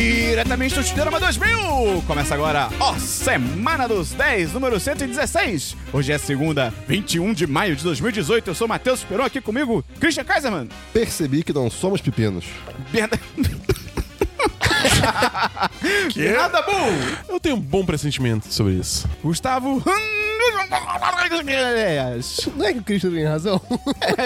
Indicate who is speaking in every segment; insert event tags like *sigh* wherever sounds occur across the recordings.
Speaker 1: Exatamente no Chuteirama 2000! Começa agora, ó, Semana dos 10, número 116. Hoje é segunda, 21 de maio de 2018. Eu sou Matheus Peron, aqui comigo, Christian Kaiserman.
Speaker 2: Percebi que não somos pepinos.
Speaker 1: Berna... *laughs* que? Nada bom!
Speaker 3: Eu tenho um bom pressentimento sobre isso.
Speaker 1: Gustavo... Hum.
Speaker 2: Não é que o Christian tem razão.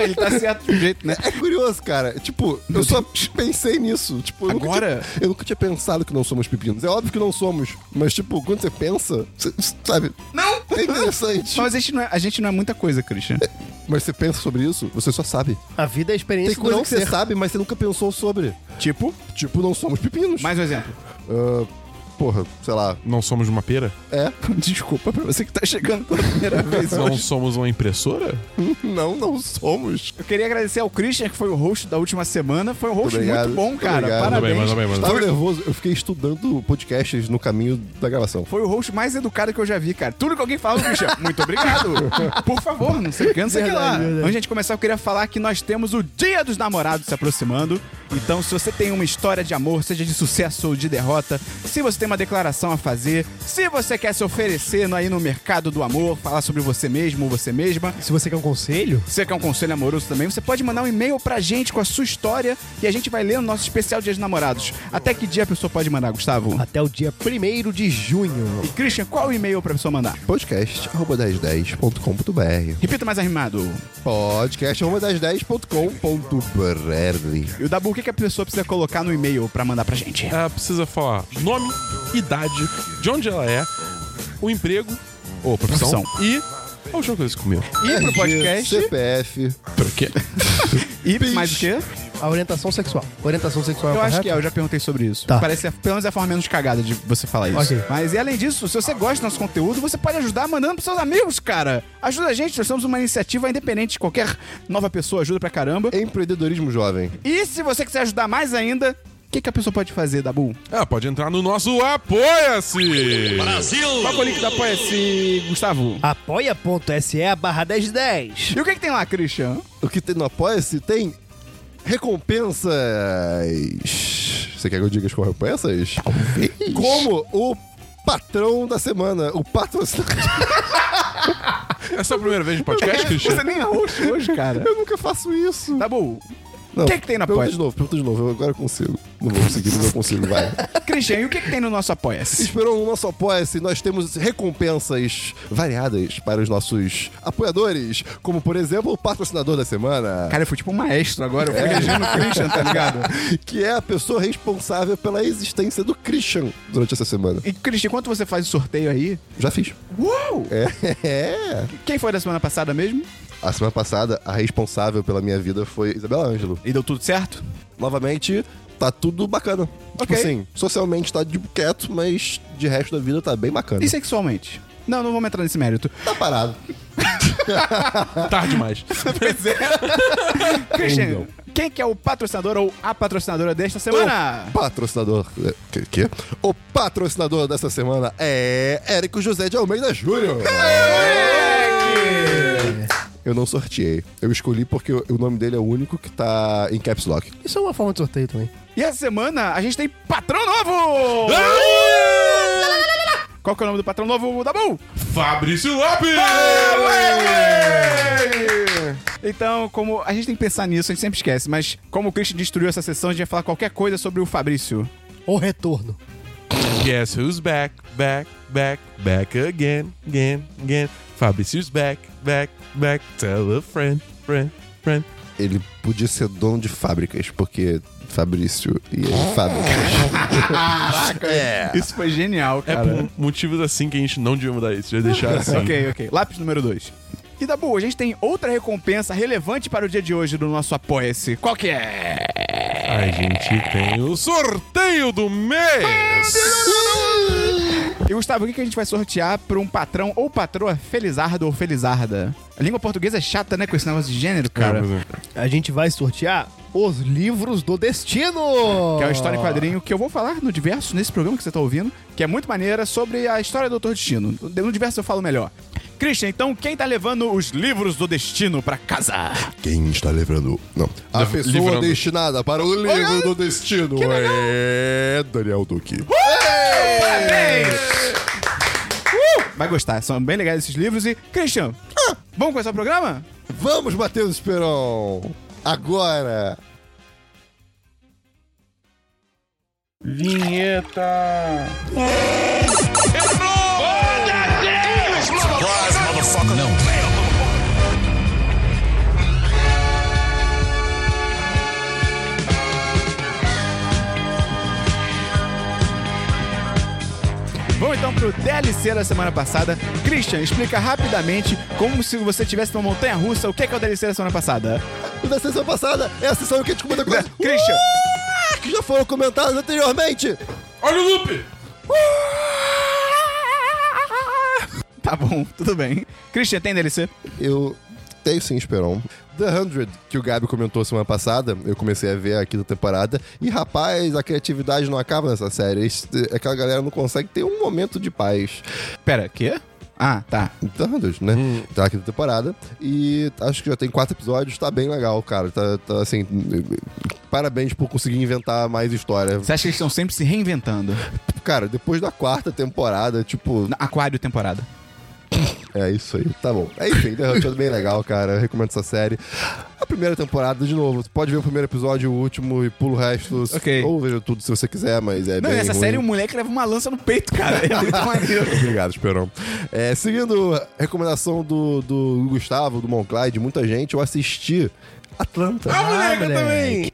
Speaker 1: Ele tá certo de um jeito, né?
Speaker 2: É curioso, cara. Tipo, eu só pensei nisso. Tipo, eu nunca
Speaker 1: Agora?
Speaker 2: tinha- eu nunca tinha pensado que não somos pepinos. É óbvio que não somos. Mas, tipo, quando você pensa, você- sabe?
Speaker 1: Não!
Speaker 2: É
Speaker 4: *laughs*
Speaker 2: interessante.
Speaker 1: Mas a gente não é, a gente não é muita coisa, Christian.
Speaker 2: Mas você pensa sobre isso, você só sabe.
Speaker 4: A vida é a
Speaker 2: Tem
Speaker 4: experiência do
Speaker 2: coisa
Speaker 4: não
Speaker 2: que você
Speaker 4: ser.
Speaker 2: sabe, mas você nunca pensou sobre.
Speaker 1: Tipo,
Speaker 2: Tipo, não somos pepinos.
Speaker 1: mais um exemplo.
Speaker 2: Ah, porra, sei lá.
Speaker 3: Não somos uma pera?
Speaker 2: É? *laughs*
Speaker 1: Desculpa pra você que tá chegando pela primeira *laughs* vez
Speaker 3: Não
Speaker 1: hoje.
Speaker 3: somos uma impressora?
Speaker 2: Não, não somos.
Speaker 1: Eu queria agradecer ao Christian, que foi o host da última semana. Foi um host
Speaker 2: Obrigado.
Speaker 1: muito bom, cara.
Speaker 2: Obrigado.
Speaker 1: Parabéns.
Speaker 3: Manda bem, manda bem, manda
Speaker 2: Tava nervoso. Eu fiquei estudando podcasts no caminho da gravação.
Speaker 1: Foi o host mais educado que eu já vi, cara. Tudo que alguém fala, Christian, *laughs* muito obrigado. Por favor, não sei o que, não sei o que lá.
Speaker 4: Verdade, verdade.
Speaker 1: Antes de a gente começar, eu queria falar que nós temos o Dia dos Namorados se aproximando. Então, se você tem uma história de amor, seja de sucesso ou de derrota, se você tem uma declaração a fazer, se você quer se oferecer aí no mercado do amor, falar sobre você mesmo ou você mesma,
Speaker 4: Se você quer um conselho,
Speaker 1: Você quer um conselho amoroso também? Você pode mandar um e-mail pra gente com a sua história e a gente vai ler no nosso especial Dia dos Namorados. Até que dia a pessoa pode mandar, Gustavo?
Speaker 4: até o dia 1 de junho.
Speaker 1: E Christian, qual o e-mail pra pessoa mandar?
Speaker 2: podcast.com.br
Speaker 1: Repita mais arrimado.
Speaker 2: podcast.com.br
Speaker 1: E o Dabu, o que que a pessoa precisa colocar no e-mail pra mandar pra gente?
Speaker 4: É,
Speaker 3: Ela Ah, precisa falar nome, idade, de onde ela é, o emprego, ou profissão, e a última coisa que comeu.
Speaker 1: E
Speaker 4: É,
Speaker 1: pro podcast?
Speaker 2: CPF.
Speaker 3: Pra quê?
Speaker 1: E mais o quê?
Speaker 4: A orientação sexual. Orientação sexual
Speaker 1: Eu
Speaker 4: é
Speaker 1: acho
Speaker 4: correta?
Speaker 1: que é, eu já perguntei sobre isso.
Speaker 4: Tá.
Speaker 1: Parece, pelo menos é a forma menos cagada de você falar isso.
Speaker 4: Ok.
Speaker 1: Mas e além disso, se você gosta do nosso conteúdo, você pode ajudar mandando pros seus amigos, cara. Ajuda a gente, nós somos uma iniciativa independente. Qualquer nova pessoa ajuda pra caramba.
Speaker 2: Empreendedorismo jovem.
Speaker 1: E se você quiser ajudar mais ainda, o que, que a pessoa pode fazer, Dabu?
Speaker 3: Ela Ah, pode entrar no nosso Apoia-se!
Speaker 1: Qual é o link da Apoia-se, Gustavo?
Speaker 4: Apoia.se é barra 1010.
Speaker 1: E o que, que tem lá, Christian?
Speaker 2: O que tem no Apoia-se tem recompensas. Você quer que eu diga as recompensas? Como o patrão da semana, o patrocinador. *laughs*
Speaker 3: Essa é a primeira vez de *laughs* podcast, Cristian?
Speaker 1: Você nem é roxo hoje, cara.
Speaker 2: Eu nunca faço isso.
Speaker 1: Dabu,
Speaker 2: Não,
Speaker 1: o que, que tem no
Speaker 2: Pergunta de
Speaker 1: Apoia-se?
Speaker 2: novo, pergunta de novo. Eu agora consigo. Não vou conseguir, não consigo, vai.
Speaker 1: Christian, e o que, que tem no nosso Apoia-se?
Speaker 2: Esperou no nosso Apoia-se, nós temos recompensas variadas para os nossos apoiadores, como, por exemplo, o patrocinador da semana,
Speaker 1: Cara, eu fui tipo um maestro agora, eu fui elegendo o Christian, tá ligado?
Speaker 2: que é a pessoa responsável pela existência do Christian durante essa semana.
Speaker 1: E, Christian, enquanto você faz o sorteio aí...
Speaker 2: Já fiz.
Speaker 1: Uou!
Speaker 2: *laughs* É.
Speaker 1: Quem foi da semana passada mesmo?
Speaker 2: A semana passada, a responsável pela minha vida foi Isabela Ângelo.
Speaker 1: E deu tudo certo?
Speaker 2: Novamente, tá tudo bacana. Tipo
Speaker 1: Ok.
Speaker 2: assim, socialmente tá de quieto, mas de resto da vida tá bem bacana.
Speaker 1: E sexualmente? Não, não vamos entrar nesse mérito.
Speaker 2: Tá parado.
Speaker 3: Tarde demais.
Speaker 1: Pois é. Christian, quem que é o patrocinador ou a patrocinadora desta semana?
Speaker 2: O patrocinador. é, Que, que? O patrocinador dessa semana é Érico José de Almeida Júnior. Eu não sorteei. Eu escolhi porque o o nome dele é o único que tá em caps lock.
Speaker 4: Isso é uma forma de sorteio também.
Speaker 1: E essa semana a gente tem patrão novo! Qual que é o nome do patrão novo, Dabu?
Speaker 3: Fabrício Lopes!
Speaker 1: Então, como a gente tem que pensar nisso, a gente sempre esquece, mas como o Christian destruiu essa sessão, a gente vai falar qualquer coisa sobre o Fabrício.
Speaker 4: O retorno.
Speaker 3: Guess who's back, back, back, back again, again, again. Fabrício's back, back, back. Tell a friend, friend, friend.
Speaker 2: Ele podia ser dono de fábricas, porque Fabrício e ele fábricas. é.
Speaker 1: Isso foi genial,
Speaker 3: É
Speaker 1: cara.
Speaker 3: por motivos assim que a gente não devia mudar isso, devia deixar
Speaker 1: *laughs*
Speaker 3: assim.
Speaker 1: ok, ok. Lápis número 2. E Dabu, a gente tem outra recompensa relevante para o dia de hoje do nosso Apoia-se. Qual que é?
Speaker 3: A gente tem o sorteio do mês!
Speaker 1: E Gustavo, o que que a gente vai sortear para um patrão ou patroa felizardo ou felizarda? A língua portuguesa é chata, né, com esse negócio de gênero, cara.
Speaker 4: A gente vai sortear os livros do destino.
Speaker 1: que é uma história em quadrinho que eu vou falar no diverso, nesse programa que você tá ouvindo, que é muito maneira, sobre a história do Doutor Destino. No diverso eu falo melhor. Christian, então quem tá levando os livros do destino pra casa?
Speaker 2: Quem está livrando? Não. A
Speaker 3: Livrando.
Speaker 2: pessoa destinada para o livro do destino é Daniel Duque.
Speaker 1: Parabéns! Uh! Vai gostar, são bem legais esses livros. E, Christian, vamos começar o programa?
Speaker 2: Vamos, Matheus Esperon! Agora!
Speaker 3: Vinheta!
Speaker 1: Vamos então pro DLC da semana passada. Christian, explica rapidamente como se você tivesse numa montanha russa. O que é, que é o DLC da semana passada?
Speaker 2: Da sessão passada é a sessão que a gente comenta coisas
Speaker 1: Christian,
Speaker 2: uh, que já foram comentadas anteriormente!
Speaker 3: Olha o loop!
Speaker 1: tá bom, tudo bem. Christian, tem DLC?
Speaker 2: Eu tenho sim, Esperon. The 100, que o Gabi comentou semana passada, eu comecei a ver aqui da temporada. E rapaz, a criatividade não acaba nessa série. Eles- Aquela galera não consegue ter um momento de paz.
Speaker 1: Pera, quê? Ah, tá.
Speaker 2: The 100, né? Tá aqui da temporada. E acho que já tem quatro episódios, tá bem legal, cara. Tá, tá, assim. Parabéns por conseguir inventar mais história.
Speaker 1: Você acha que eles estão sempre se reinventando?
Speaker 2: Cara, depois da quarta temporada, tipo,
Speaker 1: Na Aquário temporada.
Speaker 2: É isso aí. Tá bom. É, enfim, The Hunter é bem legal, cara. Eu recomendo essa série. A primeira temporada, de novo, você pode ver o primeiro episódio, o último e pula o resto.
Speaker 1: *laughs* Ok.
Speaker 2: Ou veja tudo se você quiser, mas é
Speaker 1: Não,
Speaker 2: bem
Speaker 1: nessa
Speaker 2: ruim.
Speaker 1: série o moleque leva uma lança no peito, cara. *laughs* É muito maneiro.
Speaker 2: *laughs* Obrigado, Esperão. É, seguindo a recomendação do, do Gustavo, do Monclay, de muita gente, eu assisti Atlanta.
Speaker 3: Ah, moleque, eu também!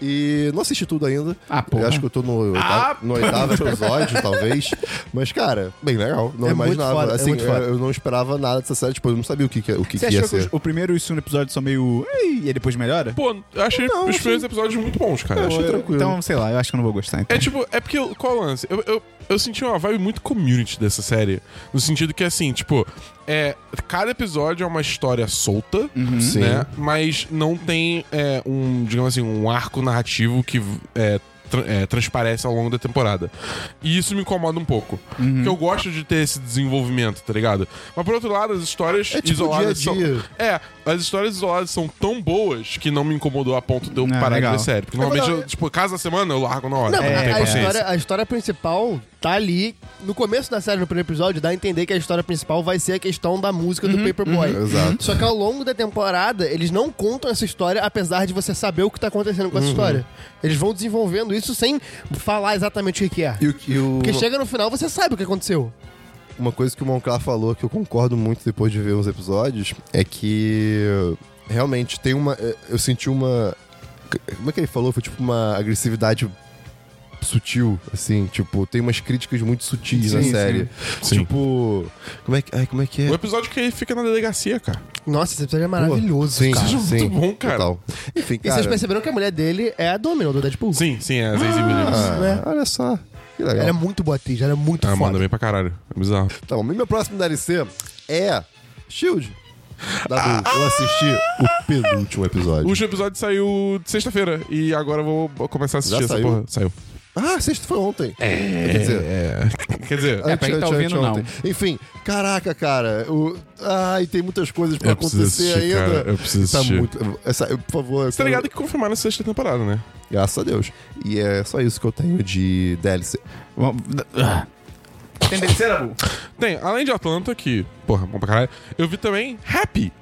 Speaker 2: E não assisti tudo ainda.
Speaker 1: Ah, porra.
Speaker 2: Eu acho que eu tô no,
Speaker 1: Ah,
Speaker 2: oitavo, no oitavo episódio, talvez. Mas, cara, bem legal. Não
Speaker 4: É muito
Speaker 2: imaginava.
Speaker 4: foda, é
Speaker 2: assim,
Speaker 4: muito foda.
Speaker 2: eu, eu não esperava nada dessa série. Tipo, eu não sabia o que, que- o que,
Speaker 1: Você
Speaker 2: que ia
Speaker 1: achou que
Speaker 2: ser.
Speaker 1: os- o primeiro e o segundo episódio são meio. "Ei", E aí depois melhora?
Speaker 3: Pô, eu achei
Speaker 2: Não,
Speaker 3: os
Speaker 2: achei-
Speaker 3: primeiros episódios muito bons, cara.
Speaker 2: achei tranquilo.
Speaker 1: Então, sei lá, eu acho que eu não vou gostar. Então.
Speaker 3: É tipo, é porque, eu- qual o lance? Eu, eu, eu senti uma vibe muito community dessa série. No sentido que, assim, tipo, é, cada episódio é uma história solta,
Speaker 2: Uhum. Sim.
Speaker 3: né? Mas não tem é, um, digamos assim, um arco narrativo que é, tra- é, transparece ao longo da temporada. E isso me incomoda um pouco.
Speaker 2: Uhum.
Speaker 3: Porque eu gosto de ter esse desenvolvimento, tá ligado? Mas por outro lado, as histórias
Speaker 2: É tipo
Speaker 3: isoladas
Speaker 2: dia a dia.
Speaker 3: são. É, as histórias isoladas são tão boas que não me incomodou a ponto de eu
Speaker 1: Ah,
Speaker 3: parar
Speaker 1: legal.
Speaker 3: de ver série. Porque
Speaker 2: É,
Speaker 3: normalmente, eu, tipo, casa semana eu largo na hora.
Speaker 4: Não,
Speaker 3: eu tenho
Speaker 4: a- a,
Speaker 3: É, paciência.
Speaker 4: história, a história principal tá ali. No começo da série, no primeiro episódio, dá a entender que a história principal vai ser a questão da música do Paperboy.
Speaker 2: Exato.
Speaker 4: Só que ao longo da temporada, eles não contam essa história, apesar de você saber o que tá acontecendo com essa história. Eles vão desenvolvendo isso sem falar exatamente o que que é.
Speaker 2: E o, e o-
Speaker 4: Porque chega no final, você sabe o que aconteceu.
Speaker 2: uma coisa que o Monclar falou que eu concordo muito depois de ver os episódios é que realmente tem uma. é, Eu senti uma. Como é que ele falou? Foi tipo uma agressividade sutil, assim, tipo, tem umas críticas muito sutis na
Speaker 1: Sim,
Speaker 2: série.
Speaker 3: Sim.
Speaker 2: Tipo, como é que, ai, como é que é?
Speaker 3: O episódio que ele fica na delegacia, cara.
Speaker 4: Nossa, esse episódio é
Speaker 2: Pô,
Speaker 4: maravilhoso,
Speaker 2: sim,
Speaker 4: cara.
Speaker 3: Isso é muito
Speaker 2: sim,
Speaker 3: bom, cara.
Speaker 2: total. Enfim,
Speaker 4: E vocês
Speaker 2: cara.
Speaker 4: perceberam que a mulher dele é a Domino, do Deadpool.
Speaker 3: Sim, sim, é a Zazie Williams.
Speaker 2: ah,
Speaker 4: né?
Speaker 2: Olha só. Que legal.
Speaker 4: Ela é muito boa atriz, ela é muito
Speaker 3: Ah, manda
Speaker 4: foda.
Speaker 3: bem pra caralho. É bizarro.
Speaker 2: Tá bom, e meu próximo DLC é Shield. Da
Speaker 3: Ah!
Speaker 2: Bull. eu assisti o penúltimo
Speaker 3: O
Speaker 2: episódio.
Speaker 3: último episódio saiu de sexta-feira e agora eu vou começar a assistir
Speaker 2: Já
Speaker 3: essa
Speaker 2: saiu?
Speaker 3: porra. Saiu.
Speaker 2: Ah, sexta foi ontem. É. Quer dizer,
Speaker 3: Quer dizer,
Speaker 1: É, pra quem tá ouvindo, não.
Speaker 2: Enfim, caraca, cara. O... Ai, tem muitas coisas pra
Speaker 3: Eu preciso
Speaker 2: acontecer
Speaker 3: assistir,
Speaker 2: ainda.
Speaker 3: cara, eu preciso
Speaker 2: tá
Speaker 3: assistir.
Speaker 2: muito. Essa, por favor.
Speaker 3: você tá ligado que confirmaram a sexta temporada, né?
Speaker 2: Graças a Deus. E é só isso que eu tenho de DLC.
Speaker 1: Vamos- Ah. Tem DLC, Dabu?
Speaker 3: Tem, além de Atlanta, que, porra, bom pra caralho, eu vi também Happy.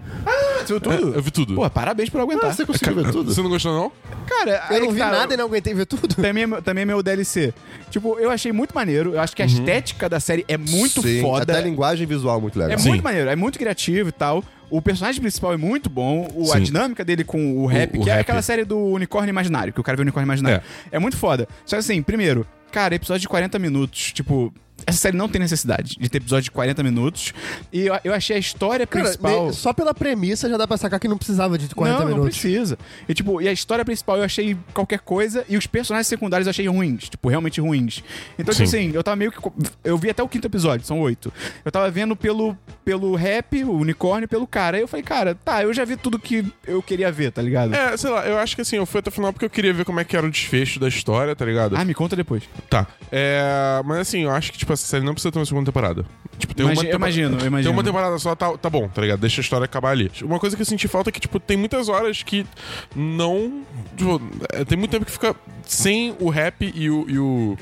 Speaker 1: Viu
Speaker 3: É, eu vi tudo.
Speaker 1: Pô, parabéns por aguentar.
Speaker 2: Ah, você conseguiu ver tudo?
Speaker 3: Você não gostou, não?
Speaker 1: Cara,
Speaker 4: Eu
Speaker 1: aí
Speaker 4: não
Speaker 1: que
Speaker 4: vi
Speaker 1: tá.
Speaker 4: nada e não aguentei ver tudo.
Speaker 1: Também é, meu- também é meu DLC. Tipo, eu achei muito maneiro. Eu acho que a estética da série é muito
Speaker 2: Sim,
Speaker 1: foda.
Speaker 2: Até a linguagem visual muito legal.
Speaker 1: É
Speaker 3: Sim.
Speaker 1: muito maneiro, é muito criativo e tal. O personagem principal é muito bom, o, a
Speaker 3: Sim.
Speaker 1: dinâmica dele com o rap,
Speaker 3: o
Speaker 1: que é
Speaker 3: rap.
Speaker 1: aquela série do Unicórnio Imaginário, que o cara vê o Unicórnio Imaginário. É. muito foda. Só que assim, primeiro, cara, episódio de 40 minutos, tipo. Essa série não tem necessidade de ter episódio de 40 minutos. E eu, eu achei a história
Speaker 4: Cara,
Speaker 1: principal.
Speaker 4: ne- só pela premissa já dá pra sacar que não precisava de 40
Speaker 1: não, Não
Speaker 4: minutos.
Speaker 1: precisa. E, tipo, e a história principal eu achei qualquer coisa e os personagens secundários eu achei ruins. Tipo, realmente ruins. Então, tipo
Speaker 3: Sim.
Speaker 1: assim, eu tava meio que. co- Eu vi até o quinto episódio, são oito. Eu tava vendo pelo, pelo rap, o unicórnio, e pelo cara. Aí eu falei, cara, tá, eu já vi tudo que eu queria ver, tá ligado?
Speaker 3: É, sei lá, eu acho que assim, eu fui até o final porque eu queria ver como é que era o desfecho da história, tá ligado?
Speaker 1: Ah, me conta depois.
Speaker 3: Tá. É, mas assim, eu acho que, tipo, essa série não precisa ter uma segunda temporada. Tipo, tem
Speaker 1: Imagi-
Speaker 3: uma
Speaker 1: eu imagino, eu imagino.
Speaker 3: Tem uma temporada só, tá, tá bom, tá ligado? Deixa a história acabar ali. Uma coisa que eu senti falta é que, tipo, tem muitas horas que não. tipo, é, tem muito tempo que fica sem o rap e o. e o-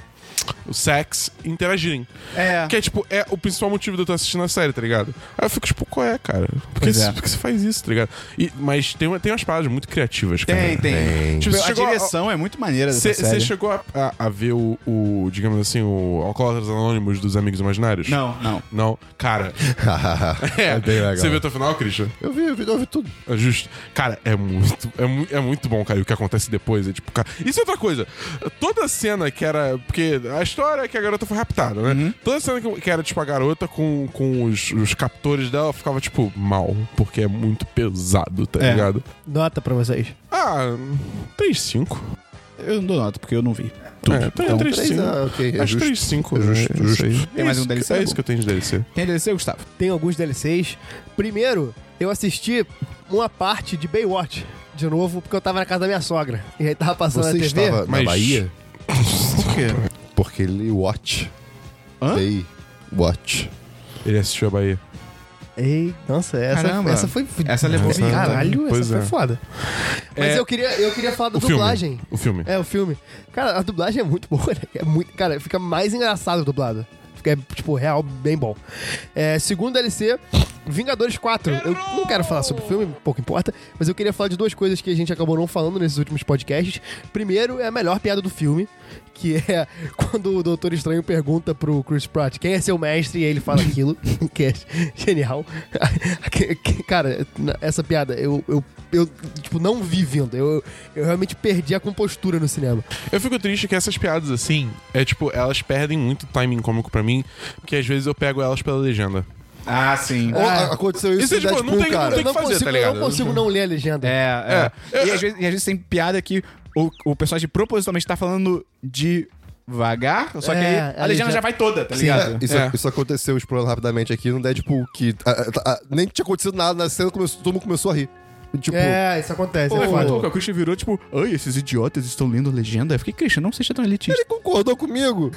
Speaker 3: o Sex interagirem.
Speaker 1: É.
Speaker 3: Que é, tipo, é o principal motivo de eu estar assistindo a série, tá ligado? Aí eu fico, tipo, qual é, cara? Por que,
Speaker 1: Pois
Speaker 3: você-
Speaker 1: é.
Speaker 3: por que você faz isso, tá ligado? E- mas tem, uma- tem umas paradas muito criativas, cara.
Speaker 1: Tem, tem.
Speaker 2: Tem.
Speaker 1: Tipo,
Speaker 3: Você
Speaker 1: a
Speaker 3: chegou a-
Speaker 1: direção é muito maneira dessa
Speaker 3: Você
Speaker 1: série.
Speaker 3: chegou a, a- a ver o, o, digamos assim, o Alcoólatras Anônimos dos Amigos Imaginários?
Speaker 1: Não, não.
Speaker 3: Não? Cara,
Speaker 2: *laughs* é,
Speaker 3: é.
Speaker 2: bem legal.
Speaker 3: Você viu até o final, Christian?
Speaker 2: Eu vi, eu vi, eu vi tudo.
Speaker 3: É justo. Cara, é muito, é, mu- é muito bom, cara. E o que acontece depois é tipo. Cara... Isso é outra coisa. Toda cena que era. Porque a história é que a garota foi raptada, né? Toda cena que, que era tipo a garota com, com os, os captores dela ficava tipo mal. Porque é muito pesado, tá
Speaker 1: É.
Speaker 3: ligado?
Speaker 4: Nota pra vocês.
Speaker 3: Ah, 3-5.
Speaker 1: Eu não dou nota, porque eu não vi.
Speaker 3: É,
Speaker 1: Então,
Speaker 3: 3-5.
Speaker 2: ah, ok, é
Speaker 3: Acho
Speaker 2: justo.
Speaker 3: 3-5.
Speaker 2: É justo,
Speaker 3: né?
Speaker 2: justo.
Speaker 3: É isso aí.
Speaker 1: Tem mais um
Speaker 3: É isso-
Speaker 1: DLC?
Speaker 3: É isso que eu tenho de DLC.
Speaker 1: Tem DLC, é Gustavo?
Speaker 4: Tem alguns DLCs. Primeiro, eu assisti uma parte de Baywatch. De novo, porque eu tava na casa da minha sogra. E aí tava passando
Speaker 2: Você
Speaker 4: na TV.
Speaker 2: estava
Speaker 3: mas-
Speaker 2: na Bahia?
Speaker 1: Por quê?
Speaker 2: Porque ele watch.
Speaker 1: Hã?
Speaker 2: Day watch.
Speaker 3: Ele assistiu a Bahia.
Speaker 4: Ei, nossa, essa,
Speaker 1: Caramba.
Speaker 4: essa foi.
Speaker 1: Essa levou
Speaker 4: Essa-
Speaker 1: porrada.
Speaker 4: Caralho,
Speaker 3: Pois
Speaker 4: essa
Speaker 3: é.
Speaker 4: foi foda. Mas
Speaker 3: É,
Speaker 4: eu, queria, eu queria falar da
Speaker 3: o filme.
Speaker 4: dublagem.
Speaker 3: O filme.
Speaker 4: É, o filme. Cara, a dublagem é muito *laughs* boa, né? É muito, cara, fica mais engraçado dublado. Fica, é, tipo, real, bem bom. É, segundo DLC, Vingadores 4. Eu não quero falar sobre o filme, pouco importa, mas eu queria falar de duas coisas que a gente acabou não falando nesses últimos podcasts. Primeiro, é a melhor piada do filme, que é *laughs* quando o Doutor Estranho pergunta pro Chris Pratt quem é seu mestre, e aí ele fala aquilo, que é genial. *laughs* Que- que- Cara, na- essa piada, eu, eu, eu tipo, não vi vindo. Eu, eu realmente perdi a compostura no cinema.
Speaker 3: Eu fico triste que essas piadas assim, é tipo, elas perdem muito timing cômico pra mim, porque às vezes eu pego elas pela legenda.
Speaker 1: Ah, sim.
Speaker 2: Ó, a- Aconteceu isso,
Speaker 3: Isso é,
Speaker 2: em
Speaker 3: tipo, não
Speaker 2: Deadpool,
Speaker 3: tem- não
Speaker 2: cara.
Speaker 3: tem-
Speaker 4: Eu não,
Speaker 3: fazer,
Speaker 4: consigo,
Speaker 3: tá ligado?
Speaker 4: eu não consigo não ler a legenda.
Speaker 1: É, é.
Speaker 3: É.
Speaker 1: E, às vezes, e às vezes tem piada que o, o personagem propositalmente tá falando devagar, só que
Speaker 4: É,
Speaker 1: aí
Speaker 4: a
Speaker 1: a legenda
Speaker 4: legenda-
Speaker 1: já vai toda, tá
Speaker 4: Sim.
Speaker 1: ligado?
Speaker 2: Isso,
Speaker 3: É.
Speaker 2: isso aconteceu, explorando rapidamente aqui no Deadpool, que a- a- a- nem tinha acontecido nada na cena, começou, todo mundo começou a rir. Tipo,
Speaker 4: É, isso acontece. é
Speaker 1: Pô,
Speaker 4: foda.
Speaker 1: maluco, a Christian virou tipo, ai, esses idiotas estão lendo legenda. Eu fiquei, Christian, não seja tão elitista.
Speaker 2: ele concordou comigo.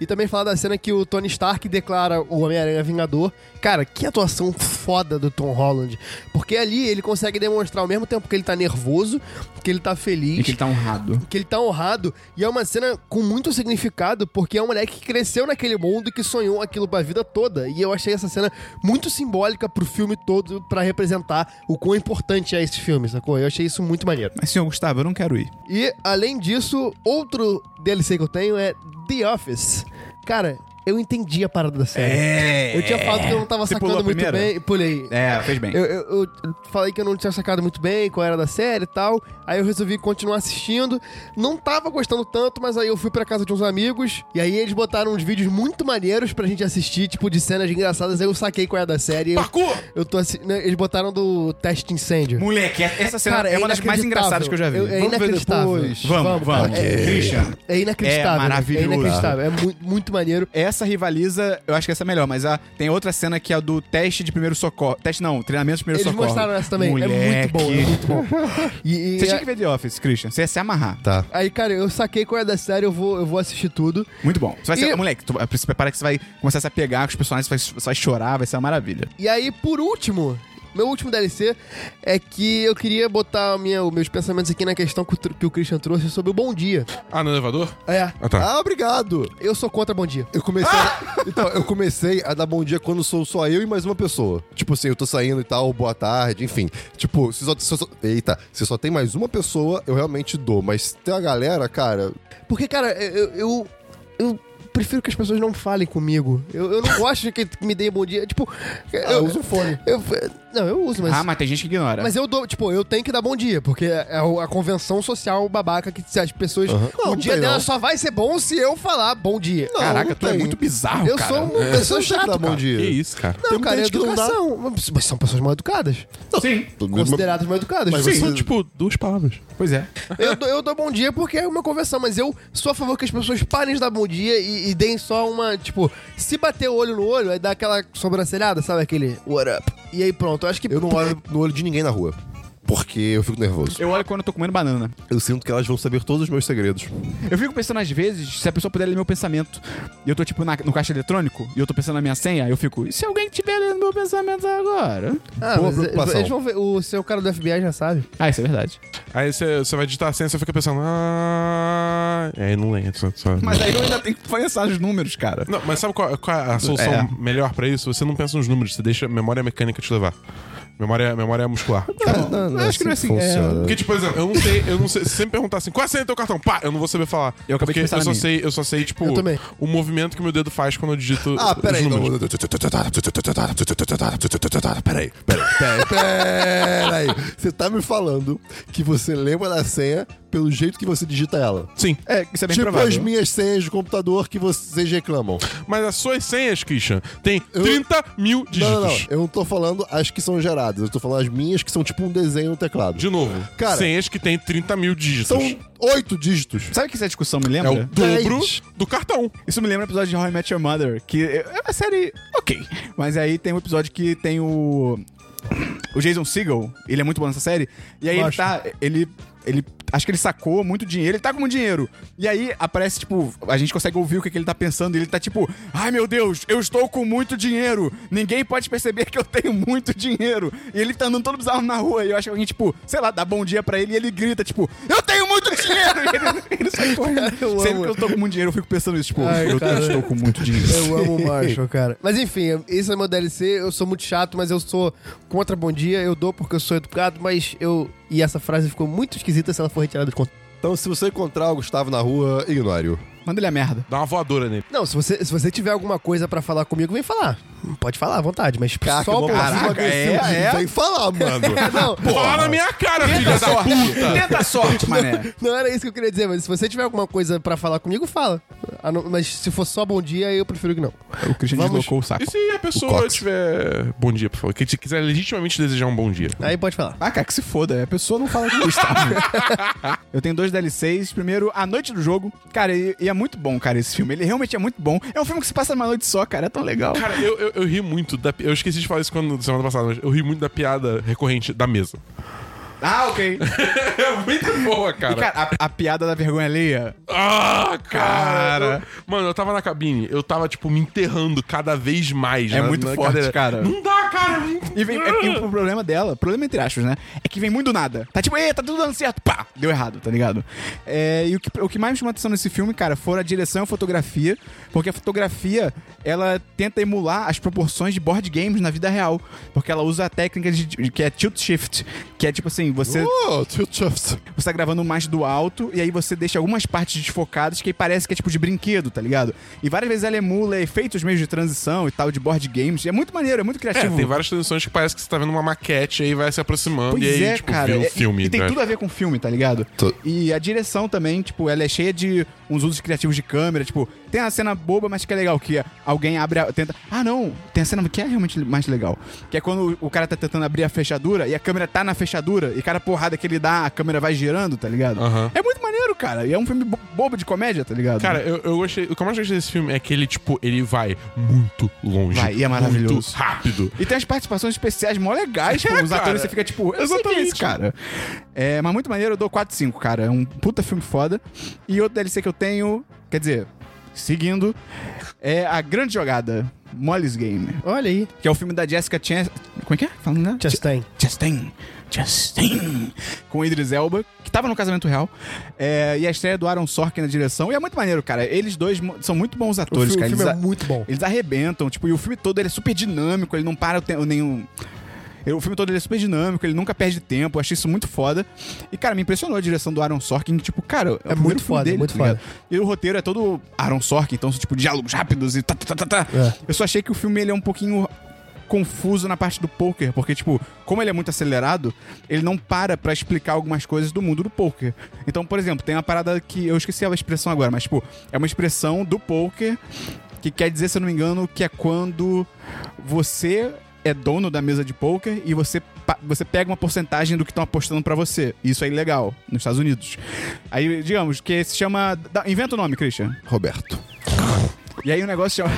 Speaker 4: E também falar da cena que o Tony Stark declara o Homem-Aranha Vingador. Cara, que atuação foda do Tom Holland. Porque ali ele consegue demonstrar ao mesmo tempo que ele tá nervoso, que ele tá feliz.
Speaker 1: E que ele tá honrado.
Speaker 4: que ele tá honrado e é uma cena com muito significado porque é um moleque que cresceu naquele mundo e que sonhou aquilo pra vida toda. E eu achei essa cena muito simbólica pro filme todo pra representar o quão importante é esse filme, sacou? Eu achei isso muito maneiro.
Speaker 1: Mas, senhor Gustavo, eu não quero ir.
Speaker 4: E além disso, outro DLC que eu tenho é The Office. Cara, eu entendi a parada da série.
Speaker 1: É.
Speaker 4: Eu tinha falado que eu não tava
Speaker 1: Você pulou
Speaker 4: sacando
Speaker 1: a
Speaker 4: muito
Speaker 1: primeira?
Speaker 4: bem e pulei.
Speaker 1: É, fez bem.
Speaker 4: Eu, eu- eu falei que eu não tinha sacado muito bem qual era da série e tal. Aí eu resolvi continuar assistindo. Não tava gostando tanto, mas aí eu fui pra casa de uns amigos. E aí eles botaram uns vídeos muito maneiros pra gente assistir, tipo, de cenas engraçadas. Aí eu saquei qual era da série. Eu,
Speaker 3: Parkour!
Speaker 4: eu tô assi- né, Eles botaram do teste de incêndio.
Speaker 1: Moleque, essa cena
Speaker 4: Cara,
Speaker 1: é uma das mais
Speaker 4: inacreditável.
Speaker 1: engraçadas que eu já vi.
Speaker 4: Eu- é
Speaker 2: Vamos ver
Speaker 4: inacreditável.
Speaker 2: depois.
Speaker 1: Vamos, vamos.
Speaker 4: cara. É,
Speaker 1: Christian,
Speaker 4: é inacreditável.
Speaker 1: É maravilhoso.
Speaker 4: É inacreditável. É muito, muito maneiro.
Speaker 1: essa rivaliza, eu acho que essa é melhor, mas a, tem outra cena que é a do teste de primeiro socorro. Teste não, treinamento de primeiro
Speaker 4: Eles
Speaker 1: socorro.
Speaker 4: mostraram essa também. É muito
Speaker 1: Moleque.
Speaker 4: bom. É muito
Speaker 1: *laughs*
Speaker 4: bom. E- e-
Speaker 1: Você tinha que ver The Office, Christian. Você ia se amarrar.
Speaker 2: Tá.
Speaker 4: Aí, cara, eu saquei qual era da série, eu vou, eu vou assistir tudo.
Speaker 1: Muito bom. Você vai ser,
Speaker 4: E-
Speaker 1: Moleque, tu, se prepara que você vai começar a se apegar com os personagens, você vai, você vai chorar, vai ser uma maravilha.
Speaker 4: E aí, por último, meu último DLC é que eu queria botar a minha, os meus pensamentos aqui na questão que o, tr- que o Christian trouxe sobre o Bom Dia.
Speaker 3: Ah, no elevador?
Speaker 4: É,
Speaker 3: Ah, tá.
Speaker 2: Ah, obrigado.
Speaker 4: eu sou contra Bom Dia.
Speaker 2: Eu comecei, a, então, eu comecei a dar bom dia quando sou só eu e mais uma pessoa. Tipo assim, eu tô saindo e tal, boa tarde, enfim. Tipo, se só, se só- eita, se só tem mais uma pessoa, eu realmente dou. Mas se tem a galera, cara,
Speaker 4: Porque, cara, eu... eu, eu prefiro que as pessoas não falem comigo. Eu, eu não *laughs* gosto de que que me deem Bom Dia. Tipo, eu,
Speaker 2: eu uso fone.
Speaker 4: eu- não, eu uso, mas...
Speaker 1: ah, mas tem gente que ignora.
Speaker 4: Mas eu dou, tipo, eu tenho que dar bom dia, porque é o- a convenção social babaca que se as pessoas. O
Speaker 2: Não,
Speaker 4: dia
Speaker 2: tem
Speaker 4: dela
Speaker 2: não.
Speaker 4: só vai ser bom se eu falar bom dia.
Speaker 2: Não,
Speaker 1: Caraca,
Speaker 2: não
Speaker 1: tu é
Speaker 2: tem.
Speaker 1: muito bizarro,
Speaker 4: eu
Speaker 1: cara.
Speaker 4: sou uma pessoa
Speaker 2: tem que
Speaker 4: chata.
Speaker 2: dar bom
Speaker 4: cara.
Speaker 2: dia.
Speaker 3: Que isso, cara.
Speaker 4: Não,
Speaker 2: Tem
Speaker 4: cara, é
Speaker 2: gente que não dá.
Speaker 4: educação. Mas são pessoas mal educadas.
Speaker 1: Sim,
Speaker 4: Consideradas mal educadas.
Speaker 2: Mas
Speaker 4: Sim.
Speaker 2: você-
Speaker 3: São, tipo, duas palavras.
Speaker 1: pois é.
Speaker 4: Eu, dou- eu dou bom dia porque é uma convenção, mas eu sou a favor que as pessoas parem de dar bom dia e, e deem só uma, tipo, se bater o olho no olho, é aí dá aquela sobrancelhada, sabe? Aquele what up. E aí pronto, eu acho que.
Speaker 2: Eu não olho no olho de ninguém na rua. Porque eu fico nervoso.
Speaker 1: Eu olho quando eu tô comendo banana.
Speaker 2: Eu sinto que elas vão saber todos os meus segredos.
Speaker 1: Eu fico pensando às vezes, se a pessoa puder ler meu pensamento, e eu tô tipo na- no caixa eletrônico, e eu tô pensando na minha senha, eu fico, e se alguém tiver lendo meu pensamento agora?
Speaker 4: Ah,
Speaker 2: Boa
Speaker 4: mas
Speaker 2: preocupação.
Speaker 4: eles vão ver. O seu cara do FBI já sabe.
Speaker 1: Ah, isso é verdade.
Speaker 3: Aí você você vai digitar a senha e você fica pensando. Ah... Aí não lembra. Só, só...
Speaker 1: Mas aí eu ainda tenho que pensar nos números, cara.
Speaker 3: Não, mas sabe qual, qual é a solução
Speaker 1: É.
Speaker 3: melhor pra isso? Você não pensa nos números, você deixa a memória mecânica te levar. Memória, memória muscular.
Speaker 2: Cara, não, não,
Speaker 1: acho que não é assim,
Speaker 2: Funciona.
Speaker 3: Porque, tipo, por exemplo, eu não sei, eu não sei. Se você me perguntar assim, qual é a senha do teu cartão? Pá, eu não vou saber falar.
Speaker 1: Eu acabei de
Speaker 3: Porque
Speaker 1: pensar
Speaker 3: eu
Speaker 1: na
Speaker 3: só
Speaker 1: minha.
Speaker 3: sei, eu só sei, tipo,
Speaker 4: Eu também.
Speaker 3: o movimento que meu dedo faz quando eu digito.
Speaker 2: Ah, peraí.
Speaker 3: os números.
Speaker 2: não. Peraí, peraí, peraí, peraí. Você tá me falando que você lembra da senha pelo jeito que você digita ela.
Speaker 3: Sim.
Speaker 1: É, isso é bem
Speaker 2: tipo
Speaker 1: provável.
Speaker 2: as minhas senhas de computador que vocês reclamam.
Speaker 3: Mas as suas senhas, Christian, tem
Speaker 2: Eu-
Speaker 3: 30 mil dígitos.
Speaker 2: Não, não, não. Eu não tô falando as que são geradas. Eu tô falando as minhas que são tipo um desenho no teclado.
Speaker 3: De novo,
Speaker 2: Cara-
Speaker 3: senhas que tem 30 mil dígitos.
Speaker 2: São oito dígitos.
Speaker 1: Sabe o que essa discussão me
Speaker 3: É o
Speaker 1: lembra?
Speaker 3: dobro
Speaker 2: Dez.
Speaker 3: do cartão.
Speaker 1: Isso me lembra o episódio de How I Met Your Mother, que é uma série ok. Mas aí tem um episódio que tem o. O Jason Segel, ele é muito bom nessa série. E aí ele
Speaker 4: Gosto.
Speaker 1: tá. Ele. ele Acho que ele sacou muito dinheiro, ele tá com muito dinheiro. E aí aparece, tipo, a gente consegue ouvir o que, que ele tá pensando. E ele tá tipo, ai meu Deus, eu estou com muito dinheiro. Ninguém pode perceber que eu tenho muito dinheiro. E ele tá andando todo bizarro na rua. E eu acho que alguém, tipo, sei lá, dá bom dia pra ele e ele grita, tipo, eu tenho muito dinheiro! *laughs* E ele, ele sai correndo.
Speaker 4: *laughs* Eu
Speaker 1: Sempre
Speaker 4: amo.
Speaker 1: que eu tô com muito dinheiro, eu fico pensando isso, tipo,
Speaker 4: Ai,
Speaker 1: eu
Speaker 4: cara.
Speaker 1: estou com muito dinheiro.
Speaker 4: Eu amo o Marshall, cara. Mas enfim, esse é meu DLC. Eu sou muito chato, mas eu sou contra bom dia. Eu dou porque eu sou educado, mas eu. E essa frase ficou muito esquisita se ela for retirada do contexto.
Speaker 2: Então, se você encontrar o Gustavo na rua, ignore-o.
Speaker 1: Manda ele a merda.
Speaker 3: Dá uma voadora nele.
Speaker 4: Não, se você, se você tiver alguma coisa pra falar comigo, vem falar. Pode falar à vontade, mas um só
Speaker 2: um uma
Speaker 4: por-
Speaker 2: passiva
Speaker 1: Ah, Caraca,
Speaker 2: agressiva
Speaker 1: é,
Speaker 4: assim,
Speaker 2: de-
Speaker 1: é?
Speaker 2: Vem falar, *laughs* mano.
Speaker 4: Não,
Speaker 3: Fala na minha cara,
Speaker 2: tá
Speaker 3: filha da puta!
Speaker 1: Tenta a sorte, mané.
Speaker 4: não era isso que eu queria dizer, mas se você tiver alguma coisa pra falar comigo, fala. Ah, não- Mas se for só bom dia, eu prefiro que não.
Speaker 1: O Christian
Speaker 4: Vamos-
Speaker 1: deslocou o saco.
Speaker 3: E se a
Speaker 2: O
Speaker 3: pessoa
Speaker 2: Cox.
Speaker 3: tiver. Bom dia, por favor. Que te quiser legitimamente desejar um bom dia.
Speaker 4: Aí pode falar.
Speaker 1: Ah, cara, que se foda. A pessoa não fala com o Gustavo. *laughs* Eu tenho dois DLCs. Primeiro, A Noite do Jogo. Cara, e, e é muito bom, cara, esse filme. Ele realmente é muito bom. É um filme que se passa numa noite só, cara. É tão legal.
Speaker 3: Cara, eu, eu, eu ri muito da. pi- Eu esqueci de falar isso quando, semana passada, mas eu ri muito da piada recorrente da mesa.
Speaker 1: Ah, ok.
Speaker 3: É muito boa,
Speaker 1: E, cara, a, a piada da vergonha alheia.
Speaker 3: Ah, cara!
Speaker 1: Cara.
Speaker 3: Eu- mano, eu tava na cabine, eu tava, tipo, me enterrando cada vez mais.
Speaker 1: É
Speaker 3: na-
Speaker 1: muito
Speaker 3: na
Speaker 1: forte,
Speaker 3: cadeira.
Speaker 1: cara.
Speaker 3: Não dá, cara! é muito-
Speaker 1: E vem,
Speaker 3: *laughs*
Speaker 1: é, e o
Speaker 3: Hum.
Speaker 1: problema dela, problema entre aspas, né? É que vem muito do nada. Tá tipo, "Ê, tá tudo dando certo. Pá! Deu errado, tá ligado? É, e o que, o que mais me chamou a atenção nesse filme, cara, foram a direção e a fotografia. Porque a fotografia, ela tenta emular as proporções de board games na vida real. Porque ela usa a técnica de, de- que é tilt shift. Que é tipo assim, *laughs*
Speaker 3: Uh!
Speaker 1: você,
Speaker 2: Oh, tio Chuffs.
Speaker 1: você tá gravando mais do alto e aí você deixa algumas partes desfocadas que aí parece que é tipo de brinquedo, tá ligado? E várias vezes ela emula efeitos meio de transição e tal, de board games. E é muito maneiro, é muito
Speaker 3: É,
Speaker 1: criativo.
Speaker 3: tem várias transições que parece que você tá vendo uma maquete aí vai se aproximando
Speaker 1: Pois
Speaker 3: e aí,
Speaker 1: é,
Speaker 3: tipo,
Speaker 1: cara.
Speaker 3: vê o
Speaker 1: É,
Speaker 3: filme.
Speaker 1: e, e tem
Speaker 3: né?
Speaker 1: tudo a ver com filme, tá ligado?
Speaker 2: Tô.
Speaker 1: E a direção também, tipo, ela é cheia de uns usos criativos de câmera. Tipo, tem a cena boba, mas que é legal. Que alguém abre a. Tenta... Ah, não! Tem a cena que é realmente mais legal. Que é quando o cara tá tentando abrir a fechadura e a câmera tá na fechadura e cada porrada que ele dá, a câmera vai girando, tá ligado?
Speaker 3: Aham.
Speaker 1: É muito maneiro, cara. E é um filme bo- bobo de comédia, tá ligado?
Speaker 3: Cara, eu, eu gostei. O que eu mais gostei desse filme é que ele, tipo, ele vai muito longe.
Speaker 1: Vai, e é maravilhoso.
Speaker 3: Muito rápido.
Speaker 1: E tem as participações especiais mó legais, tipo,
Speaker 3: É,
Speaker 1: os
Speaker 3: cara.
Speaker 1: atores você fica tipo, eu sei quem é esse
Speaker 3: Exatamente.
Speaker 1: cara. É, mas muito maneiro, eu dou 4 5, cara. É um puta filme foda. E outro DLC que eu tenho, quer dizer, seguindo, é a grande jogada, Molly's Game,
Speaker 4: Olha aí.
Speaker 1: que é o filme da Jessica Chastain. Como é que é? Falando, né?
Speaker 4: Chastain.
Speaker 1: Chastain. Chastain. Com o Idris Elba, que tava no Casamento Real. É, e a estreia do Aaron Sorkin na direção. E é muito maneiro, cara. Eles dois mo- são muito bons
Speaker 4: O filme,
Speaker 1: atores,
Speaker 4: o
Speaker 1: cara.
Speaker 4: filme
Speaker 1: Eles
Speaker 4: é
Speaker 1: a-
Speaker 4: muito bom.
Speaker 1: eles arrebentam, tipo, e o filme todo ele é super dinâmico, ele não para o tempo nenhum. O filme todo ele é super dinâmico, ele nunca perde tempo, eu achei isso muito foda. E, cara, me impressionou a direção do Aaron Sorkin, que, tipo, cara,
Speaker 4: É
Speaker 1: o primeiro
Speaker 4: muito
Speaker 1: filme
Speaker 4: foda,
Speaker 1: dele,
Speaker 4: muito
Speaker 1: tá ligado?
Speaker 4: foda.
Speaker 1: E o roteiro é todo Aaron Sorkin, então, são, tipo, diálogos rápidos e tá, tá, tá, tá, tá.
Speaker 4: É.
Speaker 1: Eu só achei que o filme ele é um pouquinho confuso na parte do poker, porque, tipo, como ele é muito acelerado, ele não para pra explicar algumas coisas do mundo do poker. Então, por exemplo, tem uma parada que eu esqueci a expressão agora, mas, tipo, é uma expressão do poker que quer dizer, se eu não me engano, que é quando você é dono da mesa de poker e você, pa- você pega uma porcentagem do que estão apostando pra você. Isso é ilegal nos Estados Unidos. Aí, digamos, que se chama. dá- inventa o nome, Christian.
Speaker 2: Roberto.
Speaker 1: E aí o negócio chama.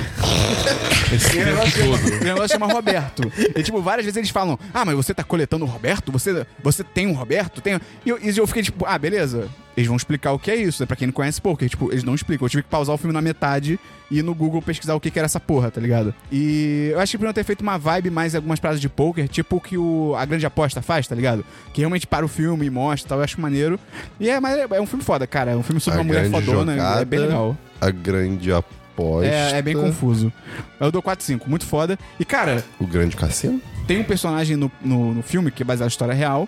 Speaker 3: Esse
Speaker 1: O negócio,
Speaker 3: tempo todo.
Speaker 1: o negócio chama Roberto. E, tipo, várias vezes eles falam: Ah, mas você tá coletando o Roberto? Você, você tem um Roberto? Tem... E, eu, e eu fiquei tipo: Ah, beleza. Eles vão explicar o que é isso. né? Pra quem não conhece poker, tipo, eles não explicam. Eu tive que pausar o filme na metade e ir no Google pesquisar o que, que era essa porra, tá ligado? E eu acho que podiam ter feito uma vibe mais algumas paradas de poker, tipo o que o, a grande aposta faz, tá ligado? Que realmente para o filme e mostra e tal. Eu acho maneiro. E é, mas é, é um filme foda, cara. É um filme sobre
Speaker 2: A
Speaker 1: uma mulher
Speaker 2: Grande
Speaker 1: fodona. É
Speaker 2: Jogada.
Speaker 1: bem legal.
Speaker 2: A grande aposta.
Speaker 1: É, é bem confuso. Eu dou 4-5, muito foda. E, cara,
Speaker 2: O grande cassino?
Speaker 1: tem um personagem no, no, no filme que é baseado na história real.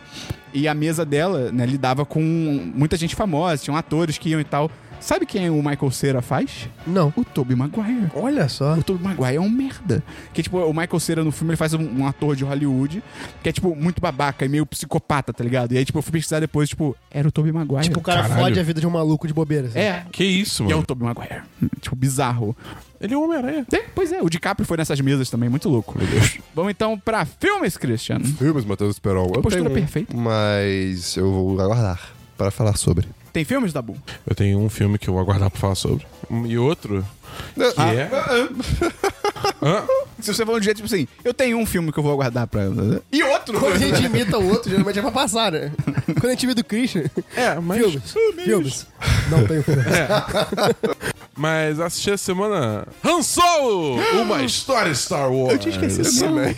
Speaker 1: E a mesa dela, né, lidava com muita gente famosa, tinham atores que iam e tal. Sabe quem o Michael Cera faz?
Speaker 4: Não.
Speaker 1: O Tobey Maguire.
Speaker 4: Olha só.
Speaker 1: O Tobey Maguire é um merda. Que, tipo, o Michael Cera no filme, ele faz um, um ator de Hollywood que é, tipo, muito babaca e meio psicopata, tá ligado? E aí, tipo, eu fui pesquisar depois, tipo, era o Tobey Maguire.
Speaker 4: Tipo, o cara
Speaker 3: Caralho.
Speaker 4: fode a vida de um maluco de bobeira. assim.
Speaker 1: É.
Speaker 3: *laughs* Que isso,
Speaker 1: E é
Speaker 3: mano.
Speaker 1: o Tobey Maguire. Tipo, bizarro.
Speaker 3: Ele é o Homem-Aranha.
Speaker 1: É, pois é, o DiCaprio foi nessas mesas também, muito louco.
Speaker 3: Meu Deus.
Speaker 1: Vamos então pra filmes, Christian.
Speaker 2: Filmes, Matheus Esperon. Eu
Speaker 1: Postura
Speaker 2: tenho um,
Speaker 1: perfeita.
Speaker 2: Mas eu vou aguardar para falar sobre.
Speaker 1: Tem filmes, Dabu?
Speaker 3: Eu tenho um filme que eu vou aguardar pra falar sobre. Um- E outro. Que
Speaker 2: Ah,
Speaker 3: é. Hã?
Speaker 1: Se você for um dia, tipo assim, eu tenho um filme que eu vou aguardar pra... E outro!
Speaker 4: Quando a gente imita o outro, geralmente é pra passar, né? Quando a gente imita o Christian.
Speaker 3: É, mas. É.
Speaker 4: Filmes. Filmes. Não tenho filme.
Speaker 1: *laughs*
Speaker 3: Mas assisti essa semana. Han Solo!
Speaker 1: *gasps*
Speaker 3: Uma história Star Wars. Eu tinha
Speaker 2: assim?
Speaker 3: esquecido
Speaker 2: também.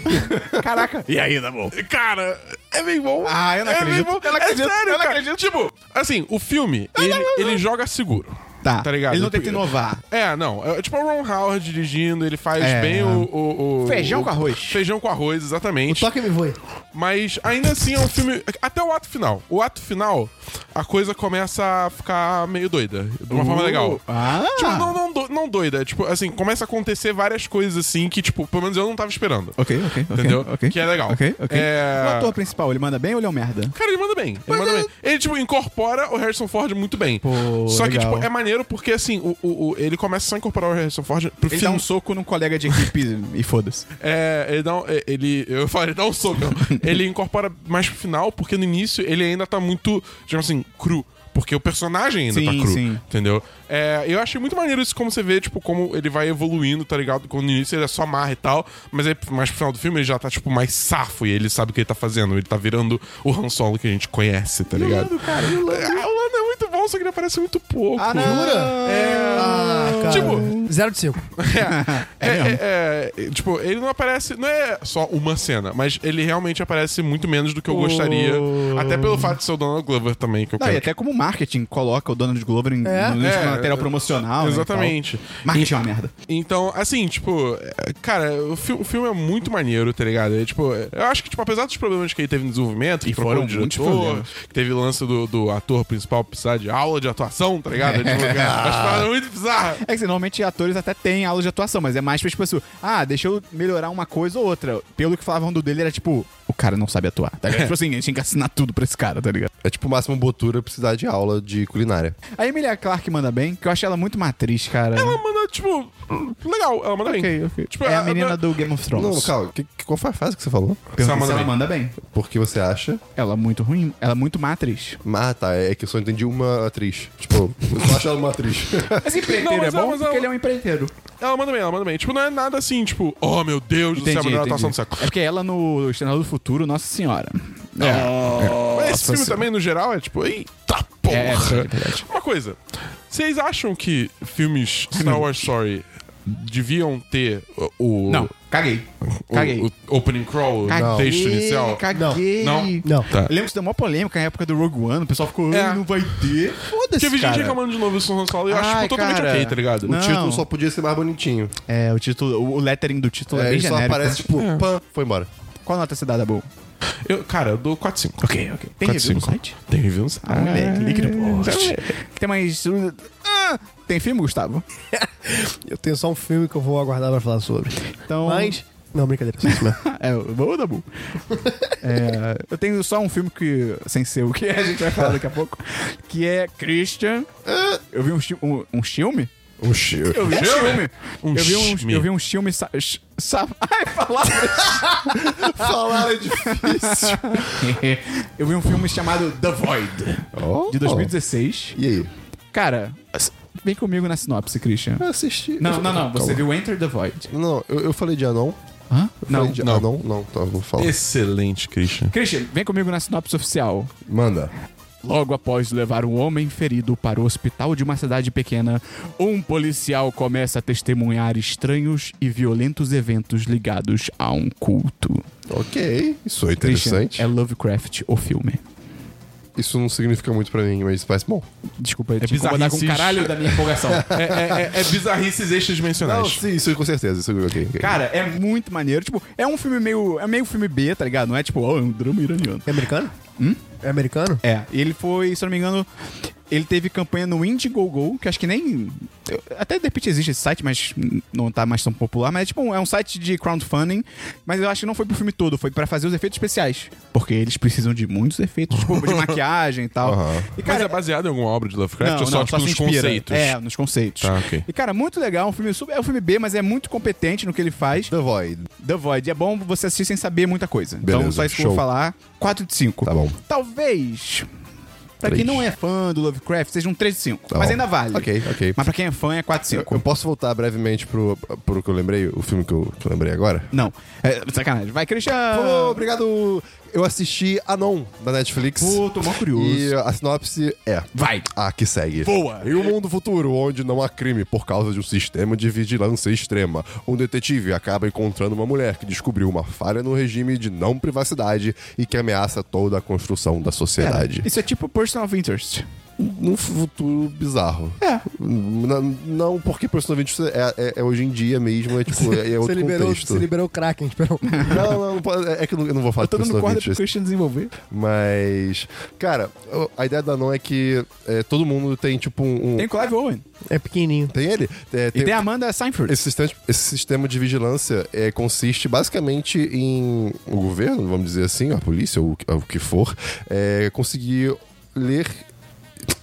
Speaker 1: Caraca!
Speaker 3: E aí, tá bom? Cara, é bem bom.
Speaker 1: Ah, eu não
Speaker 3: é
Speaker 1: acredito.
Speaker 3: Bem bom.
Speaker 1: Eu não acredito,
Speaker 3: É sério,
Speaker 1: eu não
Speaker 3: cara.
Speaker 1: acredito.
Speaker 3: Tipo, assim, o filme, ele, ele joga seguro.
Speaker 1: *laughs* Tá,
Speaker 3: Tá ligado?
Speaker 1: ele não tenta inovar.
Speaker 3: É, não. É, tipo o Ron Howard dirigindo, ele faz
Speaker 1: É.
Speaker 3: bem o, o- o-
Speaker 1: Feijão
Speaker 3: o-
Speaker 1: com arroz.
Speaker 3: Feijão com arroz, exatamente.
Speaker 4: Toca e me voe.
Speaker 3: Mas ainda assim é um filme. Até o ato final. O ato final, a coisa começa a ficar meio doida. De uma forma legal.
Speaker 1: Ah!
Speaker 3: Tipo, não, não, do- não doida. Tipo, assim, começa a acontecer várias coisas assim que, tipo, pelo menos eu não tava esperando.
Speaker 1: Ok, ok, ok.
Speaker 3: Entendeu?
Speaker 1: ok.
Speaker 3: Que é legal.
Speaker 1: Ok, ok.
Speaker 3: É-
Speaker 1: O ator principal, ele manda bem ou ele é um merda?
Speaker 3: Cara, ele manda bem. Ele manda bem. Ele, tipo, incorpora o Harrison Ford muito bem.
Speaker 1: é- Pô,
Speaker 3: só
Speaker 1: legal.
Speaker 3: que, tipo, é maneiro porque, assim, o, o- o- ele começa só a incorporar o Harrison Ford pro
Speaker 1: Ele
Speaker 3: fim.
Speaker 1: dá um soco num colega de equipe e foda-se.
Speaker 3: É, ele dá um, é, ele, eu falo, ele dá um soco.
Speaker 1: *laughs*
Speaker 3: não. ele incorpora mais pro final, porque no início ele ainda tá muito, digamos assim, cru. Porque o personagem ainda tá
Speaker 1: Sim,
Speaker 3: cru,
Speaker 1: sim.
Speaker 3: entendeu? É, eu achei muito maneiro isso, como você vê, tipo, como ele vai evoluindo, tá ligado? Quando no início ele é só marra e tal, mas aí mais pro final do filme ele já tá, tipo, mais safo e ele sabe o que ele tá fazendo. Ele tá virando o Han Solo que a gente conhece, tá ligado?
Speaker 1: cara,
Speaker 3: Ah, o Lando é muito bom, só que ele aparece muito pouco.
Speaker 1: Ah, não.
Speaker 4: Jura?
Speaker 3: É.
Speaker 4: Ah, cara.
Speaker 3: Tipo-
Speaker 4: Zero de cinco.
Speaker 1: *laughs*
Speaker 3: *laughs*
Speaker 1: Ah,
Speaker 3: É, é, é, tipo, ele não aparece. Não é só uma cena, mas ele realmente aparece muito menos do que eu gostaria. Até pelo fato de ser o Donald Glover também, que eu
Speaker 1: Não, e
Speaker 3: quero.
Speaker 1: até como o marketing coloca o Donald Glover em,
Speaker 4: É.
Speaker 1: no,
Speaker 3: É,
Speaker 1: material promocional. né, e tal.
Speaker 3: Exatamente.
Speaker 1: Marketing é uma merda.
Speaker 3: Então, assim, tipo, é, cara, o, fi- o filme é muito maneiro, tá ligado? É, tipo, é, eu acho que, tipo, apesar dos problemas que ele teve no desenvolvimento, que
Speaker 1: E
Speaker 3: trocou
Speaker 1: foram
Speaker 3: o
Speaker 1: muitos problemas.
Speaker 3: que teve o lance do, do ator principal precisar de aula de atuação, tá
Speaker 1: *laughs*
Speaker 3: ligado? É. Tipo, cara, as paradas muito bizarras.
Speaker 1: É que assim, normalmente atores até têm aula de atuação, mas é mais pra tipo assim, ah, deixa eu melhorar uma coisa ou outra. Pelo que falavam do dele, era tipo, o cara não sabe atuar, tá
Speaker 3: *laughs*
Speaker 1: ligado? tipo assim, a gente tem que assinar tudo pra esse cara, tá ligado?
Speaker 2: É tipo o máximo Botura precisar de aula de culinária.
Speaker 1: A Emilia Clarke manda bem, que eu acho ela muito matriz, cara.
Speaker 3: Ela manda, tipo, legal, ela manda bem.
Speaker 1: Ok, ok.
Speaker 3: Tipo,
Speaker 1: é a
Speaker 3: a-
Speaker 1: menina
Speaker 3: a-
Speaker 1: do Game of Thrones.
Speaker 2: Não, calma, que, que- qual foi a frase que você falou?
Speaker 1: Perguntei se
Speaker 3: Ela manda
Speaker 1: ela
Speaker 3: bem.
Speaker 1: manda bem.
Speaker 2: Porque você acha.
Speaker 1: Ela é muito ruim, ela é muito matriz.
Speaker 2: Ah, tá, é que eu só entendi uma atriz. Tipo, eu só acho ela uma *laughs* atriz.
Speaker 1: Esse empreiteiro
Speaker 3: Não, *laughs* mas
Speaker 1: é
Speaker 3: ela-
Speaker 1: bom
Speaker 3: mas
Speaker 1: porque
Speaker 3: ela-
Speaker 1: ele é um empreiteiro.
Speaker 3: Ela manda bem, ela manda bem. Tipo, não é nada assim, tipo, oh meu Deus do céu, tá a melhor atuação do século.
Speaker 1: É porque ela no Exterminador do Futuro, Nossa Senhora. É,
Speaker 3: Ah, Mas esse filme
Speaker 1: Senhora.
Speaker 3: também, no geral, é tipo, eita porra.
Speaker 1: É, é verdade.
Speaker 3: Uma coisa, vocês acham que filmes Star Wars Story deviam ter o, o,
Speaker 1: Hum. Não, caguei. Caguei.
Speaker 3: o, o opening crawl,
Speaker 1: Caguei,
Speaker 3: o texto inicial?
Speaker 1: Caguei.
Speaker 3: Não.
Speaker 4: Não.
Speaker 3: Tá.
Speaker 1: Eu lembro que isso deu uma polêmica na época do Rogue One, o pessoal ficou,
Speaker 3: É.
Speaker 1: "Ai, não vai ter. Foda-se,
Speaker 3: Teve gente
Speaker 1: cara.
Speaker 3: reclamando de novo isso no Han Solo e eu acho
Speaker 1: Ai,
Speaker 3: tipo, totalmente
Speaker 1: cara.
Speaker 3: ok, tá ligado?
Speaker 1: Não.
Speaker 2: O título só podia ser mais bonitinho.
Speaker 1: É, o título, o lettering do título é,
Speaker 2: É,
Speaker 1: bem
Speaker 2: ele só
Speaker 1: genérico.
Speaker 2: aparece, tipo, pã, foi embora.
Speaker 1: Qual nota você dá, Dabu?
Speaker 3: Tipo, Eu, cara, eu dou 4-5.
Speaker 1: Ok, ok. Tem review no
Speaker 3: 4,5.
Speaker 1: site?
Speaker 3: Tem review no site.
Speaker 1: Ah, moleque, link no post. Tem mais... Ah, tem filme, Gustavo?
Speaker 4: Eu tenho só um filme que eu vou aguardar pra falar sobre.
Speaker 1: Então...
Speaker 4: Mas. Não, brincadeira. só isso mesmo.
Speaker 1: É, boa, Dabu. É, eu tenho só um filme que, sem ser o que é, a gente vai falar daqui a pouco, que é Christian. Eu vi um, chi- um, um filme?
Speaker 2: Oxi.
Speaker 1: Eu vi um filme.
Speaker 3: Um
Speaker 1: eu, vi um,
Speaker 3: filme.
Speaker 1: eu vi um filme. Sa, sa, *laughs* ai, palavras.
Speaker 2: Falar
Speaker 1: *laughs*
Speaker 2: é difícil.
Speaker 1: eu Oh. vi um filme chamado The Void, de 2016.
Speaker 2: E Oh. aí?
Speaker 1: Cara, Vem comigo na sinopse, Christian.
Speaker 2: Eu assisti.
Speaker 1: Não, não, não. Você viu Enter the Void.
Speaker 2: Não, eu, eu falei de Anon.
Speaker 1: Hã?
Speaker 2: Eu
Speaker 1: Não.
Speaker 2: Falei de
Speaker 3: não.
Speaker 2: Anon? Não, tá, vou falar.
Speaker 3: Excelente, Christian.
Speaker 1: Christian, vem comigo na sinopse oficial.
Speaker 2: Manda.
Speaker 1: Logo após levar um homem ferido para o hospital de uma cidade pequena, um policial começa a testemunhar estranhos e violentos eventos ligados a um culto.
Speaker 2: Ok, isso é interessante.
Speaker 1: Christian, é Lovecraft o filme.
Speaker 2: Isso não significa muito pra mim, mas parece bom.
Speaker 1: Desculpa, eu
Speaker 3: É
Speaker 1: te incomodar com o
Speaker 3: bizarrices.
Speaker 1: caralho da minha *laughs* empolgação.
Speaker 3: É, é, é, é bizarrices
Speaker 2: Não,
Speaker 3: extradimensionais.
Speaker 2: sim, isso é com certeza. Isso, ok, ok.
Speaker 1: Cara, é muito maneiro. Tipo, é um filme meio. É meio filme B, tá ligado? Não é tipo, ó, é um drama iraniano.
Speaker 4: É americano? É americano?
Speaker 1: É, ele foi, se eu não me engano, ele teve campanha no Indiegogo, que acho que nem. eu- Até de repente existe esse site, mas hum, não tá mais tão popular. Mas é tipo, um- é um site de crowdfunding, mas eu acho que não foi pro filme todo, foi pra fazer os efeitos especiais. Porque eles precisam de muitos efeitos, tipo, *laughs* de maquiagem e tal.
Speaker 2: Aham.
Speaker 1: E,
Speaker 3: Mas
Speaker 1: cara,
Speaker 3: é baseado em alguma obra de Lovecraft
Speaker 1: não,
Speaker 3: ou só,
Speaker 1: não,
Speaker 3: tipo,
Speaker 1: se
Speaker 3: nos
Speaker 1: inspira.
Speaker 3: conceitos?
Speaker 1: É, nos conceitos.
Speaker 3: Tá, ok.
Speaker 1: E, cara, muito legal. Um filme super, é um filme B, mas é muito competente no que ele faz.
Speaker 2: The Void.
Speaker 1: The Void. É bom você assistir sem saber muita coisa. então,
Speaker 2: Beleza,
Speaker 1: só isso que eu vou
Speaker 2: show.
Speaker 1: falar. 4 de 5.
Speaker 2: Tá bom.
Speaker 1: Talvez. Pra
Speaker 2: Três.
Speaker 1: quem não é fã do Lovecraft, seja um 3 de 5.
Speaker 2: Tá
Speaker 1: mas
Speaker 2: bom.
Speaker 1: ainda vale.
Speaker 2: Ok, ok.
Speaker 1: Mas pra quem é fã, é 4 de
Speaker 2: Eu,
Speaker 1: 5.
Speaker 2: eu posso voltar brevemente pro, pro que eu lembrei, o filme que eu, que eu lembrei agora?
Speaker 1: Não. É, sacanagem. Vai, Christian.
Speaker 2: Pô, obrigado! Eu assisti Anon, da Netflix.
Speaker 1: Pô, tô mó curioso.
Speaker 2: E a sinopse é.
Speaker 1: Vai.
Speaker 2: A que segue.
Speaker 1: Boa.
Speaker 2: Em um mundo futuro onde não há crime por causa de um sistema de vigilância extrema, um detetive acaba encontrando uma mulher que descobriu uma falha no regime de não privacidade e que ameaça toda a construção da sociedade.
Speaker 1: Isso é tipo Person of Interest.
Speaker 2: Num futuro bizarro.
Speaker 1: É.
Speaker 2: Não, não porque Personal Interest é, é- é hoje em dia mesmo, é tipo, é, é outro
Speaker 4: Você liberou,
Speaker 2: contexto.
Speaker 4: você liberou o Kraken, um- esperou.
Speaker 2: Não, não, não pode- é que eu não, eu não vou falar
Speaker 1: Eu tô
Speaker 2: de
Speaker 1: dando
Speaker 2: Personal
Speaker 1: corda pro
Speaker 2: Interest.
Speaker 1: Christian desenvolver.
Speaker 2: Mas, cara, a ideia da não é que é, todo mundo tem, tipo, um... um-
Speaker 1: Tem o Clive Owen.
Speaker 4: É pequenininho.
Speaker 2: Tem ele? É,
Speaker 1: E tem a Amanda Seinfeld.
Speaker 2: Esse sistema, esse sistema de vigilância é, consiste basicamente em o governo, vamos dizer assim, a polícia ou o que- o que for, é, conseguir ler,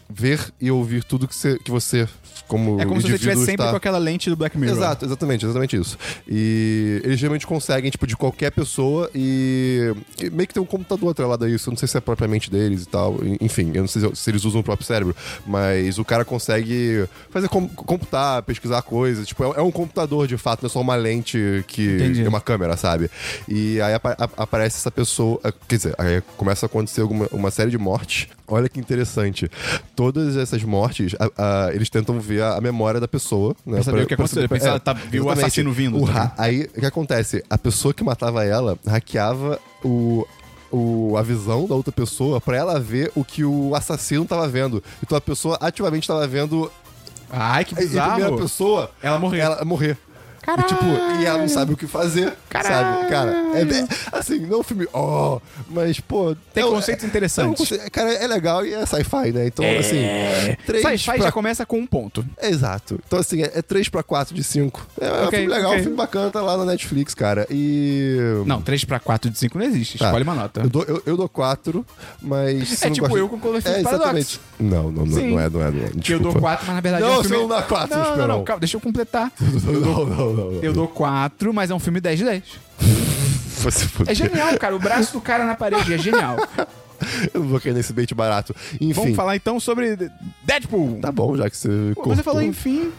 Speaker 2: ver e ouvir tudo que você, que você como
Speaker 1: É como se você
Speaker 2: indivíduo,
Speaker 1: estivesse sempre
Speaker 2: está...
Speaker 1: com aquela lente do Black Mirror.
Speaker 2: Exato, exatamente, exatamente isso. E eles geralmente conseguem, tipo, de qualquer pessoa e, e meio que tem um computador atrelado a isso. Eu não sei se é propriamente deles e tal. en- Enfim, eu não sei se- se eles usam o próprio cérebro, mas o cara consegue fazer com- computar, pesquisar coisas. Tipo, é, é um computador de fato, não é só uma lente que
Speaker 1: Entendi.
Speaker 2: é uma câmera, sabe? E aí apa- a- aparece essa pessoa. eh, Quer dizer, aí começa a acontecer alguma, uma série de mortes. Olha que interessante. Todas essas mortes, a- a- eles tentam ver a, a memória da pessoa, né?
Speaker 1: Pra saber o que aconteceu, pra pensar, tá, viu o
Speaker 2: É, exatamente.
Speaker 1: assassino vindo,
Speaker 2: O
Speaker 1: tá
Speaker 2: ra-
Speaker 1: ligado?
Speaker 2: aí, o que acontece? A pessoa que matava ela hackeava o, o, a visão da outra pessoa pra ela ver o que o assassino tava vendo. Então a pessoa ativamente tava vendo
Speaker 1: Ai, que
Speaker 2: em primeira
Speaker 1: bizarro. É.
Speaker 2: pessoa
Speaker 1: Ela morreu.
Speaker 2: ela morrer. E, tipo, e ela não sabe o que fazer, sabe? Cara, é bem- assim, não é um filme, ó, mas, pô...
Speaker 1: Tem
Speaker 2: é um-
Speaker 1: conceitos
Speaker 2: é um
Speaker 1: interessantes.
Speaker 2: conceito- cara, é legal e é sci-fi, né? Então, assim... três
Speaker 1: Sci-fi
Speaker 2: pra
Speaker 1: já começa com um ponto.
Speaker 2: Exato. Então, assim, é, é 3 pra 4 de 5. É, é um
Speaker 1: Ok,
Speaker 2: filme legal,
Speaker 1: ok.
Speaker 2: um filme bacana, tá lá na Netflix, cara. E.
Speaker 1: Não, 3 pra 4 de 5 não existe.
Speaker 2: Tá.
Speaker 1: Escolhe uma nota.
Speaker 2: Eu dou, eu, eu dou 4, mas. se
Speaker 1: É
Speaker 2: não
Speaker 1: tipo
Speaker 2: gosta-
Speaker 1: eu com Cloverfield
Speaker 2: é,
Speaker 1: Paradox.
Speaker 2: exatamente. Não, não, não,
Speaker 1: Sim.
Speaker 2: não é, não é, não é.
Speaker 1: Que eu
Speaker 2: Desculpa.
Speaker 1: dou 4, mas na verdade
Speaker 2: Não,
Speaker 1: é um filme...
Speaker 2: você não dá quatro,
Speaker 1: Não, não, não,
Speaker 2: Esperão.
Speaker 1: calma, deixa eu completar.
Speaker 2: *laughs* Não, não, não. não.
Speaker 1: Eu dou 4, mas é um filme 10 de 10.
Speaker 2: Você foi-
Speaker 1: É genial, cara. O braço do cara na parede é
Speaker 2: *laughs*
Speaker 1: genial.
Speaker 2: eu não vou cair nesse bait barato. Enfim.
Speaker 1: Vamos falar então sobre Deadpool.
Speaker 2: Tá bom, já que você.
Speaker 1: Pô,
Speaker 2: cortou.
Speaker 1: Você falou, enfim,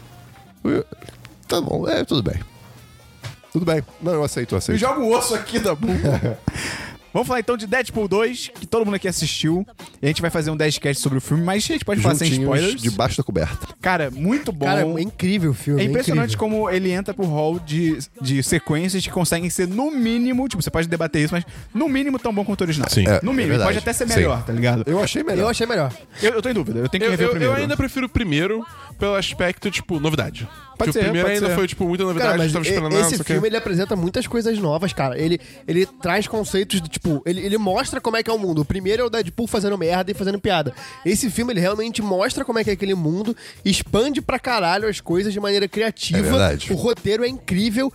Speaker 2: Tá bom, é, tudo bem. Tudo bem. Não, eu aceito, eu
Speaker 1: me
Speaker 2: aceito.
Speaker 1: joga o osso aqui da
Speaker 2: *laughs*
Speaker 1: bunda. Vamos falar então de Deadpool 2, que todo mundo aqui assistiu. E a gente vai fazer um 10 cast sobre o filme, mas a gente pode falar sem spoilers.
Speaker 2: Juntinhos debaixo da coberta.
Speaker 1: Cara, muito bom.
Speaker 4: Cara, é incrível o filme.
Speaker 1: É
Speaker 4: É
Speaker 1: impressionante
Speaker 4: incrível.
Speaker 1: como ele entra pro hall de, de sequências que conseguem ser, no mínimo, tipo, você pode debater isso, mas no mínimo tão bom quanto o original.
Speaker 3: Sim.
Speaker 2: É,
Speaker 1: no mínimo,
Speaker 2: é verdade.
Speaker 1: pode até ser
Speaker 2: Sim.
Speaker 1: melhor, tá ligado?
Speaker 2: Eu achei melhor.
Speaker 4: Eu achei melhor.
Speaker 1: Eu, eu tô em dúvida, eu tenho que
Speaker 3: Eu,
Speaker 1: rever
Speaker 3: eu-
Speaker 1: o primeiro.
Speaker 3: eu ainda prefiro o primeiro pelo aspecto, tipo, novidade. Porque
Speaker 1: ser,
Speaker 3: o primeiro
Speaker 1: pode
Speaker 3: ainda
Speaker 1: ser.
Speaker 3: foi, tipo, muita novidade,
Speaker 4: Cara,
Speaker 3: eu
Speaker 4: mas
Speaker 3: tava
Speaker 4: e-
Speaker 3: esperando nada, não sei
Speaker 4: esse
Speaker 3: o quê.
Speaker 4: filme ele apresenta muitas coisas novas, cara. Ele, ele traz conceitos do tipo, ele, ele mostra como é que é o mundo. O primeiro é o Deadpool fazendo merda e fazendo piada. Esse filme ele realmente mostra como é que é aquele mundo, expande pra caralho as coisas de maneira criativa.
Speaker 2: É verdade.
Speaker 4: O roteiro é incrível.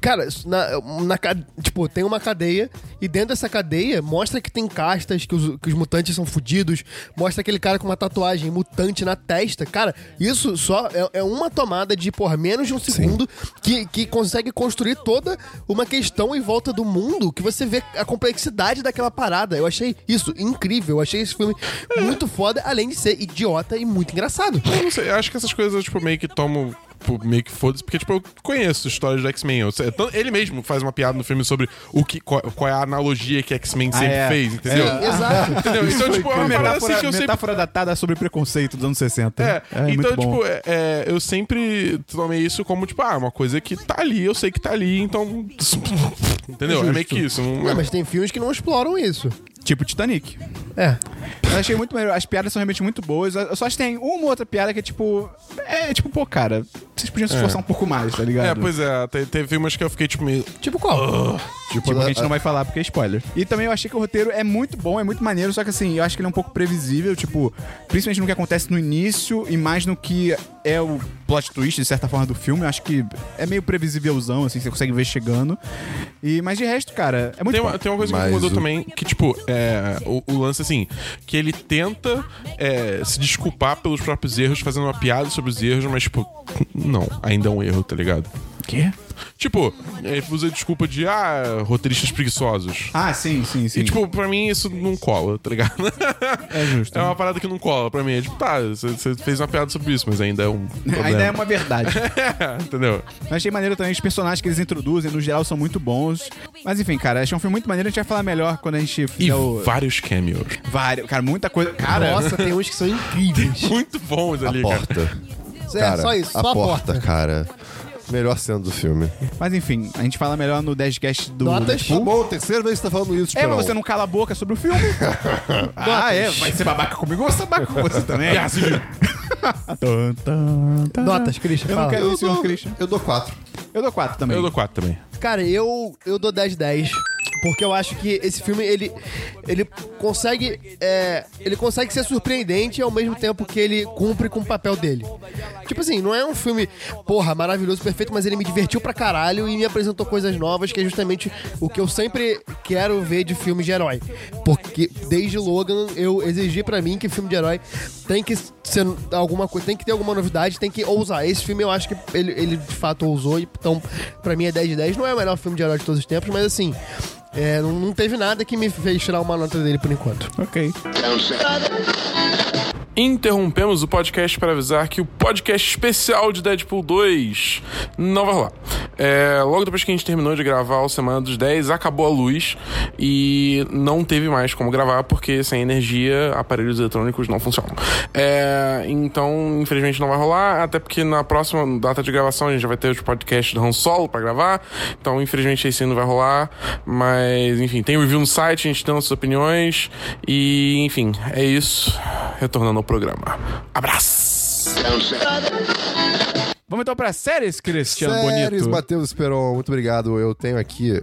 Speaker 4: Cara, isso na, na ca- tipo, tem uma cadeia e dentro dessa cadeia mostra que tem castas, que os, que os mutantes são fudidos, mostra aquele cara com uma tatuagem mutante na testa. Cara, isso só é, é uma tomada de, porra, menos de um segundo que, que consegue construir toda uma questão em volta do mundo que você vê a complexidade daquela parada. Eu achei isso incrível, eu achei esse filme muito foda, além de ser idiota e muito engraçado.
Speaker 3: Eu não sei, eu acho que essas coisas, eu, tipo, meio que tomam. tipo, Meio que foda-se, porque, tipo, eu conheço histórias do X-Men. Eu sei- tanto- Ele mesmo faz uma piada no filme sobre o que, qual, qual é a analogia que X-Men sempre
Speaker 1: é.
Speaker 3: fez, entendeu?
Speaker 4: Exato.
Speaker 3: Entendeu? Então, tipo, é uma parada assim
Speaker 1: metáfora,
Speaker 3: que eu sempre
Speaker 1: metáfora datada sobre preconceito dos anos 60.
Speaker 3: É, então,
Speaker 1: né? muito bom.
Speaker 3: tipo, é, é, eu sempre tomei isso como, tipo, ah, uma coisa que tá ali, eu sei que tá ali, então. *laughs* Entendeu? É meio que isso. não-
Speaker 4: Não, mas tem filmes que não exploram isso.
Speaker 1: Tipo Titanic.
Speaker 4: É.
Speaker 1: Eu achei muito melhor. As piadas são realmente muito boas. Eu só acho que tem uma outra piada que é tipo. É tipo, pô, cara, vocês podiam se esforçar um pouco mais, tá ligado?
Speaker 3: É, pois é, te- teve umas que eu fiquei, tipo, meio.
Speaker 4: Tipo qual?
Speaker 1: Tipo, a gente não vai falar porque é spoiler. E também eu achei que o roteiro é muito bom, é muito maneiro, só que assim, eu acho que ele é um pouco previsível, tipo, principalmente no que acontece no início e mais no que é o plot twist, de certa forma, do filme. Eu acho que é meio previsívelzão, assim, você consegue ver chegando. E, mas de resto, cara, é muito
Speaker 3: Tem
Speaker 1: bom.
Speaker 3: uma, tem uma coisa que
Speaker 2: Mas
Speaker 3: me mudou
Speaker 2: o-
Speaker 3: também, que, tipo, é, o, o lance, assim, que ele tenta é, se desculpar pelos próprios erros, fazendo uma piada sobre os erros, mas, tipo, não, ainda é um erro, tá ligado?
Speaker 1: Quê?
Speaker 3: Tipo, ele usa desculpa de, ah, roteiristas preguiçosos.
Speaker 1: Ah, sim, sim, sim.
Speaker 3: E, tipo, pra mim isso não cola, tá ligado?
Speaker 1: é justo.
Speaker 3: *laughs* É uma parada que não cola pra mim. É tipo, tá, você- você fez uma piada sobre isso, mas ainda é um. Problema.
Speaker 1: *laughs* Ainda é um uma verdade. *laughs*
Speaker 3: Entendeu?
Speaker 1: Eu achei maneiro também, os personagens que eles introduzem, no geral, são muito bons. Mas enfim, cara, achei um filme muito maneiro, a gente vai falar melhor quando a gente
Speaker 3: E
Speaker 1: fizer é o.
Speaker 3: vários cameos.
Speaker 1: Vário, cara, muita coisa. Cara,
Speaker 4: Nossa, tem uns que são incríveis.
Speaker 3: Muito bons ali,
Speaker 2: A
Speaker 3: cara.
Speaker 2: porta.
Speaker 4: é,
Speaker 2: Cara,
Speaker 4: só isso, só a porta.
Speaker 2: cara. Melhor cena do filme.
Speaker 1: Mas enfim, a gente fala melhor no 10cast do.
Speaker 4: Notas?
Speaker 1: Deadpool.
Speaker 2: bom, terceira vez que você tá falando isso,
Speaker 1: É, mas você não cala a boca sobre o *laughs* filme. ah, é? Vai ser babaca comigo ou ser babaca com você *laughs* também?
Speaker 3: Guerra Civil.
Speaker 1: Tum, tum, tum.
Speaker 4: Notas, Christian,
Speaker 1: Eu não
Speaker 4: fala.
Speaker 1: quero-
Speaker 2: Eu
Speaker 1: Senhor
Speaker 2: dou,
Speaker 1: Christian.
Speaker 2: eu dou quatro.
Speaker 1: Eu dou 4 também.
Speaker 3: Eu dou quatro também.
Speaker 4: Cara, eu, eu dou 10 10. Porque eu acho que esse filme, ele, ele consegue. é, ele consegue ser surpreendente ao mesmo tempo que ele cumpre com o papel dele. Tipo assim, não é um filme, porra, maravilhoso, perfeito, mas ele me divertiu pra caralho e me apresentou coisas novas, que é justamente o que é eu sempre quero ver de filme de herói. Porque desde Logan eu exigi pra mim que filme de herói tem que ser alguma coisa, tem que ter alguma novidade, tem que ousar. Esse filme eu acho que ele, ele de fato ousou, então pra mim é 10 de 10. Não é o melhor filme de herói de todos os tempos, mas assim, é, não, não teve nada que me fez tirar uma nota dele por enquanto.
Speaker 1: Ok.
Speaker 3: Interrompemos o podcast para avisar que o podcast especial de Deadpool 2 não vai rolar. É, logo depois que a gente terminou de gravar o Semana dos 10, acabou a luz e não teve mais como gravar porque sem energia aparelhos eletrônicos não funcionam. É, então, infelizmente, não vai rolar, até porque na próxima data de gravação a gente já vai ter os podcasts do Han Solo para gravar, então infelizmente esse não vai rolar, mas enfim, tem review no site, a gente tem nossas opiniões e enfim, é isso. Retornando ao programa. Abraço!
Speaker 1: Vamos então pra séries, Cristiano
Speaker 2: Séries,
Speaker 1: Bonito.
Speaker 2: Matheus Esperon, muito obrigado. Eu tenho aqui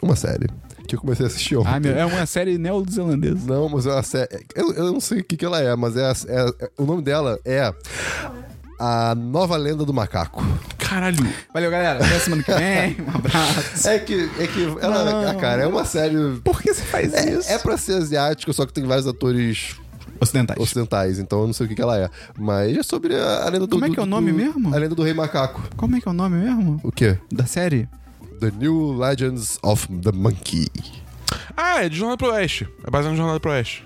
Speaker 2: uma série que eu comecei a assistir ontem.
Speaker 1: Ah, meu, é uma série neozelandesa.
Speaker 2: Não, mas é uma série... Eu, eu não sei o que, que ela é, mas é, a- é- é- o nome dela é... A Nova Lenda do Macaco.
Speaker 3: Caralho!
Speaker 1: Valeu, galera. Até semana que vem. *laughs* Um abraço.
Speaker 2: É que... É que ela, ah, cara, é uma série...
Speaker 1: Por que você faz isso?
Speaker 2: É, é pra ser asiática, só que tem vários atores
Speaker 1: Ocidentais.
Speaker 2: ocidentais, então eu não sei o que, que ela é. Mas é sobre a, a lenda do
Speaker 1: Como é que é o
Speaker 2: do-
Speaker 1: nome
Speaker 2: do-
Speaker 1: mesmo?
Speaker 2: A lenda do Rei Macaco.
Speaker 1: Como é que é o nome mesmo?
Speaker 2: O quê?
Speaker 1: Da série?
Speaker 2: The New Legends of the Monkey.
Speaker 3: Ah, é de Jornada pro Oeste. É baseado no Jornada pro Oeste.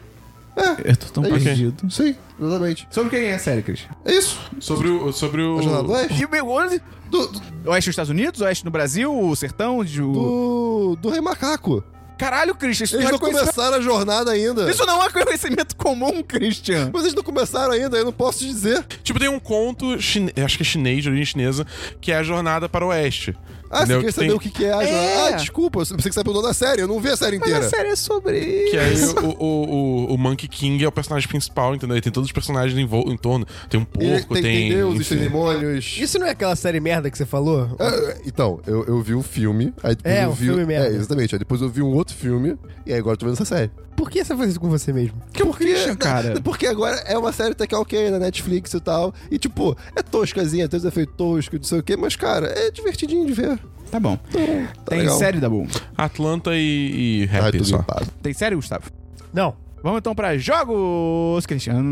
Speaker 1: Eu tô tão
Speaker 2: isso.
Speaker 1: perdido.
Speaker 2: Sim, exatamente.
Speaker 1: Sobre quem é a série, Cristian?
Speaker 2: É isso.
Speaker 3: Sobre o. Sobre o.
Speaker 2: A É Jornada do Oeste?
Speaker 1: E o meu onde?
Speaker 2: Do, do,
Speaker 1: Oeste nos Estados Unidos, Oeste no Brasil, o Sertão, de...
Speaker 2: do- do Rei Macaco.
Speaker 1: Caralho, Christian, isso
Speaker 2: Eles
Speaker 1: não é
Speaker 2: não
Speaker 1: conhecimento...
Speaker 2: começaram a jornada ainda.
Speaker 1: Isso não é conhecimento comum, Christian.
Speaker 2: Mas eles não começaram ainda, eu não posso te dizer.
Speaker 3: Tipo, tem um conto, chine- acho que é chinês, de origem chinesa, que é a Jornada para o Oeste.
Speaker 2: Ah,
Speaker 3: Entendeu?
Speaker 2: você queria saber
Speaker 3: tem-
Speaker 2: o que, que é a
Speaker 1: É.
Speaker 2: jornada? Ah, desculpa, você que sabe o nome da série, eu não vi a série inteira.
Speaker 1: série é sobre
Speaker 3: Que aí o, o, o, o Monkey King é o personagem principal, entendeu? E tem todos os personagens em, vo- em torno. Tem um
Speaker 2: Ele-
Speaker 3: porco,
Speaker 2: tem, tem deuses, tem
Speaker 3: enfim.
Speaker 2: demônios.
Speaker 4: Isso não é aquela série merda que você falou?
Speaker 2: Ah, Então, eu, eu vi um filme, aí depois
Speaker 4: É,
Speaker 2: eu
Speaker 4: um
Speaker 2: vi.
Speaker 4: filme merda.
Speaker 2: É, exatamente. Aí depois eu vi um outro filme, e aí agora eu tô vendo essa série.
Speaker 4: Por que você faz isso com você mesmo?
Speaker 1: que o Christian, cara.
Speaker 2: *laughs* Porque agora é uma série até que é ok na Netflix e tal. E tipo, é toscazinha, tem os efeitos toscos, não sei o quê, mas cara, é divertidinho de ver.
Speaker 1: Tá bom.
Speaker 2: Então, tá
Speaker 1: Tem
Speaker 2: legal.
Speaker 1: série, Dabu?
Speaker 3: Atlanta e, e
Speaker 2: Ai,
Speaker 3: Happy
Speaker 2: tudo
Speaker 3: só.
Speaker 2: limpado.
Speaker 1: Tem série, Gustavo?
Speaker 4: Não.
Speaker 2: Tá
Speaker 1: Vamos então pra jogos, Christian.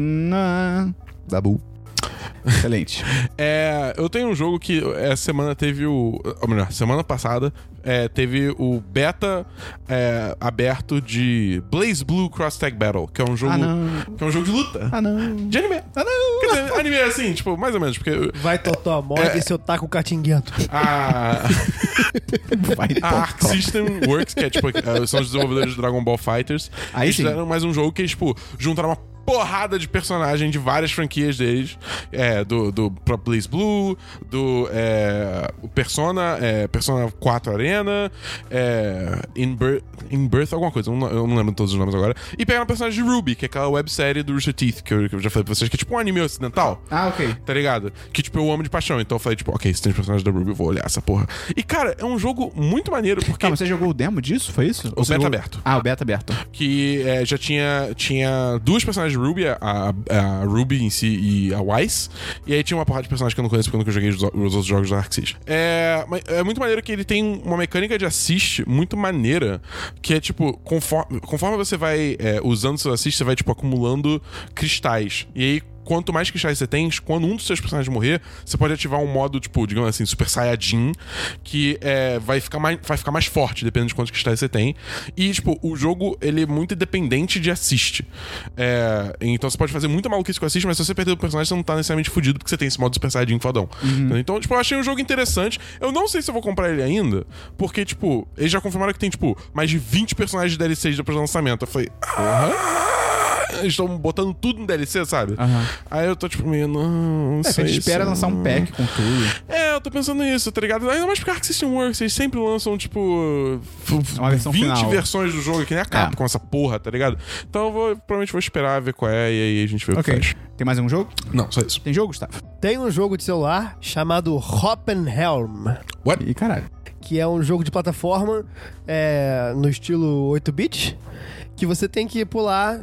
Speaker 2: Dabu.
Speaker 1: *laughs* Excelente.
Speaker 3: É, eu tenho um jogo que essa semana teve o. Ou melhor, semana passada é, teve o beta é, aberto de Blaze Blue Cross Tag Battle, que é um jogo.
Speaker 1: Ah, não.
Speaker 3: que é um jogo de luta.
Speaker 1: Ah, não.
Speaker 3: De anime.
Speaker 1: Ah, não.
Speaker 3: Quer dizer, anime é assim, tipo, mais ou menos, porque.
Speaker 4: Vai, Totó, morde seu taco catinguento.
Speaker 1: *laughs*
Speaker 3: A,
Speaker 1: Tipo, Vai,
Speaker 3: a Arc System Works, que é tipo, eh, são os desenvolvedores de Dragon Ball Fighters,
Speaker 1: Aí
Speaker 3: eles
Speaker 1: sim.
Speaker 3: fizeram mais um jogo que, tipo, juntaram uma porrada de personagem de várias franquias deles. É, do, do próprio Blaze Blue, do é, o Persona, é, Persona 4 Arena, é, In, Birth, In Birth, alguma coisa, eu não, eu não lembro todos os nomes agora. E pegaram o personagem de Ruby, que é aquela websérie do Rooster Teeth, que eu, que eu já falei pra vocês, que é tipo um anime ocidental
Speaker 1: Ah, ok.
Speaker 3: tá ligado? Que, tipo, eu amo de paixão. Então eu falei, tipo, ok, se tem os personagens da Ruby, eu vou olhar essa porra. E, cara, é um jogo muito maneiro, porque.
Speaker 1: Tá, mas você jogou o demo disso? Foi isso?
Speaker 3: O
Speaker 1: Ou você
Speaker 3: beta
Speaker 1: jogou-
Speaker 3: aberto.
Speaker 1: Ah, o beta aberto.
Speaker 3: Que é, já tinha, tinha duas personagens de Ruby, a, a- a Ruby em si e a Wise. E aí tinha uma porrada de personagens que eu não conheço porque eu nunca joguei os, os outros jogos da Arc System. É, mas é muito maneiro que ele tem uma mecânica de assist muito maneira. Que é tipo, conforme, conforme você vai é, usando seu assist, você vai, tipo, acumulando cristais. E aí, quanto mais cristais você tem, quando um dos seus personagens morrer, você pode ativar um modo, tipo, digamos assim, Super Saiyajin, que é, vai, ficar mais, vai ficar mais forte, dependendo de quantos cristais você tem. E, tipo, o jogo, ele é muito independente de assist. É, então você pode fazer muita maluquice com assist, mas se você perder o personagem, você não tá necessariamente fudido, porque você tem esse modo Super Saiyajin fodão. Entendeu? Então, tipo, eu achei um jogo interessante. Eu não sei se eu vou comprar ele ainda, porque, tipo, eles já confirmaram que tem, tipo, mais de 20 personagens de DLCs depois do lançamento. Eu falei... "Ah, Eles estão botando tudo no DLC, sabe?
Speaker 1: Aham.
Speaker 3: Aí eu tô tipo meio, não,
Speaker 1: É,
Speaker 3: isso
Speaker 1: que a gente
Speaker 3: aí,
Speaker 1: espera
Speaker 3: isso
Speaker 1: lançar um
Speaker 3: não.
Speaker 1: pack com tudo.
Speaker 3: É, eu tô pensando nisso, tá ligado? Ainda mais porque Arc System Works, eles um sempre lançam, tipo, f-
Speaker 1: É Uma versão
Speaker 3: 20
Speaker 1: final. É.
Speaker 3: versões do jogo, que nem a capa com essa porra, tá ligado? Então eu vou, provavelmente vou esperar ver qual é, e aí a gente vê
Speaker 1: Ok.
Speaker 3: o que faz.
Speaker 1: Tem mais algum jogo?
Speaker 3: Não, só isso.
Speaker 1: Tem jogo, Gustavo?
Speaker 4: Tem um jogo de celular chamado Hoppenhelm,
Speaker 1: E caralho.
Speaker 4: que é um jogo de plataforma é, no estilo 8-bit, que você tem que pular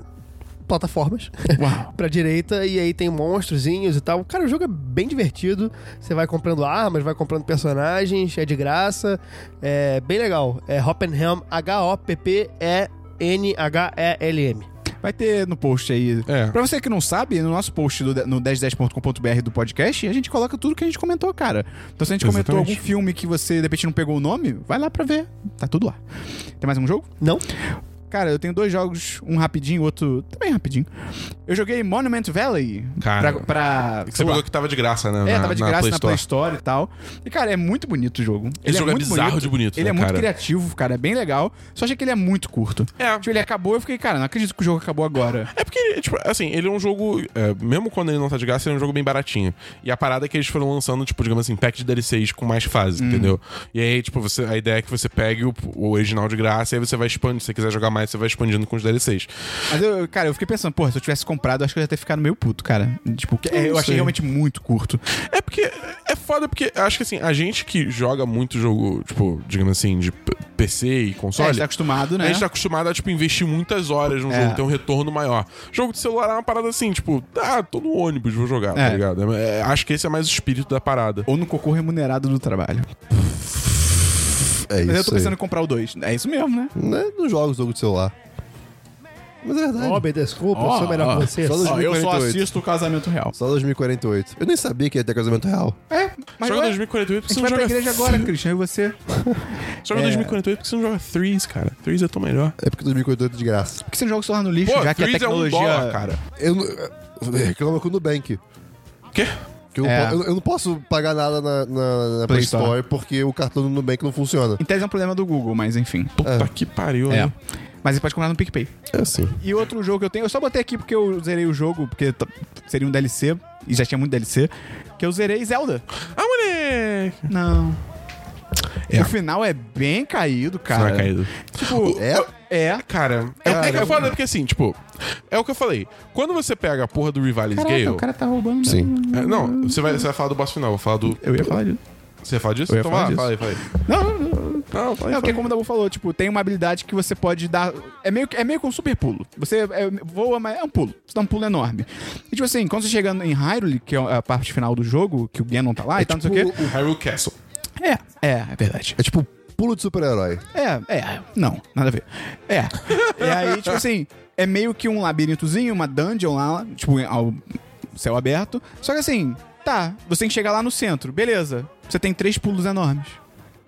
Speaker 4: plataformas
Speaker 1: Uau.
Speaker 4: pra direita e aí tem monstrozinhos e tal. Cara, o jogo é bem divertido. Você vai comprando armas, vai comprando personagens, é de graça. É bem legal. É Hoppenhelm, H-O-P-P-E-N-H-E-L-M.
Speaker 1: Vai ter no post aí.
Speaker 3: É.
Speaker 1: Pra você que não sabe, no nosso post do, no 1010.com.br do podcast, a gente coloca tudo que a gente comentou, cara. Então se a gente comentou
Speaker 3: Exatamente.
Speaker 1: algum filme que você de repente não pegou o nome, vai lá pra ver. Tá tudo lá. Tem mais um jogo?
Speaker 4: Não?
Speaker 1: Cara, eu tenho dois jogos, um rapidinho, outro também rapidinho. Eu joguei Monument Valley
Speaker 3: Cara.
Speaker 1: pra, pra
Speaker 3: Ah. Você
Speaker 1: celular.
Speaker 3: falou que tava de graça, né?
Speaker 1: É,
Speaker 3: na-
Speaker 1: tava de graça na Play Store e tal. E, cara, é muito bonito o jogo. Ele
Speaker 3: jogo é
Speaker 1: muito
Speaker 3: bizarro de bonito,
Speaker 1: Ele
Speaker 3: né,
Speaker 1: é muito
Speaker 3: cara?
Speaker 1: criativo, cara. É bem legal. Só achei que ele é muito curto.
Speaker 3: É.
Speaker 1: Tipo, ele acabou, eu fiquei, cara, não acredito que o jogo acabou agora.
Speaker 3: É porque, tipo, assim, ele é um jogo. é, mesmo quando ele não tá de graça, ele é um jogo bem baratinho. E a parada é que eles foram lançando, tipo, digamos assim, pack de DLCs com mais fases,
Speaker 1: Hum.
Speaker 3: entendeu? E aí, tipo, você, a ideia é que você pegue o, o original de graça e aí você vai expandindo. Se você quiser jogar mais, você vai expandindo com os DLCs.
Speaker 1: Mas eu, eu- cara, eu fiquei pensando, porra, se eu tivesse comprado, eu acho que eu ia ter ficado meio puto, cara. Tipo, que- é, eu
Speaker 3: Não
Speaker 1: achei
Speaker 3: sei.
Speaker 1: realmente muito curto.
Speaker 3: É porque. É foda, porque acho que assim, a gente que joga muito jogo, tipo, digamos assim, de p- PC e
Speaker 1: É, a
Speaker 3: console.
Speaker 1: gente tá acostumado, né?
Speaker 3: A gente tá acostumado a, tipo, investir muitas horas num
Speaker 1: É.
Speaker 3: jogo, ter um retorno maior. Jogo de celular é uma parada assim, tipo, ah, tô no ônibus, vou jogar,
Speaker 1: É.
Speaker 3: tá ligado? É, é, acho que esse é mais o espírito da parada.
Speaker 1: Ou no cocô remunerado do trabalho.
Speaker 2: É
Speaker 1: Mas eu
Speaker 2: isso
Speaker 1: tô
Speaker 2: aí.
Speaker 1: pensando em comprar o dois. É isso mesmo, né?
Speaker 2: Não, é- não joga o jogo de celular. Mas é verdade.
Speaker 4: Robert, desculpa, eu
Speaker 1: Ó,
Speaker 4: sou melhor
Speaker 1: ó,
Speaker 4: que você.
Speaker 2: só dos-
Speaker 1: Ó, eu só
Speaker 2: 1048.
Speaker 1: assisto o casamento real.
Speaker 2: Só 2048. Eu nem sabia que ia ter casamento real.
Speaker 1: É, mas
Speaker 3: joga
Speaker 1: ué,
Speaker 3: 2048
Speaker 1: a gente
Speaker 3: porque você
Speaker 1: vai
Speaker 3: não
Speaker 1: pra
Speaker 3: joga.
Speaker 1: igreja agora, Christian, e você?
Speaker 3: *laughs* Joga
Speaker 1: É.
Speaker 3: 2048 porque você não joga Threes, cara. Threes é tão melhor.
Speaker 2: É porque 2048 é de graça.
Speaker 1: Por que você não joga o celular no lixo,
Speaker 3: Pô,
Speaker 1: já que a
Speaker 3: Threes
Speaker 1: tecnologia...
Speaker 3: é um dólar, cara.
Speaker 2: Eu, não- eu reclamo com o Nubank.
Speaker 3: Quê?
Speaker 2: Que eu, não
Speaker 1: É.
Speaker 2: po- eu- eu não posso pagar nada na, na- na
Speaker 1: Play
Speaker 2: Play
Speaker 1: Store.
Speaker 2: Store. porque o cartão do Nubank não funciona.
Speaker 1: Em tese é um problema do Google, mas enfim.
Speaker 3: Puta que pariu,
Speaker 1: É.
Speaker 3: né?
Speaker 1: Mas você pode comprar no PicPay.
Speaker 2: É assim.
Speaker 1: E outro jogo que eu tenho, eu só botei aqui porque eu zerei o jogo, porque t- seria um DLC, e já tinha muito DLC, que eu zerei Zelda.
Speaker 3: Ah, moleque!
Speaker 1: Não.
Speaker 3: É.
Speaker 1: O final é bem caído, cara.
Speaker 3: Será caído.
Speaker 1: Tipo,
Speaker 2: É?
Speaker 1: é.
Speaker 3: Cara, é, é que é foda, porque assim, tipo, é o que eu falei. Quando você pega a porra do Rivalis Gale.
Speaker 1: Caraca, o cara tá roubando.
Speaker 2: Sim.
Speaker 3: É, não, você vai, você vai falar do boss final, eu vou falar do.
Speaker 1: Eu ia falar disso.
Speaker 3: Você ia falar disso?
Speaker 1: Eu ia
Speaker 3: então
Speaker 1: falar
Speaker 3: vai,
Speaker 1: disso.
Speaker 3: fala aí, fala aí.
Speaker 1: Não, não, não.
Speaker 3: Não, fala
Speaker 1: É, porque
Speaker 3: aí, fala aí.
Speaker 1: como o Dabu falou, tipo, tem uma habilidade que você pode dar. É meio, que- é meio que um super pulo. Você é, voa, mas é um pulo. Você dá um pulo enorme. E tipo assim, quando você chega em Hyrule, que é a parte final do jogo, que o Ganon tá lá e tal, não sei o quê.
Speaker 3: O Hyrule Castle.
Speaker 1: É, é, é verdade.
Speaker 2: É tipo pulo de super-herói.
Speaker 1: É, é, não, nada a ver. É. e
Speaker 2: *laughs*
Speaker 1: aí, tipo assim, é meio que um labirintozinho, uma dungeon lá, tipo, ao céu aberto. Só que assim, Tá, você tem que chegar lá no centro. Beleza. Você tem três pulos enormes.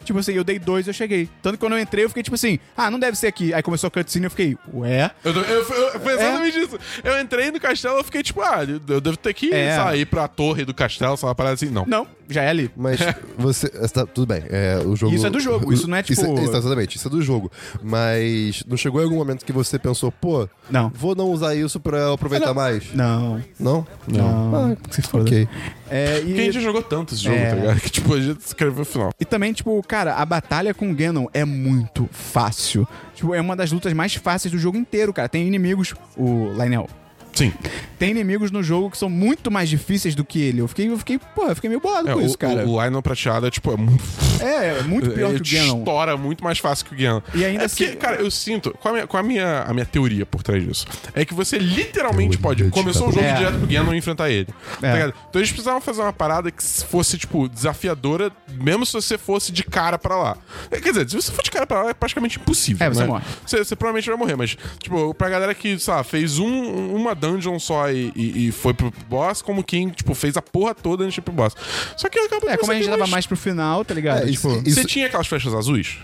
Speaker 1: Tipo assim, eu dei dois e eu cheguei. Tanto que quando eu entrei, eu fiquei tipo assim, ah, não deve ser aqui. Aí começou a cutscene e eu fiquei, ué?
Speaker 3: Eu, tô- eu- eu-
Speaker 1: É?
Speaker 3: foi exatamente isso. Eu entrei no castelo, eu fiquei tipo, ah, eu eu devo ter que
Speaker 1: É.
Speaker 3: sair pra torre do castelo, sei lá, uma parada assim. Não.
Speaker 1: Não, já é ali.
Speaker 2: Mas você. tá- tudo bem. é, o jogo,
Speaker 1: Isso é do jogo, isso não é, tipo-
Speaker 2: exatamente, isso é do jogo. Mas não chegou em algum momento que você pensou, pô,
Speaker 1: Não.
Speaker 2: vou não usar isso pra eu aproveitar mais?
Speaker 1: Ah, Não.
Speaker 2: Não?
Speaker 1: Não.
Speaker 2: Ah, que se foda. Ok.
Speaker 1: É,
Speaker 3: Porque a
Speaker 1: e,
Speaker 3: gente já jogou tanto esse jogo,
Speaker 1: É.
Speaker 3: tá ligado? *laughs* Que tipo, a gente escreveu o final.
Speaker 1: e também, tipo, cara, a batalha com o Ganon é muito fácil. Tipo, é uma das lutas mais fáceis do jogo inteiro, cara. Tem inimigos, o Lionel.
Speaker 3: Sim.
Speaker 1: Tem inimigos no jogo que são muito mais difíceis do que ele. Eu fiquei, eu fiquei, pô, eu fiquei meio bolado
Speaker 3: É,
Speaker 1: com
Speaker 3: o,
Speaker 1: isso, cara.
Speaker 3: o Lionel prateado é tipo, é muito.
Speaker 1: É, é muito pior
Speaker 3: ele
Speaker 1: que o Ganon.
Speaker 3: estoura muito mais fácil que o Ganon.
Speaker 1: E ainda
Speaker 3: é porque,
Speaker 1: assim-
Speaker 3: cara, eu sinto. Qual, a minha, qual a, minha, a minha teoria por trás disso? É que você literalmente pode.
Speaker 2: de
Speaker 3: Começou o jogo
Speaker 1: É.
Speaker 3: direto pro Ganon e enfrentar ele.
Speaker 1: É.
Speaker 3: Tá ligado? Então eles precisavam fazer uma parada que se fosse, tipo, desafiadora, mesmo se você fosse de cara pra lá. É, Quer dizer, se você for de cara pra lá, é praticamente impossível.
Speaker 1: É, você
Speaker 3: né?
Speaker 1: morre.
Speaker 3: Você, você provavelmente vai morrer, mas, tipo, pra galera que, sei lá, fez um, uma dungeon só e, e- e foi pro boss, como quem, tipo, fez a porra toda antes de ir pro boss. Só que acaba
Speaker 1: É,
Speaker 3: que
Speaker 1: como
Speaker 3: você
Speaker 1: a gente
Speaker 3: tem
Speaker 1: tava
Speaker 3: umas
Speaker 1: mais pro final, tá ligado?
Speaker 2: É,
Speaker 1: tipo,
Speaker 2: isso- isso-
Speaker 3: você tinha aquelas flechas azuis?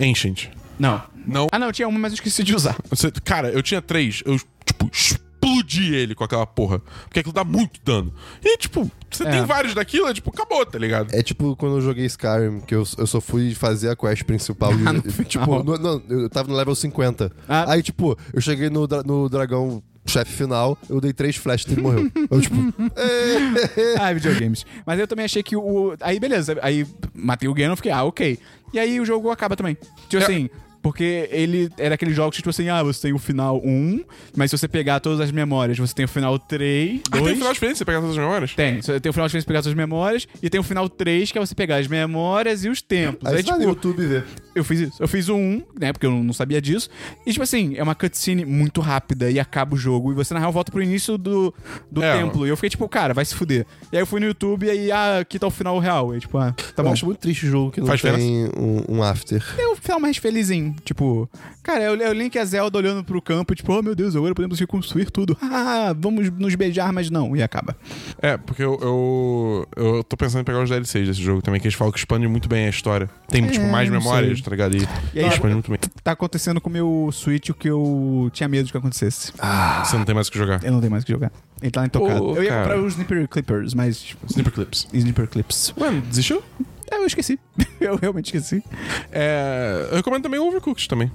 Speaker 3: Ancient.
Speaker 1: Não.
Speaker 3: Não.
Speaker 1: Ah, não, tinha uma, mas eu esqueci de usar.
Speaker 3: Você- cara, eu tinha três. Eu, tipo, explodi ele com aquela porra. Porque aquilo dá muito dano. E, tipo, você
Speaker 1: É.
Speaker 3: tem vários daquilo, é tipo, acabou, tá ligado?
Speaker 2: É tipo quando eu joguei Skyrim, que eu, eu só fui fazer a quest principal. e- *laughs*
Speaker 1: Ah, no
Speaker 2: e,
Speaker 1: final.
Speaker 2: tipo, no- não, eu tava no level 50.
Speaker 1: Ah.
Speaker 2: Aí, tipo, eu cheguei no, dra- no dragão chefe final, eu dei três flechas e ele *laughs* morreu. Eu, tipo,
Speaker 1: *laughs* ah, videogames. Mas eu também achei que o. Aí, beleza. Aí matei o Ganon, fiquei, ah, ok. E aí o jogo acaba também.
Speaker 3: É.
Speaker 1: Tipo assim. Porque ele era aquele jogo que, tipo assim, ah, você tem o final 1, mas se você pegar todas as memórias, você tem o final 3,
Speaker 3: Ah, tem
Speaker 1: 2.
Speaker 3: final diferente, você pegar todas as memórias?
Speaker 1: Tem, Você tem o final 3 pegar suas memórias, e tem o final 3, que é você pegar as memórias e os tempos.
Speaker 2: aí
Speaker 1: Aí,
Speaker 2: você vai
Speaker 1: tipo,
Speaker 2: no YouTube ver.
Speaker 1: eu fiz isso. Eu fiz o 1, né? Porque eu não sabia disso. E, tipo assim, é uma cutscene muito rápida e acaba o jogo. E você, na real, volta pro início do, do
Speaker 3: É.
Speaker 1: templo. E eu fiquei, tipo, cara, vai se fuder. E aí eu fui no YouTube e aí, ah, aqui tá o final real. E, tipo, ah, tá
Speaker 2: Eu
Speaker 1: bom.
Speaker 2: acho muito triste o jogo que não
Speaker 3: Faz
Speaker 2: tem um, um after.
Speaker 1: É o final mais felizinho. Tipo, cara, é o é o Link e a Zelda olhando pro campo, tipo, oh meu Deus, agora podemos reconstruir tudo. *laughs* Ah, vamos nos beijar, mas não. E acaba.
Speaker 3: É, porque eu, eu. eu tô pensando em pegar os DLCs desse jogo também, que eles falam que expande muito bem a história. Tem, tipo, mais
Speaker 1: É, não
Speaker 3: memórias,
Speaker 1: sei.
Speaker 3: tá ligado? E,
Speaker 1: E aí-
Speaker 3: expande muito bem.
Speaker 1: Tá acontecendo com o meu Switch o que eu tinha medo de que acontecesse. Ah,
Speaker 3: Você não tem mais o que jogar.
Speaker 1: Eu não tenho mais o que jogar. Ele tá intocado.
Speaker 3: Ô,
Speaker 1: eu ia
Speaker 3: cara.
Speaker 1: comprar os Snipper Clippers, mas. Tipo,
Speaker 3: Sniper Clips.
Speaker 1: Snipper Clips.
Speaker 3: Mano, desistiu?
Speaker 1: É, eu esqueci. *laughs* Eu realmente esqueci.
Speaker 3: É, eu recomendo também o Overcooked também.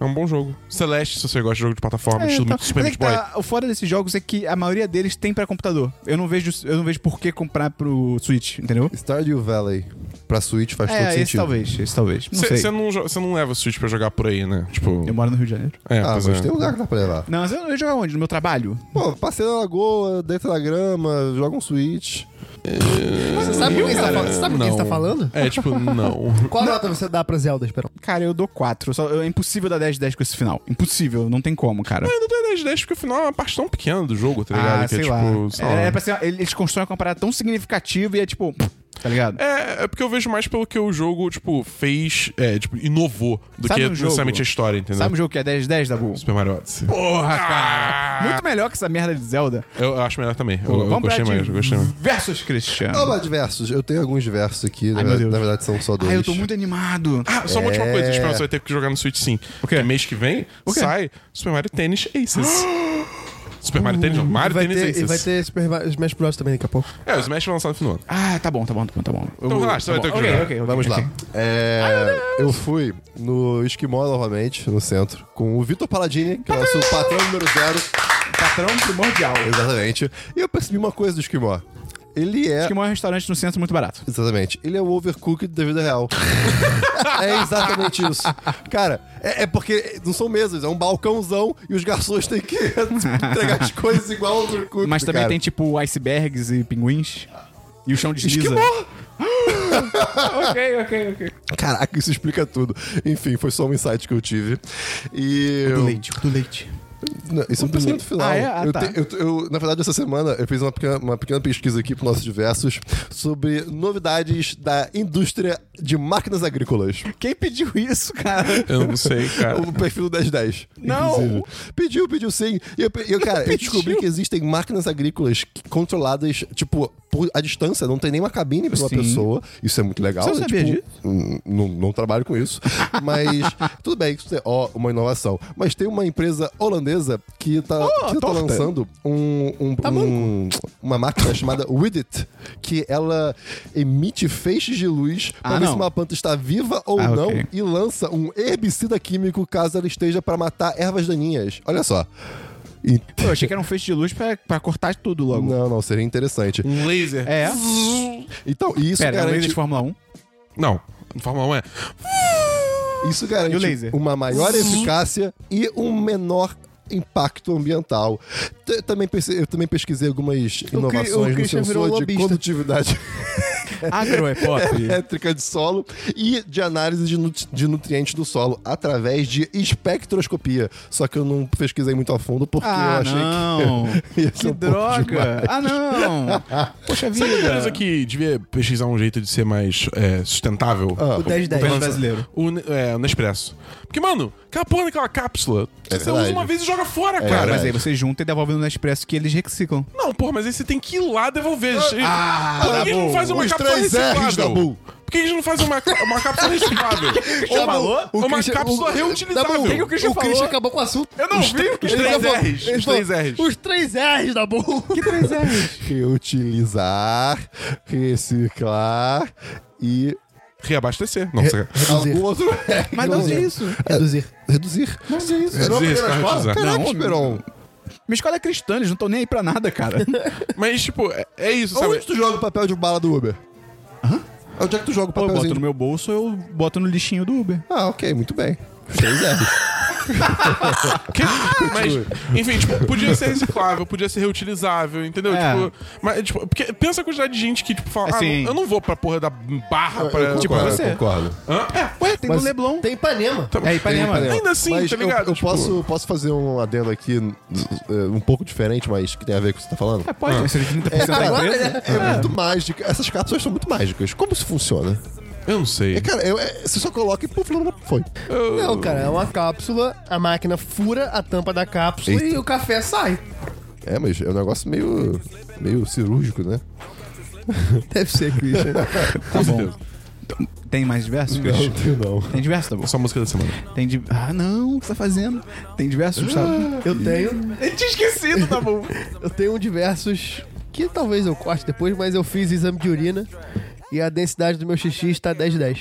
Speaker 3: É um bom jogo. Celeste, se você gosta de jogo de plataforma, estilo
Speaker 1: então,
Speaker 3: Um muito Super
Speaker 1: mas é
Speaker 3: Meat
Speaker 1: que
Speaker 3: Boy.
Speaker 1: tá, o fora desses jogos é que a maioria deles tem pra computador. Eu não vejo, eu não vejo por que comprar pro Switch, entendeu?
Speaker 2: Stardew Valley pra Switch faz todo
Speaker 1: é, esse
Speaker 2: sentido.
Speaker 1: talvez, esse talvez. Não sei.
Speaker 3: Você não, jo- cê não leva o Switch pra jogar por aí, né? Tipo.
Speaker 1: Eu moro no Rio de Janeiro.
Speaker 3: É,
Speaker 2: Ah,
Speaker 3: pois
Speaker 2: mas
Speaker 3: é.
Speaker 2: tem lugar que dá pra levar.
Speaker 1: Não, mas eu, eu jogo onde? No meu trabalho?
Speaker 2: Pô, passei na lagoa, dentro da grama, joga um Switch.
Speaker 4: Você sabe o que você tá
Speaker 3: Cara,
Speaker 4: falando? Você sabe o que você tá
Speaker 3: É, não.
Speaker 4: falando?
Speaker 3: É,
Speaker 1: *laughs*
Speaker 3: tipo, não.
Speaker 4: Qual nota você dá pra Zelda, Esperão?
Speaker 1: Cara, eu dou 4. Só, eu- é impossível dar 10 de 10 com esse final. Impossível, não tem como, cara.
Speaker 3: Ah, Eu não dou 10 de 10 porque o final é uma parte tão pequena do jogo, tá ligado?
Speaker 1: ah,
Speaker 3: que
Speaker 1: sei
Speaker 3: é tipo.
Speaker 1: lá.
Speaker 3: sei lá.
Speaker 1: É, é pra ser, eles constroem uma parada tão significativa e é tipo. Tá ligado?
Speaker 3: É, é porque eu vejo mais pelo que o jogo, tipo, fez, é, tipo, inovou do
Speaker 1: Sabe
Speaker 3: que é
Speaker 1: um jogo?
Speaker 3: necessariamente a história, entendeu?
Speaker 1: Sabe um jogo que é 10 de 10, Dabu?
Speaker 3: Super Mario Odyssey.
Speaker 1: Porra,
Speaker 3: Ah!
Speaker 1: Muito melhor que essa merda de Zelda.
Speaker 3: Eu, eu acho melhor também. Eu, eu
Speaker 1: Vamos pra
Speaker 3: gostei mais,
Speaker 1: de
Speaker 3: eu gostei mais.
Speaker 1: Versus Cristiano.
Speaker 2: Olha lá, É diversos. Eu tenho alguns diversos aqui, na,
Speaker 1: Ai, meu
Speaker 2: verdade,
Speaker 1: Deus.
Speaker 2: na verdade são só dois.
Speaker 1: Ai, eu tô muito animado.
Speaker 3: Ah, só uma última
Speaker 2: É.
Speaker 3: coisa, Esperão, você vai ter que jogar no Switch sim. Porque mês que vem
Speaker 1: quê?
Speaker 3: sai Super Mario Tennis
Speaker 1: *gasps*
Speaker 3: Aces. Super Mario Tennis, não, Mario
Speaker 4: Vai
Speaker 3: Tennis
Speaker 4: ter, e
Speaker 3: Aces.
Speaker 4: vai ter Super Smash Bros. também daqui a pouco.
Speaker 3: É, o Smash vai lançar no final do ano.
Speaker 1: Ah, tá bom, tá bom, tá bom, tá bom.
Speaker 3: Então relaxa, você vai ter que
Speaker 1: Ok,
Speaker 3: jogar.
Speaker 1: ok, ok,
Speaker 2: Vamos
Speaker 1: ok.
Speaker 2: lá. É, eu fui no Esquimó novamente, no centro, com o Vitor Paladini, que é o nosso patrão número zero.
Speaker 1: Patrão primordial.
Speaker 2: Exatamente. E eu percebi uma coisa do Esquimó. Ele é.
Speaker 1: Acho que é um restaurante no centro muito barato.
Speaker 2: Exatamente. Ele é o overcooked da vida
Speaker 4: *laughs*
Speaker 2: real. é exatamente isso. Cara, é, é porque não são mesas, é um balcãozão e os garçons têm que *laughs* entregar as coisas igual ao overcooked.
Speaker 1: Mas também
Speaker 2: cara.
Speaker 1: tem, tipo, icebergs e pinguins. E o chão desliza. Ah! *laughs* ok, ok, ok.
Speaker 2: Caraca, isso explica tudo. Enfim, foi só um insight que eu tive. E.
Speaker 1: Do leite, do leite.
Speaker 2: Não, isso é um pensamento final.
Speaker 1: Ah, é? Ah,
Speaker 2: eu
Speaker 1: tá.
Speaker 2: te- eu- eu- na verdade, essa semana eu fiz uma pequena, uma pequena pesquisa aqui pro nosso diversos sobre novidades da indústria de máquinas agrícolas.
Speaker 1: Quem pediu isso, cara?
Speaker 3: Eu não sei, cara.
Speaker 2: O perfil do 1010.
Speaker 1: Não.
Speaker 2: inclusive. Pediu, pediu sim. E eu, pe- eu, cara, eu descobri que existem máquinas agrícolas que- controladas, tipo, por, à distância. Não tem nenhuma cabine pra uma
Speaker 1: Sim.
Speaker 2: pessoa. Isso é muito legal.
Speaker 1: Você
Speaker 2: né?
Speaker 1: sabia
Speaker 2: tipo,
Speaker 1: disso?
Speaker 2: hum, Não, não trabalho com isso.
Speaker 1: *laughs*
Speaker 2: Mas tudo bem, isso é ó, uma inovação. Mas tem uma empresa holandesa que tá, que tá
Speaker 1: torta. Tá
Speaker 2: lançando um, um- um- uma máquina chamada Widit, que ela emite feixes de luz pra
Speaker 1: Ah,
Speaker 2: ver
Speaker 1: não.
Speaker 2: se uma planta está viva ou
Speaker 1: Ah,
Speaker 2: não
Speaker 1: ok.
Speaker 2: e lança um herbicida químico caso ela esteja para matar ervas daninhas. Olha só. E-
Speaker 1: Pô, eu achei que era um feixe de luz pra, pra cortar tudo logo.
Speaker 2: Então, Não, não, seria interessante.
Speaker 3: Um laser?
Speaker 1: É?
Speaker 2: Então, e isso
Speaker 1: Pera, é um laser
Speaker 2: garante,
Speaker 1: de Fórmula 1?
Speaker 3: Não. Fórmula 1 é.
Speaker 2: isso
Speaker 1: E
Speaker 2: garante
Speaker 1: o laser?
Speaker 2: uma maior eficácia e um menor impacto ambiental. T- também pense- eu também pesquisei algumas
Speaker 4: o
Speaker 2: inovações no
Speaker 4: Christian virou
Speaker 2: sensor de
Speaker 4: lobista.
Speaker 2: condutividade
Speaker 1: *laughs* Agro é pop.
Speaker 2: elétrica de solo e de análise de, nut- de nutrientes do solo através de espectroscopia. Só que eu não pesquisei muito a fundo porque eu
Speaker 1: Ah,
Speaker 2: achei *laughs*
Speaker 1: não.
Speaker 2: que. ia ser
Speaker 1: Que
Speaker 2: um pouco demais.
Speaker 1: droga. Ah, não. Poxa
Speaker 3: Sabe uma coisa
Speaker 1: vida.
Speaker 3: que devia pesquisar um jeito de ser mais é, sustentável?
Speaker 2: Ah,
Speaker 4: O 10
Speaker 1: Pé
Speaker 4: 10.
Speaker 1: de É, brasileiro.
Speaker 3: O, Ne- é, o Nespresso. Porque, mano, aquela porra daquela cápsula,
Speaker 2: É
Speaker 3: você
Speaker 2: verdade.
Speaker 3: usa uma vez e joga fora,
Speaker 2: É,
Speaker 3: cara.
Speaker 1: Mas aí você junta e devolve no Nespresso que eles reciclam.
Speaker 3: Não, porra, mas aí você tem que ir lá devolver. Ah, Por que eles não
Speaker 2: Dabu,
Speaker 3: fazem uma
Speaker 2: os
Speaker 3: cápsula
Speaker 2: três Rs,
Speaker 3: reciclável?
Speaker 2: Dabu.
Speaker 3: Por que eles não fazem uma, uma cápsula reciclável? Ou uma, uma cápsula reutilizável.
Speaker 4: O Christian, acabou com o assunto.
Speaker 3: Eu não vi os
Speaker 4: Ele
Speaker 3: três
Speaker 4: falou-
Speaker 3: R's.
Speaker 4: ele
Speaker 3: Os
Speaker 4: falou,
Speaker 3: três R's.
Speaker 4: Os três R's da boa. Que três R's?
Speaker 2: Reutilizar, reciclar e.
Speaker 3: Reabastecer. Não, você...
Speaker 4: Reduzir.
Speaker 1: *laughs*
Speaker 2: Algum outro.
Speaker 1: Mas não é isso.
Speaker 4: Reduzir.
Speaker 2: Reduzir.
Speaker 1: Não é isso.
Speaker 2: Era uma
Speaker 3: Reduzir,
Speaker 2: primeira
Speaker 3: reciclar,
Speaker 2: escola?
Speaker 3: reutilizar.
Speaker 2: Caraca,
Speaker 1: Não.
Speaker 2: Esperon.
Speaker 1: Minha escola é cristã, eles não estão nem aí pra nada, cara.
Speaker 3: Mas, tipo, é, é isso, sabe?
Speaker 2: Onde tu joga o papel de bala do Uber? Hã? Onde é que tu joga o
Speaker 1: Pô, eu boto
Speaker 2: papelzinho?
Speaker 1: no meu bolso, eu boto no lixinho do Uber.
Speaker 2: Ah, ok, muito bem. Os
Speaker 3: *laughs*
Speaker 2: três R's.
Speaker 3: Que- Ah, Mas, enfim, tipo, podia ser reciclável, podia ser reutilizável, entendeu?
Speaker 1: É.
Speaker 3: Tipo, mas, tipo, porque pensa a quantidade de gente que, tipo, fala, ah,
Speaker 1: Assim.
Speaker 3: não- eu não vou pra porra da barra pra.
Speaker 2: Eu
Speaker 1: Tipo
Speaker 2: concordo,
Speaker 1: você.
Speaker 2: Concordo.
Speaker 3: Hã? É,
Speaker 1: Ué, tem
Speaker 2: Mas
Speaker 1: do Leblon.
Speaker 4: Tem Ipanema.
Speaker 1: É Ipanema.
Speaker 2: Tem,
Speaker 3: Ainda assim,
Speaker 2: mas
Speaker 3: tá ligado?
Speaker 2: Eu, eu
Speaker 3: Tipo-
Speaker 2: posso, posso fazer um adendo aqui eh, um pouco diferente, mas que tem a ver com o que você tá falando?
Speaker 1: É, pode, vai ser de 30% da
Speaker 4: Agora,
Speaker 1: empresa.
Speaker 4: né?
Speaker 2: É, muito mágica. Essas cápsulas são muito mágicas. Como isso funciona?
Speaker 3: eu não sei.
Speaker 2: É, cara, eu- é, você só coloca e puf, foi.
Speaker 4: Não, cara, é uma cápsula, a máquina fura a tampa da cápsula
Speaker 2: Eita.
Speaker 4: e o café sai.
Speaker 2: É, mas é um negócio meio. meio cirúrgico, né?
Speaker 4: Deve ser, Christian.
Speaker 1: Tá bom. Tem mais diversos? Christian?
Speaker 2: tem não.
Speaker 1: Tem diversos, tá bom.
Speaker 3: Essa é a música da semana.
Speaker 1: Tem de... Ah, não, o que você tá fazendo? Tem diversos, Gustavo?
Speaker 4: Eu tenho,
Speaker 1: Eu tinha esquecido, tá bom.
Speaker 4: eu tenho diversos que talvez eu corte depois, mas eu fiz exame de urina e a densidade do meu xixi está 10 de 10.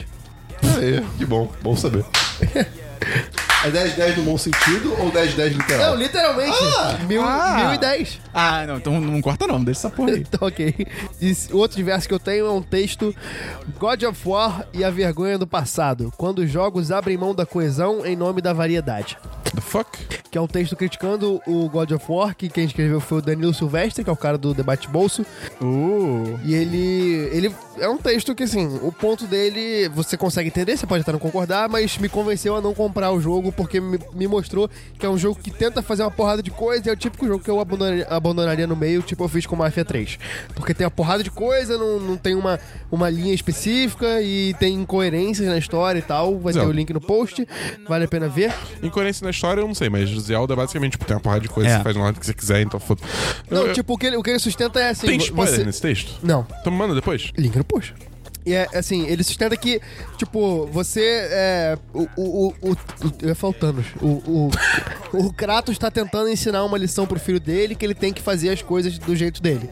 Speaker 2: Aê, que bom, bom saber. É 10-10 no bom sentido ou 10-10
Speaker 4: Não,
Speaker 2: literal?
Speaker 4: literalmente. mil,
Speaker 1: Tá. Ah.
Speaker 4: mil e 10.
Speaker 1: *laughs* Ah, não, então não corta não, deixa essa porra aí.
Speaker 4: *laughs* Então, ok. E outro diverso que eu tenho é um texto God of War e a vergonha do passado, quando os jogos abrem mão da coesão em nome da variedade.
Speaker 3: The fuck?
Speaker 4: que é um texto criticando o God of War, que quem escreveu foi o Danilo Silvestre, que é o cara do Debate Bolso.
Speaker 1: Uh,
Speaker 4: E ele. ele é um texto que, assim, o ponto dele você consegue entender, você pode até não concordar, mas me convenceu a não comprar o jogo, porque me, me mostrou que é um jogo que tenta fazer uma porrada de coisa e é o típico jogo que eu abandonaria, abandonaria no meio, tipo eu fiz com Mafia 3. Porque tem uma porrada de coisa, não, não tem uma, uma linha específica e tem incoerências na história e tal. Vai ter
Speaker 3: Não.
Speaker 4: o link no post, vale a pena ver.
Speaker 3: Incoerência na história, eu não sei, mas Zelda basicamente tipo, tem uma porrada de coisa,
Speaker 1: É.
Speaker 3: você faz na hora que você quiser, então foda
Speaker 4: Não,
Speaker 3: Eu- eu-
Speaker 4: tipo, o que, ele, o que ele sustenta é assim.
Speaker 3: Tem
Speaker 4: vo-
Speaker 3: spoiler
Speaker 4: você-
Speaker 3: nesse texto?
Speaker 4: Não.
Speaker 3: Então manda depois.
Speaker 4: Link no post. E é assim, ele sustenta que, tipo, você é. O. o, o, o eu ia falar o Thanos. O, *laughs* o, o Kratos tá tentando ensinar uma lição pro filho dele que ele tem que fazer as coisas do jeito dele.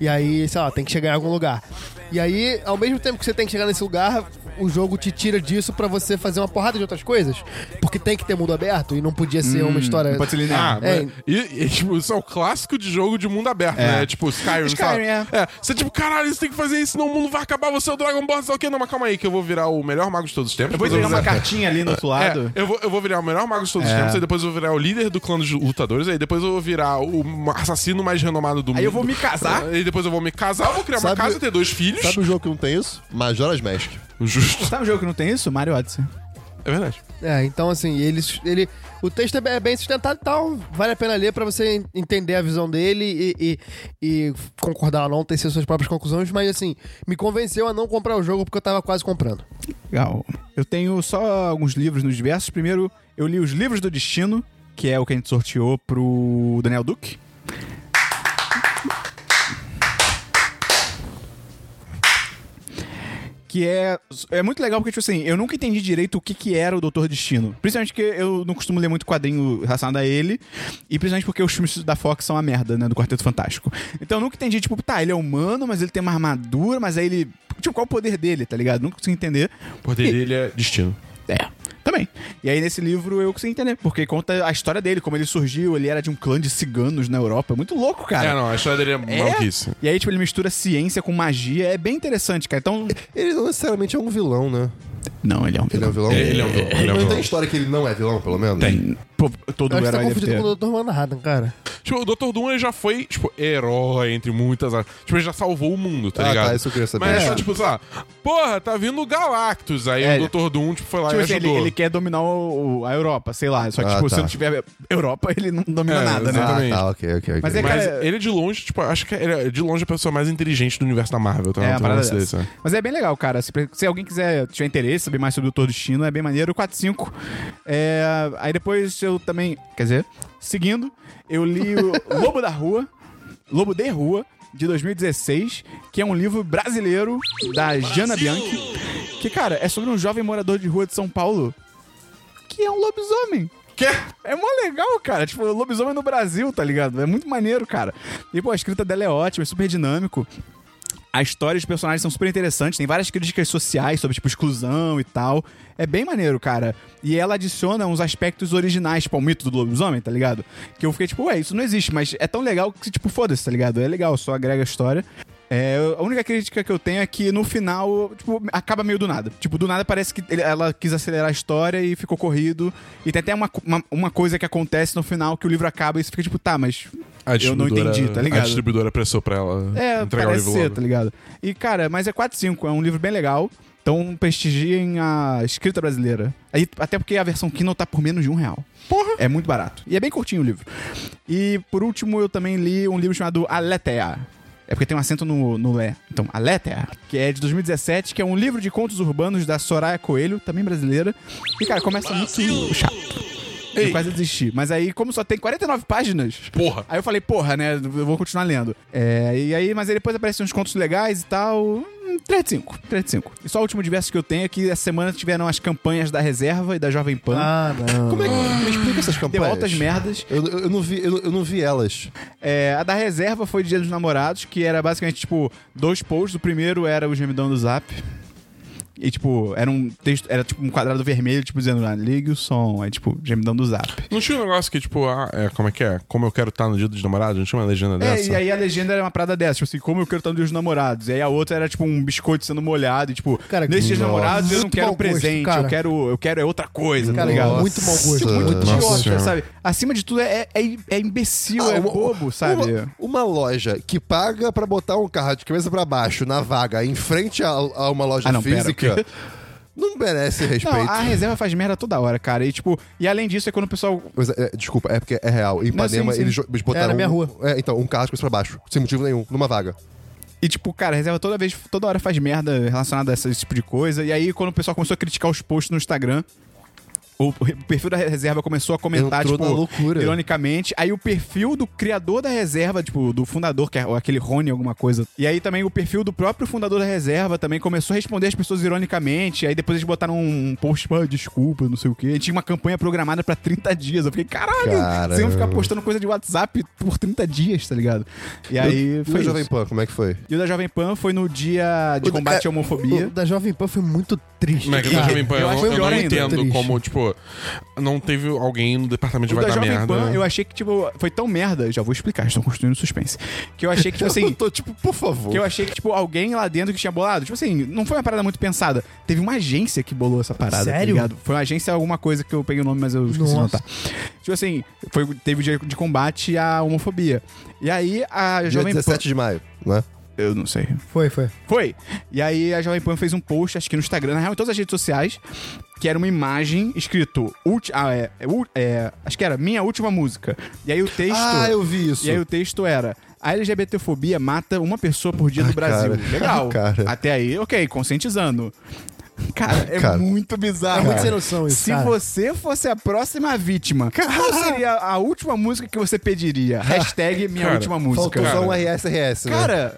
Speaker 4: E aí, sei lá, tem que chegar em algum lugar. E aí, ao mesmo tempo que você tem que chegar nesse lugar, o jogo te tira disso pra você fazer uma porrada de outras coisas. Porque tem que ter mundo aberto e não podia ser uma história.
Speaker 1: Hum, não pode ser
Speaker 3: Ah,
Speaker 1: linear.
Speaker 4: É.
Speaker 3: mas- e, e, tipo, isso é o clássico de jogo de mundo aberto,
Speaker 1: É.
Speaker 3: né? Tipo, Skyrim,
Speaker 1: Skyrim,
Speaker 3: sabe?
Speaker 1: é.
Speaker 3: Você, tipo, caralho, você tem que fazer isso, senão o mundo vai acabar, você é o Dragon Ball, sei lá o quê. Não, mas calma aí, que eu vou virar o melhor mago de todos os tempos.
Speaker 1: Eu vou
Speaker 3: depois eu
Speaker 1: entregar uma
Speaker 3: vou-
Speaker 1: cartinha ali no outro
Speaker 3: É,
Speaker 1: lado.
Speaker 3: eu, vou, eu vou virar o melhor mago de
Speaker 1: É.
Speaker 3: todos os tempos, aí depois eu vou virar o líder do clã dos lutadores, aí depois eu vou virar o assassino mais renomado do mundo.
Speaker 1: Aí eu vou me casar.
Speaker 3: *laughs* Aí depois eu vou me casar, vou criar uma
Speaker 2: Sabe- um
Speaker 3: casa, ter dois filhos.
Speaker 2: Sabe o jogo que não tem isso? Majora's Mask.
Speaker 3: Justo.
Speaker 1: Sabe um jogo que não tem isso? Mario Odyssey.
Speaker 3: É verdade.
Speaker 4: É, então assim, ele, ele. O texto é bem- é bem sustentado e tal. Vale a pena ler pra você en- entender a visão dele e, e- e concordar ou não, ter suas próprias conclusões, mas assim, me convenceu a não comprar o jogo porque eu tava quase comprando.
Speaker 1: Legal. Eu tenho só alguns livros nos diversos. Primeiro, eu li os livros do destino, que é o que a gente sorteou pro Daniel Duque. Que é, é muito legal porque, tipo assim, eu nunca entendi direito o que, que era o Doutor Destino. Principalmente porque eu não costumo ler muito quadrinho relacionado a ele. E principalmente porque os filmes da Fox são a merda, né? Do Quarteto Fantástico. Então eu nunca entendi, tipo, tá, ele é humano, mas ele tem uma armadura, mas aí ele. Tipo, qual o poder dele, tá ligado? Nunca consegui entender.
Speaker 3: O poder dele é destino.
Speaker 1: É. Também. E aí, nesse livro, eu consegui entender, porque conta a história dele, como ele surgiu, ele era de um clã de ciganos na Europa. Muito louco,
Speaker 3: É,
Speaker 1: cara.
Speaker 3: não, a história dele é, maluquice.
Speaker 1: E aí, tipo, ele mistura ciência com magia. É bem interessante, cara. Então.
Speaker 2: Ele não necessariamente é um vilão, né?
Speaker 1: Não, ele é um
Speaker 2: Ele é um vilão?
Speaker 3: É, ele é um vilão, ele é um
Speaker 2: Não
Speaker 3: vilão.
Speaker 2: tem história que ele não é vilão, pelo menos?
Speaker 1: Tem. Pô, todo
Speaker 4: Eu acho que tá
Speaker 1: herói deve
Speaker 4: confundido
Speaker 1: ter.
Speaker 4: com o Dr. Manhattan, cara.
Speaker 3: Tipo, o Dr. Doom ele já foi, tipo, herói, entre muitas aspas. Tipo, ele já salvou o mundo, tá
Speaker 2: Ah,
Speaker 3: ligado?
Speaker 2: tá, isso eu queria saber.
Speaker 3: Mas é
Speaker 2: É.
Speaker 3: só, tipo, sei lá, porra, tá vindo o Galactus. Aí
Speaker 1: É.
Speaker 3: o Dr. Doom, tipo, foi lá
Speaker 1: Tipo
Speaker 3: e
Speaker 1: assim, ele,
Speaker 3: ajudou.
Speaker 1: ele quer dominar o- o- a Europa, sei lá. Só que,
Speaker 2: Ah,
Speaker 1: tipo, se
Speaker 2: tá.
Speaker 1: não tiver Europa, *laughs* ele não domina
Speaker 3: É,
Speaker 1: nada, né?
Speaker 3: exato.
Speaker 2: Ah,
Speaker 3: Exatamente.
Speaker 2: tá, ok, ok. ok.
Speaker 1: Mas é-
Speaker 3: Mas
Speaker 1: cara-
Speaker 3: ele é de longe, tipo, acho que ele é de longe a pessoa mais inteligente do universo da Marvel, tá?
Speaker 1: É,
Speaker 3: Não
Speaker 1: uma
Speaker 3: tem um
Speaker 1: parada
Speaker 3: lance desse,
Speaker 1: dessa.
Speaker 3: né?
Speaker 1: Mas é bem legal, cara. Se, se alguém quiser, tiver interesse, saber mais sobre o Doutor Destino, é bem maneiro. 4-5. É, aí depois eu também... Quer dizer, seguindo, eu li o Lobo da Rua, Lobo de Rua, de 2016, que é um livro brasileiro da Jana Bianchi. Que, cara, é sobre um jovem morador de rua de São Paulo que é um lobisomem. É mó legal, cara. Tipo, lobisomem no Brasil, tá ligado? É muito maneiro, cara. E, pô, a escrita dela é ótima, é super dinâmico. A história e os personagens são super interessantes. Tem várias críticas sociais sobre, tipo, exclusão e tal. É bem maneiro, cara. E ela adiciona uns aspectos originais, tipo, ao mito do lobisomem, tá ligado? Que eu fiquei tipo, ué, isso não existe, mas é tão legal que, tipo, foda-se, tá ligado? É legal, só agrega a história. É, eu- a única crítica que eu tenho é que no final, tipo, acaba meio do nada. Tipo, do nada parece que ele- ela quis acelerar a história e ficou corrido. E tem até uma, co- uma, uma coisa que acontece no final que o livro acaba e você fica tipo, tá, mas
Speaker 3: A
Speaker 1: Eu não
Speaker 3: distribuidora-
Speaker 1: entendi, tá ligado?
Speaker 3: A distribuidora pressou pra ela
Speaker 1: é,
Speaker 3: entregar o
Speaker 1: parece
Speaker 3: livro
Speaker 1: ser,
Speaker 3: logo.
Speaker 1: tá ligado? E, cara, mas é 4-5, é um livro bem legal. Então prestigiem a escrita brasileira. Aí, até porque a versão Kindle tá por menos de um real. Porra! É muito barato. E é bem curtinho o livro. E, por último, eu também li um livro chamado Aletea. É porque tem um acento no, no Lé. Então, Aletea, que é de 2017, que é um livro de contos urbanos da Soraya Coelho, também brasileira. E, cara, começa muito chato. Eu
Speaker 3: Ei.
Speaker 1: quase desisti. Mas aí, como só tem 49 páginas,
Speaker 3: Porra.
Speaker 1: Aí eu falei, porra, né? Eu vou continuar lendo. É, e aí, mas aí depois aparecem uns contos legais e tal. Hum, 3 de 5, 3 de 5. E só o último diverso que eu tenho é que essa semana tiveram as campanhas da Reserva e da Jovem Pan.
Speaker 4: Ah, não.
Speaker 2: Como é que... Me explica essas
Speaker 1: Deu
Speaker 2: campanhas.
Speaker 1: altas merdas.
Speaker 2: Eu, eu- eu não vi, eu, eu não vi elas.
Speaker 1: É, a da reserva foi Dia dos Namorados, que era basicamente, tipo, dois posts. O primeiro era o gemidão do Zap. E, tipo, era um texto, era tipo um quadrado vermelho, tipo, dizendo, ah, ligue o som. Aí, tipo, gemidão do Zap.
Speaker 3: Não tinha um negócio que, tipo, ah, é, como é que é? Como eu quero estar no dia dos namorados? Não tinha uma legenda
Speaker 1: É,
Speaker 3: dessa?
Speaker 1: e aí a legenda era uma parada dessa, tipo assim, como eu quero estar no dia dos namorados. E aí a outra era tipo um biscoito sendo molhado, e tipo,
Speaker 4: Cara,
Speaker 1: nesse dia dos
Speaker 2: nossa.
Speaker 1: namorados eu não
Speaker 4: Muito
Speaker 1: quero
Speaker 4: mau gosto,
Speaker 1: presente,
Speaker 4: cara.
Speaker 1: eu quero, eu quero é outra coisa, tá
Speaker 4: Cara,
Speaker 1: ligado?
Speaker 2: Nossa.
Speaker 4: muito mau gosto.
Speaker 1: Tipo, muito
Speaker 2: Nossa
Speaker 1: idiota,
Speaker 3: senhora.
Speaker 1: sabe? Acima de tudo é, é, é imbecil, é
Speaker 2: Ah, uma-
Speaker 1: bobo, sabe?
Speaker 2: Uma, uma loja que paga pra botar um carro de cabeça pra baixo na vaga em frente a, a uma loja
Speaker 1: Ah, não, pera,
Speaker 2: física
Speaker 1: porque-
Speaker 2: não merece respeito.
Speaker 1: Não, a reserva faz merda toda hora, cara. E tipo, e além disso é quando o pessoal
Speaker 2: Pois é, é, desculpa, é porque é real. Em Ipanema,
Speaker 1: sim, sim.
Speaker 2: eles jo- eles botaram.
Speaker 4: É, na minha
Speaker 2: um-
Speaker 4: rua.
Speaker 2: É, então, um carro de cabeça pra baixo. Sem motivo nenhum, numa vaga.
Speaker 1: E, tipo, cara, a reserva toda vez, toda hora faz merda relacionada a esse tipo de coisa. E aí, quando o pessoal começou a criticar os posts no Instagram. O o perfil da reserva começou a comentar,
Speaker 2: Entrou
Speaker 1: tipo,
Speaker 2: na loucura.
Speaker 1: ironicamente. Aí o perfil do criador da reserva, tipo, do fundador, que é aquele Rony alguma coisa. E aí também o perfil do próprio fundador da reserva também começou a responder as pessoas ironicamente. Aí depois eles botaram um post, tipo, ah, desculpa, não sei o quê. E tinha uma campanha programada pra 30 dias. Eu fiquei, caralho,
Speaker 2: Caramba.
Speaker 1: vocês vão ficar postando coisa de WhatsApp por 30 dias, tá ligado? E aí
Speaker 2: E
Speaker 1: foi
Speaker 2: o
Speaker 1: isso.
Speaker 2: Jovem Pan, como é que foi?
Speaker 1: E o da Jovem Pan foi no dia de
Speaker 4: O da-
Speaker 1: combate à
Speaker 4: *laughs* O
Speaker 1: homofobia.
Speaker 4: da Jovem Pan foi muito triste.
Speaker 3: Como é que eu
Speaker 4: cara.
Speaker 3: *laughs* Jovem Pan?
Speaker 1: eu
Speaker 3: Eu,
Speaker 1: acho
Speaker 3: não- eu
Speaker 1: pior
Speaker 3: não
Speaker 1: ainda,
Speaker 3: entendo
Speaker 4: triste.
Speaker 3: como, tipo, não teve alguém no departamento de
Speaker 1: O
Speaker 3: vai
Speaker 1: da
Speaker 3: dar
Speaker 1: Jovem
Speaker 3: merda.
Speaker 1: Pan, eu achei que, tipo, foi tão merda. Já vou explicar, estão construindo suspense. Que eu achei que,
Speaker 4: *laughs*
Speaker 1: tipo assim.
Speaker 2: eu tô tipo, por favor.
Speaker 1: Que eu achei que, tipo, alguém lá dentro que tinha bolado. Tipo assim, não foi uma parada muito pensada. Teve uma agência que bolou essa parada, tá
Speaker 4: Sério?
Speaker 1: ligado? Foi uma agência, alguma coisa que eu peguei o nome, mas eu esqueci de
Speaker 4: Nossa.
Speaker 1: notar. Tipo assim, foi, teve o dia de combate à homofobia. E aí, a
Speaker 2: Dia
Speaker 1: Jovem
Speaker 2: 17 de maio, né?
Speaker 1: Pan... Eu não sei.
Speaker 4: Foi, foi.
Speaker 1: Foi. E aí a Jovem Pan fez um post, acho que no Instagram, na real, em todas as redes sociais, que era uma imagem escrito. ulti- Ah, é, é ul- é, acho que era Minha Última Música. E aí o texto.
Speaker 2: Ah, eu vi isso.
Speaker 1: E aí o texto era: A LGBTfobia mata uma pessoa por dia do Brasil.
Speaker 2: Ah, cara.
Speaker 1: Legal.
Speaker 2: *laughs* Cara.
Speaker 1: Até aí, ok, conscientizando. Cara, é
Speaker 2: Cara.
Speaker 1: muito bizarro.
Speaker 4: É muito sem noção isso,
Speaker 1: Se
Speaker 4: cara.
Speaker 1: você fosse a próxima vítima, qual seria a última música que você pediria? Hashtag minha
Speaker 3: Cara,
Speaker 1: última música.
Speaker 2: Faltou
Speaker 3: cara.
Speaker 2: só um RSRS, né?
Speaker 1: Cara,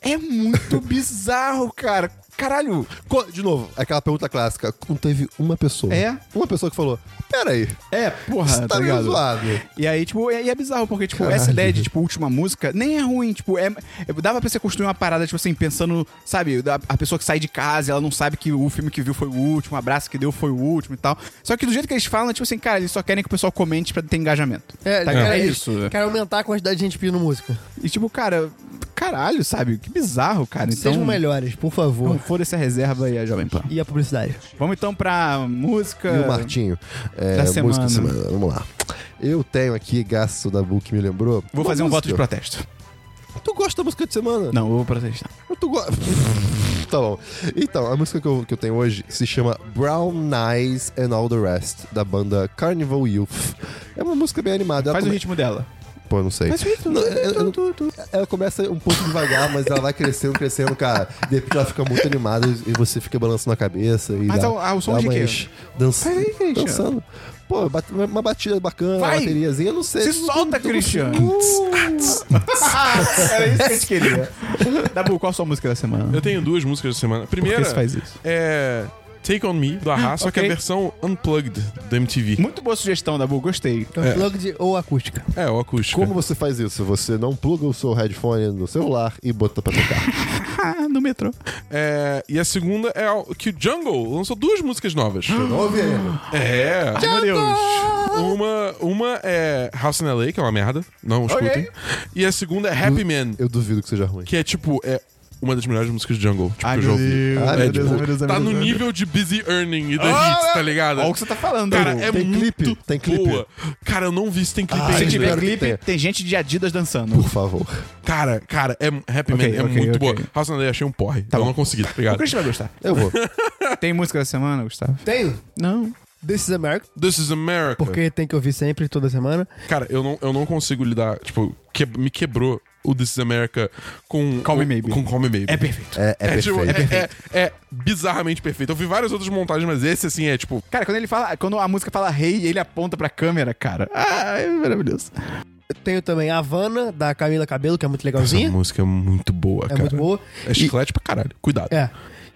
Speaker 1: é muito *laughs* bizarro, cara. Caralho.
Speaker 2: Co- de novo, aquela pergunta clássica. Não teve uma pessoa.
Speaker 1: É?
Speaker 2: Uma pessoa que falou, peraí,
Speaker 1: É, porra,
Speaker 2: isso tá
Speaker 1: tá
Speaker 2: meio
Speaker 1: ligado?
Speaker 2: zoado.
Speaker 1: E aí, tipo, e e é bizarro, porque, tipo,
Speaker 2: Caralho.
Speaker 1: essa ideia de, tipo, última música nem é ruim, tipo, é, é- dava pra você construir uma parada, tipo assim, pensando, sabe, da- a pessoa que sai de casa, ela não sabe que o filme que viu foi o último, o abraço que deu foi o último e tal. Só que do jeito que eles falam, é tipo assim, cara, eles só querem que o pessoal comente pra ter engajamento.
Speaker 4: É,
Speaker 1: Tá-
Speaker 4: cara,
Speaker 1: é
Speaker 4: eles
Speaker 1: isso, né?
Speaker 4: Querem aumentar a quantidade de gente pedindo música.
Speaker 1: E tipo, cara, caralho, sabe? Que bizarro, cara. Então,
Speaker 4: Sejam melhores, por favor.
Speaker 1: então foda-se a reserva e a Jovem Pan.
Speaker 4: E a publicidade.
Speaker 1: Vamos então pra música...
Speaker 2: E o Martinho. É,
Speaker 1: Da semana.
Speaker 2: Música da semana. Vamos lá. Eu tenho aqui, gasto da Bu que me lembrou.
Speaker 1: Vou fazer um voto de
Speaker 2: música.
Speaker 1: protesto.
Speaker 2: Tu gosta da música de semana?
Speaker 1: Não, eu vou protestar.
Speaker 2: Tu gosta. *laughs* tá bom. Então, a música que eu, que eu tenho hoje se chama Brown Eyes and All the Rest, da banda Carnival Youth. É uma música bem animada.
Speaker 1: Faz o
Speaker 2: ela
Speaker 1: ritmo dela.
Speaker 2: come... Pô, eu não sei. Não, é, eu- eu não- Ela começa um pouco devagar, mas ela vai crescendo, crescendo, cara. De repente ela fica muito animada e você fica balançando a cabeça. E
Speaker 1: Mas é
Speaker 2: dá,
Speaker 1: ao- ao som
Speaker 2: dá
Speaker 1: um de quê?
Speaker 2: umas dança-
Speaker 1: Faz aí, Christian.
Speaker 2: Dançando. Pô, bat- uma batida bacana, uma
Speaker 1: Vai!
Speaker 2: bateriazinha, eu não sei.
Speaker 1: Se
Speaker 2: eu não-
Speaker 1: solta,
Speaker 2: eu não-
Speaker 1: Christian! *laughs* Era isso que a gente queria. Dabu, qual a sua música da semana?
Speaker 3: Eu tenho duas músicas da semana.
Speaker 1: Por
Speaker 3: Primeira
Speaker 1: que você faz isso?
Speaker 3: é Take On Me, do Arra, só que é a
Speaker 1: Ok.
Speaker 3: versão unplugged do MTV.
Speaker 1: Muito boa sugestão, Dabu, gostei.
Speaker 3: É.
Speaker 4: Unplugged Então, ou acústica.
Speaker 3: É, o acústico.
Speaker 2: Como você faz isso? Você não pluga o seu headphone no celular e bota pra tocar.
Speaker 1: *laughs* Ah, no metrô.
Speaker 3: É, e a segunda é o- que o Jungle lançou duas
Speaker 1: *gasps*
Speaker 3: músicas novas.
Speaker 2: Ouve aí.
Speaker 3: é.
Speaker 1: Ai, meu Deus.
Speaker 3: Uma, uma é House in LA, que é uma merda. Não escutem. E a segunda é Happy Man,
Speaker 2: Eu duvido que seja ruim.
Speaker 3: que é tipo. É, uma das melhores músicas de Jungle, tipo,
Speaker 1: Ai,
Speaker 3: que eu já
Speaker 1: meu
Speaker 3: ouvi.
Speaker 1: Deus.
Speaker 2: Ah,
Speaker 3: É,
Speaker 2: meu
Speaker 3: tipo,
Speaker 2: Deus, meu Deus,
Speaker 3: tá no nível de Busy Earning e The Hits, tá ligado?
Speaker 1: Ah, Olha o que você tá falando,
Speaker 3: Cara,
Speaker 1: Dabu.
Speaker 3: é um
Speaker 2: Tem
Speaker 3: muito
Speaker 2: clipe? Tem clipe?
Speaker 3: boa. Cara, eu não vi se tem clipe
Speaker 2: Ah,
Speaker 1: Se
Speaker 3: ainda.
Speaker 1: tiver
Speaker 2: espero que
Speaker 1: clipe,
Speaker 2: tenha.
Speaker 1: tem gente de Adidas dançando.
Speaker 2: Por favor.
Speaker 3: Cara, cara, é Happy
Speaker 1: Ok,
Speaker 3: Man é
Speaker 1: ok,
Speaker 3: muito
Speaker 1: ok.
Speaker 3: boa. House in LA achei um porre. eu não consegui, tá
Speaker 1: O
Speaker 3: ligado?
Speaker 1: Christian vai gostar.
Speaker 2: Eu vou.
Speaker 1: Tem música da semana, Gustavo?
Speaker 4: Tenho.
Speaker 1: Não.
Speaker 4: This is America,
Speaker 3: This is America.
Speaker 4: porque tem que ouvir sempre, toda semana.
Speaker 3: Cara, eu não, eu não consigo lidar. Tipo, que- me quebrou o This is America com.
Speaker 1: Call Me
Speaker 3: o-
Speaker 1: Maybe.
Speaker 3: Com Call Me Maybe.
Speaker 1: *laughs* É perfeito.
Speaker 2: É, é
Speaker 3: É, tipo,
Speaker 2: perfeito.
Speaker 3: é- é- é bizarramente perfeito. Eu vi várias outras montagens, mas esse, assim, é tipo.
Speaker 1: Cara, quando ele fala, quando a música fala rei e ele aponta pra câmera, cara. Ah, é maravilhoso.
Speaker 4: Tenho também Havana, da Camila Cabelo, que é muito
Speaker 3: Essa
Speaker 4: legalzinha.
Speaker 3: música é muito boa,
Speaker 4: É
Speaker 3: cara.
Speaker 4: muito boa.
Speaker 3: É chiclete pra caralho. Cuidado.
Speaker 4: É.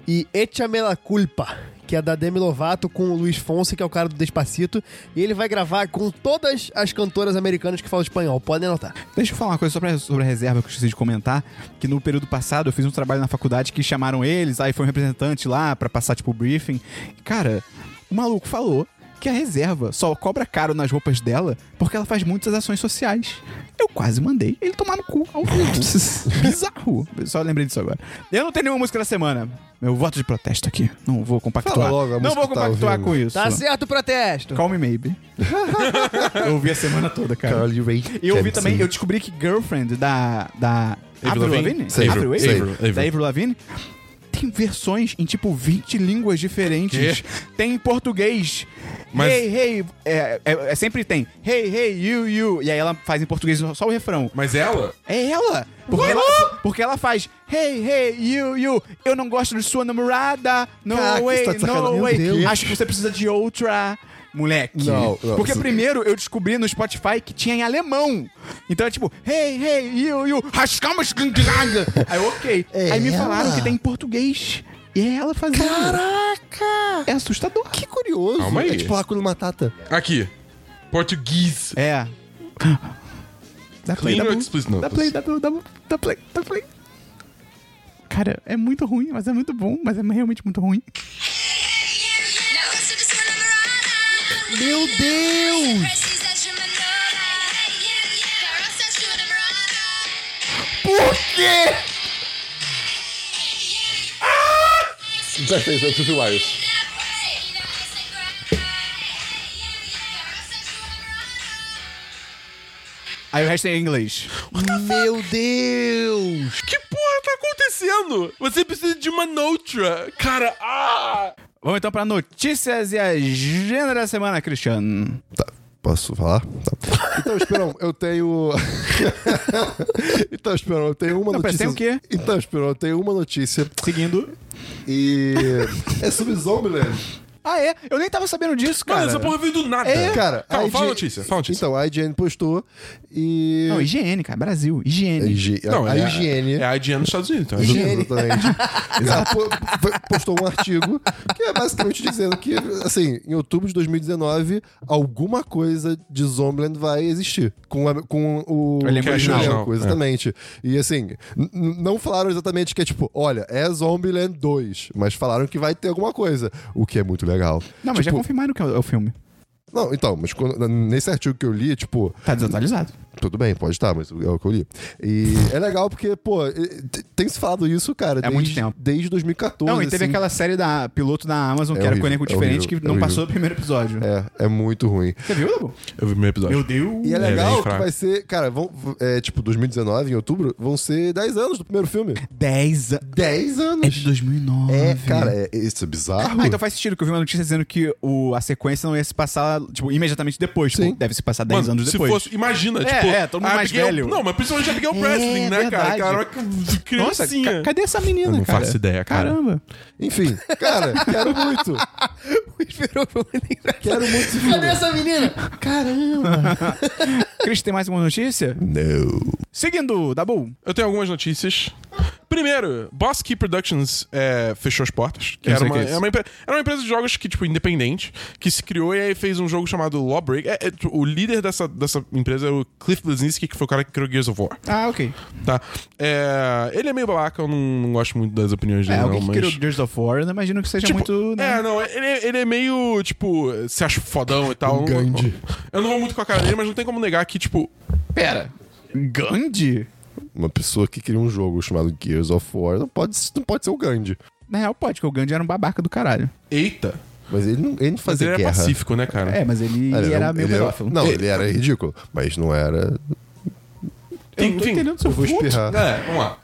Speaker 4: E Echamela Culpa, que é da Demi Lovato com o Luiz Fonse, que é o cara do Despacito. E ele vai gravar com todas as cantoras americanas que falam espanhol. Podem anotar.
Speaker 1: Deixa eu falar uma coisa só pra- sobre a reserva que eu esqueci de comentar. Que no período passado eu fiz um trabalho na faculdade que chamaram eles, aí foi um representante lá pra passar, tipo, o briefing. E, cara, o maluco falou que a reserva só cobra caro nas roupas dela porque ela faz muitas ações sociais. Eu quase mandei ele tomar no cu ao
Speaker 2: *laughs*
Speaker 1: vivo. Bizarro. Eu só lembrei disso agora. Eu não tenho nenhuma música da semana. Meu voto de protesto aqui. Não vou compactuar.
Speaker 2: Fala logo a
Speaker 1: não
Speaker 2: música
Speaker 1: vou
Speaker 2: que tá
Speaker 1: compactuar
Speaker 2: ouvindo.
Speaker 1: com isso.
Speaker 4: Tá certo o protesto!
Speaker 1: Calm me
Speaker 2: *laughs*
Speaker 1: maybe. eu ouvi a semana toda, cara.
Speaker 2: Carly Rae
Speaker 1: é E eu vi
Speaker 2: Jepsen.
Speaker 1: também, eu descobri que Girlfriend da. Da.
Speaker 3: Avril Lavigne?
Speaker 1: Avril
Speaker 2: Avril,
Speaker 1: Lavigne?
Speaker 2: Avril,
Speaker 3: Avril.
Speaker 1: Da Avril Lavigne? Tem versões em tipo 20 línguas diferentes. Tem em português.
Speaker 3: Mas-
Speaker 1: Hey, hey. É, é- é- sempre tem. Hey, hey, you, you. E aí ela faz em português só o refrão.
Speaker 3: Mas ela.
Speaker 1: É ela! Porque, ela, porque ela faz Hey, hey, you, you, eu não gosto de sua namorada, no
Speaker 2: Caraca,
Speaker 1: way,
Speaker 2: você tá de sacanagem.
Speaker 1: no
Speaker 2: Meu
Speaker 1: way,
Speaker 2: Deus.
Speaker 1: acho que você precisa de outra. Moleque.
Speaker 2: Não, não.
Speaker 1: Porque primeiro eu descobri no Spotify que tinha em alemão. Então é tipo, hey, hey, you, you, rascamos. Aí, ok.
Speaker 2: É
Speaker 1: Aí me
Speaker 2: ela?
Speaker 1: falaram que tem em português. E é ela fazendo.
Speaker 2: Caraca!
Speaker 1: É assustador.
Speaker 2: Que curioso.
Speaker 3: Calma aí.
Speaker 2: É tipo Hakuna Matata.
Speaker 3: Aqui. Português.
Speaker 1: É. Dá play, dá
Speaker 3: Clean or
Speaker 1: play.
Speaker 3: explicit? Não,
Speaker 1: Dá play, dá play, dá play, dá play, dá play. Cara, é muito ruim, mas é muito bom, mas é realmente muito ruim.
Speaker 4: Meu Deus!
Speaker 1: Por quê? Aí o resto é em inglês.
Speaker 4: Meu Deus!
Speaker 3: Que porra tá acontecendo? Você precisa de uma Noutra. Cara, ah!
Speaker 1: Vamos então pra notícias e agenda da semana, Christian.
Speaker 2: Posso falar? Tá. Então, Esperão, eu tenho. *laughs* então, Esperão, eu tenho uma
Speaker 1: Não, pera,
Speaker 2: notícia.
Speaker 1: tem o quê?
Speaker 2: Então, Esperão, eu tenho uma notícia
Speaker 1: Seguindo.
Speaker 2: e. é sobre Zombieland.
Speaker 1: Ah, é? Eu nem tava sabendo disso, cara.
Speaker 3: Mano, essa porra veio do nada.
Speaker 2: É. Cara,
Speaker 3: Calma,
Speaker 2: a
Speaker 3: É. fala a
Speaker 2: IGN
Speaker 3: notícia, fala a notícia.
Speaker 2: Então, a IGN postou e.
Speaker 1: Não, higiene, cara. Brasil, higiene.
Speaker 2: IG...
Speaker 3: Não,
Speaker 2: então, a
Speaker 3: é,
Speaker 2: IGN.
Speaker 3: É a IGN dos Estados Unidos, então.
Speaker 2: Exatamente.
Speaker 3: *laughs*
Speaker 2: Ela po- po- postou um artigo que é basicamente dizendo que, assim, em outubro de 2019, alguma coisa de Zombieland vai existir. Com, a- com o
Speaker 1: O
Speaker 3: é
Speaker 1: elenco
Speaker 2: o
Speaker 1: original.
Speaker 2: elenco, exatamente. E assim, n- n- não falaram exatamente que é tipo, olha, é Zombieland 2, mas falaram que vai ter alguma coisa, o que é muito legal.
Speaker 1: Não, mas já
Speaker 2: Tipo,
Speaker 1: confirmaram que é o é o filme.
Speaker 2: Não, então, mas quando- nesse artigo que eu li, tipo,
Speaker 1: Tá desatualizado.
Speaker 2: tudo bem, pode estar, mas é o que eu li. E é legal porque, pô, eh, t- tem se falado isso, cara, desde,
Speaker 1: É muito tempo.
Speaker 2: desde 2014.
Speaker 1: Não, e teve
Speaker 2: assim.
Speaker 1: aquela série da piloto da Amazon,
Speaker 2: É
Speaker 1: que era com
Speaker 2: horrível,
Speaker 1: elenco
Speaker 2: é
Speaker 1: diferente,
Speaker 2: horrível,
Speaker 1: que
Speaker 2: é
Speaker 1: não
Speaker 2: horrível.
Speaker 1: passou do primeiro episódio.
Speaker 2: É, é muito ruim.
Speaker 1: Você viu, Lobo?
Speaker 3: Eu vi o meu episódio.
Speaker 1: Meu Deus.
Speaker 2: E é
Speaker 3: Uhum. bem
Speaker 2: legal que
Speaker 3: fraco.
Speaker 2: vai ser, cara, vão, é, tipo, 2019, em outubro, vão ser 10 anos do primeiro filme.
Speaker 1: 10 anos.
Speaker 2: 10
Speaker 1: É de
Speaker 2: anos!
Speaker 1: 2009.
Speaker 2: É, cara, é, isso é bizarro.
Speaker 1: Ah, então faz sentido, que eu vi uma notícia dizendo que o, a sequência não ia se passar, tipo, imediatamente depois. Tipo,
Speaker 2: Sim.
Speaker 1: deve se passar 10 anos depois.
Speaker 3: Se fosse, imagina,
Speaker 1: É,
Speaker 3: tipo.
Speaker 1: é, todo mundo
Speaker 3: a
Speaker 1: mais
Speaker 3: Abigail-
Speaker 1: velho.
Speaker 3: Não, mas principalmente a Abigail
Speaker 1: É,
Speaker 3: Breslin, né, cara?
Speaker 1: verdade.
Speaker 3: Caraca,
Speaker 1: Nossa,
Speaker 3: criancinha.
Speaker 1: ca- cadê essa menina,
Speaker 3: Eu não
Speaker 1: cara?
Speaker 3: faço ideia, cara.
Speaker 1: Caramba.
Speaker 2: Enfim, cara, quero muito.
Speaker 4: *laughs* Esperou pra mim.
Speaker 2: Quero muito esse
Speaker 4: Cadê
Speaker 2: filme.
Speaker 4: essa menina? Caramba!
Speaker 3: *laughs*
Speaker 1: Cris, tem mais alguma notícia?
Speaker 2: Não.
Speaker 1: Seguindo, Dabu.
Speaker 3: Eu tenho algumas notícias. Primeiro, Boss Key Productions é, fechou as portas. Que
Speaker 1: Eu
Speaker 3: era,
Speaker 1: sei
Speaker 3: uma,
Speaker 1: que é isso.
Speaker 3: é uma empre- era uma empresa de jogos que, tipo, independente, que se criou e aí fez um jogo chamado Lawbreak. É, é, tipo, o líder dessa, dessa empresa é o Cliff Blazinski, que foi o cara que criou Gears of War.
Speaker 1: Ah, ok.
Speaker 3: Tá? É, ele é meio babaca, eu não, não gosto muito das opiniões
Speaker 1: É,
Speaker 3: dele,
Speaker 1: alguém
Speaker 3: não,
Speaker 1: que
Speaker 3: mas...
Speaker 1: criou Gears of War, eu não imagino que seja
Speaker 3: Tipo,
Speaker 1: muito. né?
Speaker 3: É, não, ele, é- ele é meio, tipo, se acha fodão e
Speaker 1: Um
Speaker 3: tal.
Speaker 2: Gandhi.
Speaker 3: Eu não vou muito com a cara dele, mas não tem como negar que, tipo,
Speaker 1: Pera. Gandhi?
Speaker 2: Uma pessoa que cria um jogo chamado Gears of War não pode, não pode ser o Gandhi.
Speaker 1: Na real, pode, porque o Gandhi era um babaca do caralho.
Speaker 3: eita.
Speaker 2: Mas ele não, ele não
Speaker 3: Mas ele
Speaker 2: fazia
Speaker 3: era
Speaker 2: guerra.
Speaker 3: pacífico, né, cara?
Speaker 1: É, mas ele,
Speaker 2: Ah,
Speaker 1: era
Speaker 2: não-
Speaker 1: meio
Speaker 2: ele
Speaker 1: pedófilo.
Speaker 2: Não, ele era ridículo, mas não era.
Speaker 1: eu
Speaker 3: um-
Speaker 1: não tô entendendo seu
Speaker 2: Eu vou
Speaker 1: ponto.
Speaker 2: espirrar.
Speaker 3: É, vamos lá.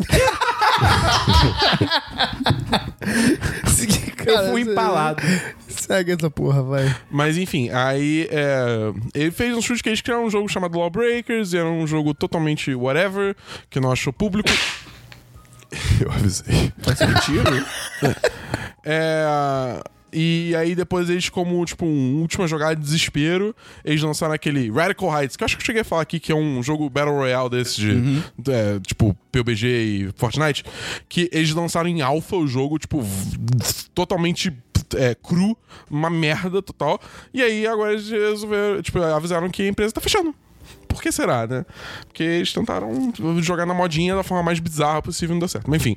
Speaker 1: Eu fui empalado.
Speaker 4: Segue essa porra, vai.
Speaker 3: Mas enfim, aí é, ele fez um chute que eles criaram um jogo chamado Lawbreakers, e era um jogo totalmente whatever, que não achou público. *laughs*
Speaker 2: Eu avisei.
Speaker 3: É, E aí depois eles, como, tipo, um última jogada de desespero, eles lançaram aquele Radical Heights, que eu acho que eu cheguei a falar aqui, que é um jogo Battle Royale desse de, é, tipo, PUBG e Fortnite, que eles lançaram em alpha o jogo, tipo, v- totalmente é, cru, uma merda total. E aí agora eles resolveram, tipo, avisaram que a empresa tá fechando. Por que será, né? Porque eles tentaram jogar na modinha da forma mais bizarra possível e não deu certo. Mas enfim.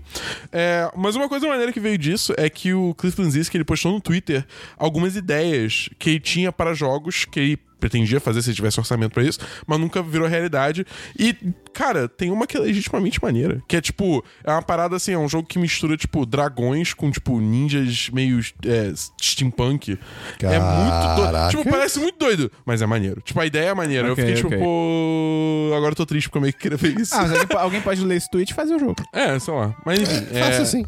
Speaker 3: É, mas uma coisa maneira que veio disso é que o Cliff Blazinski, ele postou no Twitter algumas ideias que ele tinha para jogos que ele pretendia fazer se tivesse orçamento pra isso, mas nunca virou realidade. E, cara, tem uma que é legitimamente maneira, que é tipo, é uma parada assim, é um jogo que mistura tipo dragões com tipo ninjas meio é, steampunk. É muito doido.
Speaker 2: Caraca.
Speaker 3: Tipo, parece muito doido, mas é maneiro. Tipo, a ideia é maneira.
Speaker 1: Ok,
Speaker 3: eu fiquei
Speaker 1: ok.
Speaker 3: tipo, pô, agora eu tô triste porque eu meio que queria ver isso.
Speaker 1: Ah, mas alguém, alguém pode ler esse tweet e fazer o jogo.
Speaker 3: *laughs* É, sei lá. Mas enfim, é,
Speaker 2: Faça assim.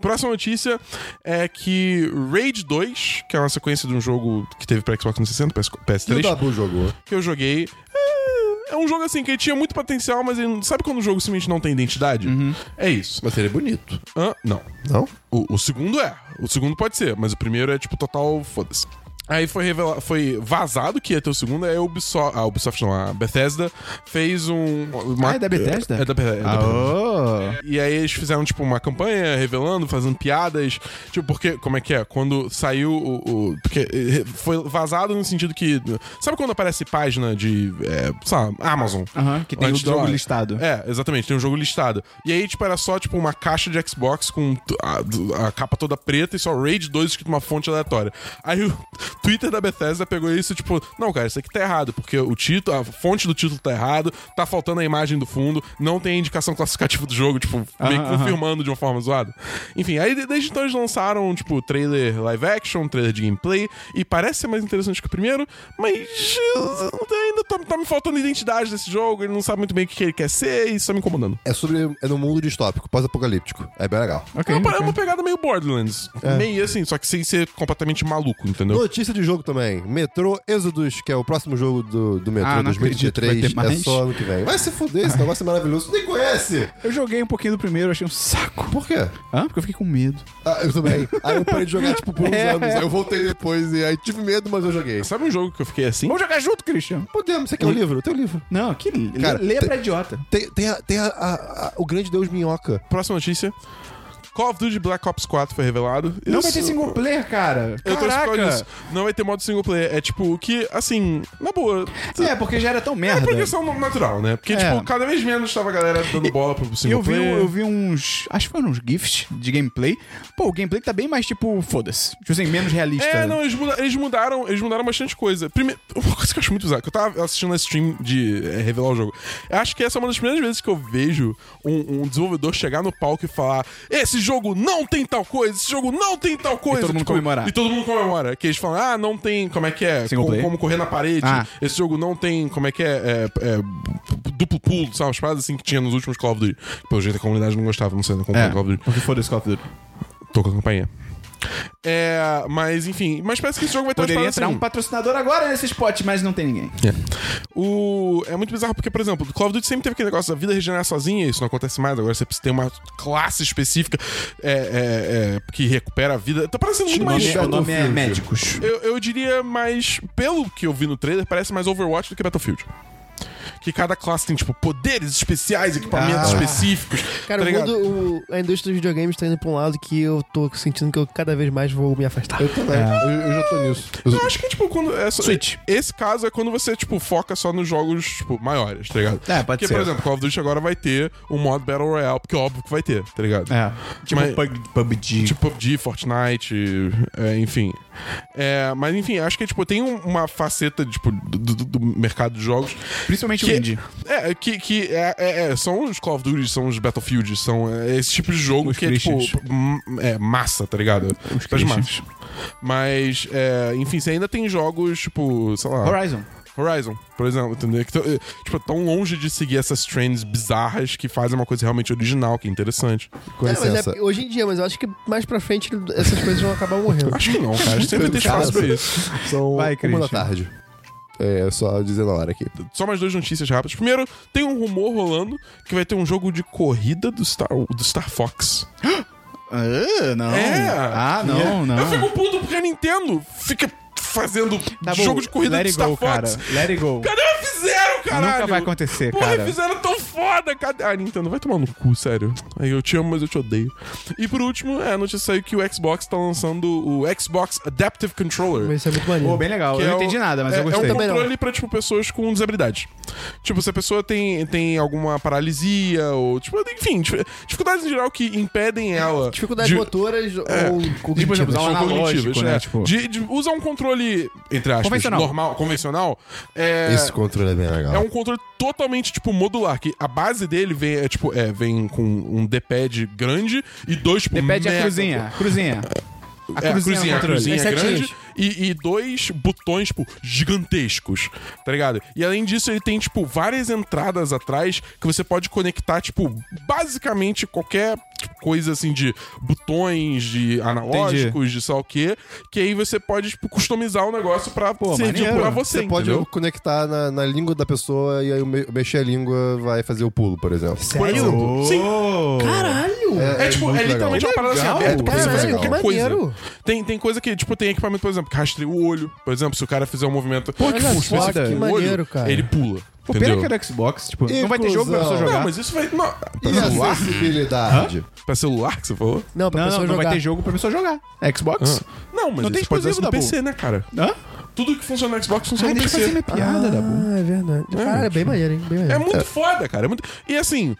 Speaker 3: Próxima notícia é que Raid 2, que é uma sequência de um jogo que teve pra Xbox 360, PS-
Speaker 2: E o
Speaker 3: PS3,
Speaker 2: Dabu jogou.
Speaker 3: que eu joguei. É, é um jogo assim que ele tinha muito potencial, mas ele não- sabe quando o jogo simplesmente não tem identidade? É isso.
Speaker 2: Mas ele é bonito.
Speaker 3: Hã? não.
Speaker 2: Não?
Speaker 3: O, o segundo é. O segundo pode ser, mas o primeiro é, tipo, total foda-se. Aí foi, revela- foi vazado que ia ter o segundo, aí a Ubisoft, a Ubisoft não, a Bethesda fez um... uma-
Speaker 1: Ah, é da Bethesda? Ah,
Speaker 3: É da Bethesda.
Speaker 2: Ah,
Speaker 3: é da Bethesda.
Speaker 1: Aô.
Speaker 3: E aí eles fizeram, tipo, uma campanha revelando, fazendo piadas. Tipo, porque, como é que é? Quando saiu o. o- porque eh, foi vazado no sentido que. Sabe quando aparece página de. É, sei lá, Amazon?
Speaker 1: Aham, que tem
Speaker 3: Antes
Speaker 1: o
Speaker 3: de
Speaker 1: jogo
Speaker 3: lá.
Speaker 1: listado.
Speaker 3: É, exatamente, tem um jogo listado. E aí, tipo, era só, tipo, uma caixa de Xbox com t- a, a capa toda preta e só Raid 2 escrito uma fonte aleatória. Aí o *laughs* Twitter da Bethesda pegou isso, tipo, não, cara, isso aqui tá errado, porque o título, a fonte do título tá errado, tá faltando a imagem do fundo, não tem a indicação classificativa do jogo, tipo, meio que
Speaker 1: Aham, aham.
Speaker 3: confirmando de uma forma zoada. Enfim, aí de- desde então eles lançaram, tipo, trailer live action, trailer de gameplay, e parece ser mais interessante que o primeiro, mas eh, ainda tá, tá me faltando identidade desse jogo, ele não sabe muito bem o que que ele quer ser, e isso tá me incomodando.
Speaker 2: É sobre. É no mundo distópico, pós-apocalíptico. É bem legal.
Speaker 1: Ok. É.
Speaker 3: É uma, é uma pegada meio Borderlands. Meio assim, só que sem ser completamente maluco, entendeu?
Speaker 2: Notícia de jogo também. Metrô Exodus, que é o próximo jogo do, do Metrô
Speaker 1: Ah, não acredito, vai ter
Speaker 2: 2023.
Speaker 1: mais?
Speaker 2: É só ano que vem. Vai se fuder, esse negócio é maravilhoso. Nem conhece!
Speaker 1: Eu joguei um pouquinho do primeiro, achei um saco.
Speaker 2: Por quê?
Speaker 1: Hã? Porque eu fiquei com medo.
Speaker 2: Ah, eu também. Aí eu parei de jogar, tipo, por uns
Speaker 1: É.
Speaker 2: anos. Aí eu voltei depois e aí tive medo, mas eu joguei.
Speaker 3: Sabe um jogo que eu fiquei assim?
Speaker 1: Vamos jogar junto, Christian.
Speaker 2: Podemos, você quer o livro? Tem o livro.
Speaker 1: Não, que li-
Speaker 2: Cara,
Speaker 1: lê
Speaker 2: tem-
Speaker 1: pra idiota.
Speaker 2: Tem, tem, a- tem a- a- a- o grande deus minhoca.
Speaker 3: Próxima notícia. Call of Duty Black Ops 4 foi revelado.
Speaker 1: Não
Speaker 3: Isso-
Speaker 1: vai ter single player, cara.
Speaker 3: Eu tô
Speaker 1: Caraca.
Speaker 3: isso. Não vai ter modo single player. É tipo, o que, assim, na boa.
Speaker 1: É, porque já era tão
Speaker 3: É
Speaker 1: merda.
Speaker 3: progressão natural, né? Porque,
Speaker 1: É.
Speaker 3: tipo, cada vez menos tava a galera dando bola pro single
Speaker 1: eu vi, um-
Speaker 3: player.
Speaker 1: eu vi uns. Acho que foram uns GIFs de gameplay. Pô, o gameplay tá bem mais tipo, foda-se. Tipo assim, menos realista.
Speaker 3: É, não, eles, muda- eles mudaram, eles mudaram bastante coisa. Primeiro, uma coisa que eu acho muito bizarro, que eu tava assistindo a stream de é, revelar o jogo. Eu acho que essa é uma das primeiras vezes que eu vejo um, um desenvolvedor chegar no palco e falar: esse jogo não tem tal coisa, esse jogo não tem tal coisa. tipo,
Speaker 1: todo mundo comemorar.
Speaker 3: E todo mundo comemora. Que eles falam, ah, não tem. Como é que é?
Speaker 1: Single
Speaker 3: Co-
Speaker 1: player?
Speaker 3: Como correr na parede.
Speaker 1: Ah.
Speaker 3: Esse jogo não tem. Como é que é? é, é, duplo pulo, sabe? As paradas assim que tinha nos últimos Call of Duty. Pelo jeito a comunidade não gostava, não sei, não acompanha
Speaker 1: É,
Speaker 3: Call of Duty.
Speaker 1: porque foda-se Call of Duty.
Speaker 3: Tô com a campainha. É, mas enfim, mas parece que esse jogo vai ter umas
Speaker 1: Poderia
Speaker 3: paradas
Speaker 1: entrar
Speaker 3: assim.
Speaker 1: um patrocinador agora nesse spot, mas não tem ninguém.
Speaker 3: O... É muito bizarro porque, por exemplo, do Call of Duty sempre teve aquele negócio da vida regenerar sozinha, isso não acontece mais. Agora você precisa ter uma classe específica é, é, é, que recupera a vida. Tá parecendo muito
Speaker 1: O nome,
Speaker 3: mais.
Speaker 1: é- o nome é
Speaker 2: Battlefield.
Speaker 1: Médicos.
Speaker 3: Eu, eu diria mais. Pelo que eu vi no trailer, parece mais Overwatch do que Battlefield. Que cada classe tem, tipo, poderes especiais, equipamentos
Speaker 2: Ah.
Speaker 3: específicos.
Speaker 4: Cara,
Speaker 3: tá
Speaker 4: o
Speaker 3: ligado?
Speaker 4: mundo, o- a indústria dos videogames tá indo pra um lado que eu tô sentindo que eu cada vez mais vou me afastar.
Speaker 2: Eu também. É. Eu, eu já tô nisso. Eu-
Speaker 3: Eu acho que, tipo, quando. É só- Esse caso é quando você, tipo, foca só nos jogos, tipo, maiores, tá ligado?
Speaker 1: É, pode
Speaker 3: porque,
Speaker 1: ser.
Speaker 3: por exemplo, Call of Duty agora vai ter um modo Battle Royale, porque óbvio que vai ter, tá ligado?
Speaker 1: É. Tipo
Speaker 3: Mas-
Speaker 1: Pug- PUBG.
Speaker 3: Tipo PUBG, Fortnite, é, enfim. É, mas enfim, acho que tipo, tem um- uma faceta tipo, do, do- do mercado de jogos.
Speaker 1: principalmente o
Speaker 3: Que,
Speaker 1: Indie.
Speaker 3: é, que, que é- é- é, são os Call of Duty, são os Battlefield, são é, esse tipo de jogo
Speaker 1: Os
Speaker 3: que é, tipo,
Speaker 1: Christians.
Speaker 3: m- é massa, tá ligado? Os
Speaker 1: Christians.
Speaker 3: Mas, é, enfim, você ainda tem jogos, tipo, sei lá.
Speaker 1: Horizon.
Speaker 3: Horizon, por exemplo, entendeu? Que tão, eh, tipo, tão longe de seguir essas trends bizarras que fazem uma coisa realmente original, que é interessante.
Speaker 2: Com
Speaker 4: É, mas
Speaker 2: licença.
Speaker 4: é hoje em dia, mas eu acho que mais pra frente essas coisas vão
Speaker 3: *laughs*
Speaker 4: acabar morrendo.
Speaker 3: Acho que não, cara. Sempre tem espaço pra isso.
Speaker 2: São
Speaker 1: Vai,
Speaker 2: uma
Speaker 1: Christian.
Speaker 2: da tarde. É, só dizendo a hora aqui.
Speaker 3: Só mais duas notícias rápidas. Primeiro, tem um rumor rolando que vai ter um jogo de corrida do Star, do Star Fox.
Speaker 1: Ah, não.
Speaker 3: É.
Speaker 1: Ah, não, não.
Speaker 3: Eu fico puto porque a Nintendo fica fazendo
Speaker 1: Tá bom,
Speaker 3: jogo de corrida
Speaker 1: let
Speaker 3: do
Speaker 1: it
Speaker 3: Star
Speaker 1: go,
Speaker 3: Fox.
Speaker 1: cara. Let it go.
Speaker 3: Cadê o F-Zero, caralho?
Speaker 1: Nunca vai acontecer,
Speaker 3: Porra,
Speaker 1: cara.
Speaker 3: fizeram tão foda, cadê? Ah, Nintendo, vai tomar no cu, sério. Aí eu te amo, mas eu te odeio. E por último, é, a notícia saiu que o Xbox tá lançando o Xbox Adaptive
Speaker 4: Vai
Speaker 3: Controller.
Speaker 4: ser muito
Speaker 1: Pô,
Speaker 4: maneiro.
Speaker 1: bem legal.
Speaker 3: que
Speaker 1: eu
Speaker 3: é
Speaker 1: não
Speaker 3: o-
Speaker 1: entendi nada, mas
Speaker 3: é,
Speaker 1: eu gostei.
Speaker 3: É um
Speaker 4: Também não.
Speaker 3: controle pra, tipo, pessoas com desabilidade. Tipo, se a pessoa tem, tem alguma paralisia ou, tipo, enfim, dif- dificuldades em geral que
Speaker 1: *laughs*
Speaker 3: impedem ela...
Speaker 4: Dificuldades
Speaker 3: de-
Speaker 4: motoras ou
Speaker 1: Tipo, já
Speaker 4: cognitivas.
Speaker 1: usar um
Speaker 3: são
Speaker 1: analógico,
Speaker 3: cognitivas,
Speaker 1: né?
Speaker 3: é.
Speaker 1: Tipo-
Speaker 3: De, de usar um controle, entre aspas,
Speaker 1: Convencional.
Speaker 3: normal, convencional, é,
Speaker 2: Esse controle é bem legal.
Speaker 3: é um controle totalmente, tipo, modular. Que a base dele vem, é, tipo, é, vem com um D-pad grande e dois, tipo,
Speaker 1: Depende da
Speaker 3: mega-
Speaker 1: é cruzinha. Cruzinha. A
Speaker 3: É, a cruzinha,
Speaker 1: no
Speaker 3: a
Speaker 1: controle.
Speaker 3: cruzinha
Speaker 4: Tem
Speaker 3: grande
Speaker 4: setinhas.
Speaker 3: e, e dois botões, tipo, gigantescos, tá ligado? E além disso, ele tem, tipo, várias entradas atrás que você pode conectar, tipo, basicamente qualquer tipo, coisa, assim, de botões, de analógicos, de sei lá o quê, que aí você pode, tipo, customizar o negócio pra
Speaker 1: Pô,
Speaker 3: servir
Speaker 1: maneiro.
Speaker 3: pra você,
Speaker 2: Você pode
Speaker 3: entendeu?
Speaker 2: conectar na, na língua da pessoa e aí o me- mexer a língua vai fazer o pulo, por exemplo.
Speaker 4: Sério?
Speaker 1: Oh.
Speaker 3: Sim.
Speaker 4: Caralho!
Speaker 3: É, tipo,
Speaker 2: muito
Speaker 3: é
Speaker 2: legal. é
Speaker 3: literalmente uma parada assim,
Speaker 1: Legal.
Speaker 3: aberta pra você
Speaker 2: Caralho,
Speaker 3: fazer
Speaker 2: que
Speaker 3: qualquer coisa.
Speaker 4: maneiro.
Speaker 3: Tem, tem coisa que, tipo, tem equipamento, por exemplo, que rastreia o olho. Por exemplo, se o cara fizer um movimento
Speaker 1: Pô, que
Speaker 3: tipo,
Speaker 1: foda.
Speaker 3: específico
Speaker 1: Que
Speaker 3: no
Speaker 4: maneiro,
Speaker 3: olho,
Speaker 4: cara.
Speaker 3: ele pula.
Speaker 1: Pô, pena
Speaker 3: entendeu?
Speaker 1: é que era do Xbox. Tipo, não vai ter
Speaker 2: Inclusão.
Speaker 1: jogo pra pessoa jogar.
Speaker 3: Não, mas é isso vai... Não, pra
Speaker 2: E
Speaker 3: celular?
Speaker 2: acessibilidade?
Speaker 3: Pra celular que você falou?
Speaker 4: Não, pra
Speaker 1: Não, não,
Speaker 4: pessoa
Speaker 1: não
Speaker 4: jogar.
Speaker 1: vai ter jogo pra pessoa jogar. É Xbox?
Speaker 3: Não, mas
Speaker 1: Não tem
Speaker 3: isso pode usar
Speaker 1: exclusivo, Dabu.
Speaker 3: no PC, né, cara?
Speaker 1: Hã?
Speaker 3: Tudo que funciona no Xbox funciona
Speaker 1: Ai,
Speaker 3: no
Speaker 1: deixa eu fazer
Speaker 3: PC.
Speaker 1: minha piada, da boa.
Speaker 4: Ah, é verdade. Caralho, é bem maneiro, hein? Bem
Speaker 3: É
Speaker 4: maneiro.
Speaker 3: muito foda, cara. É muito... E assim,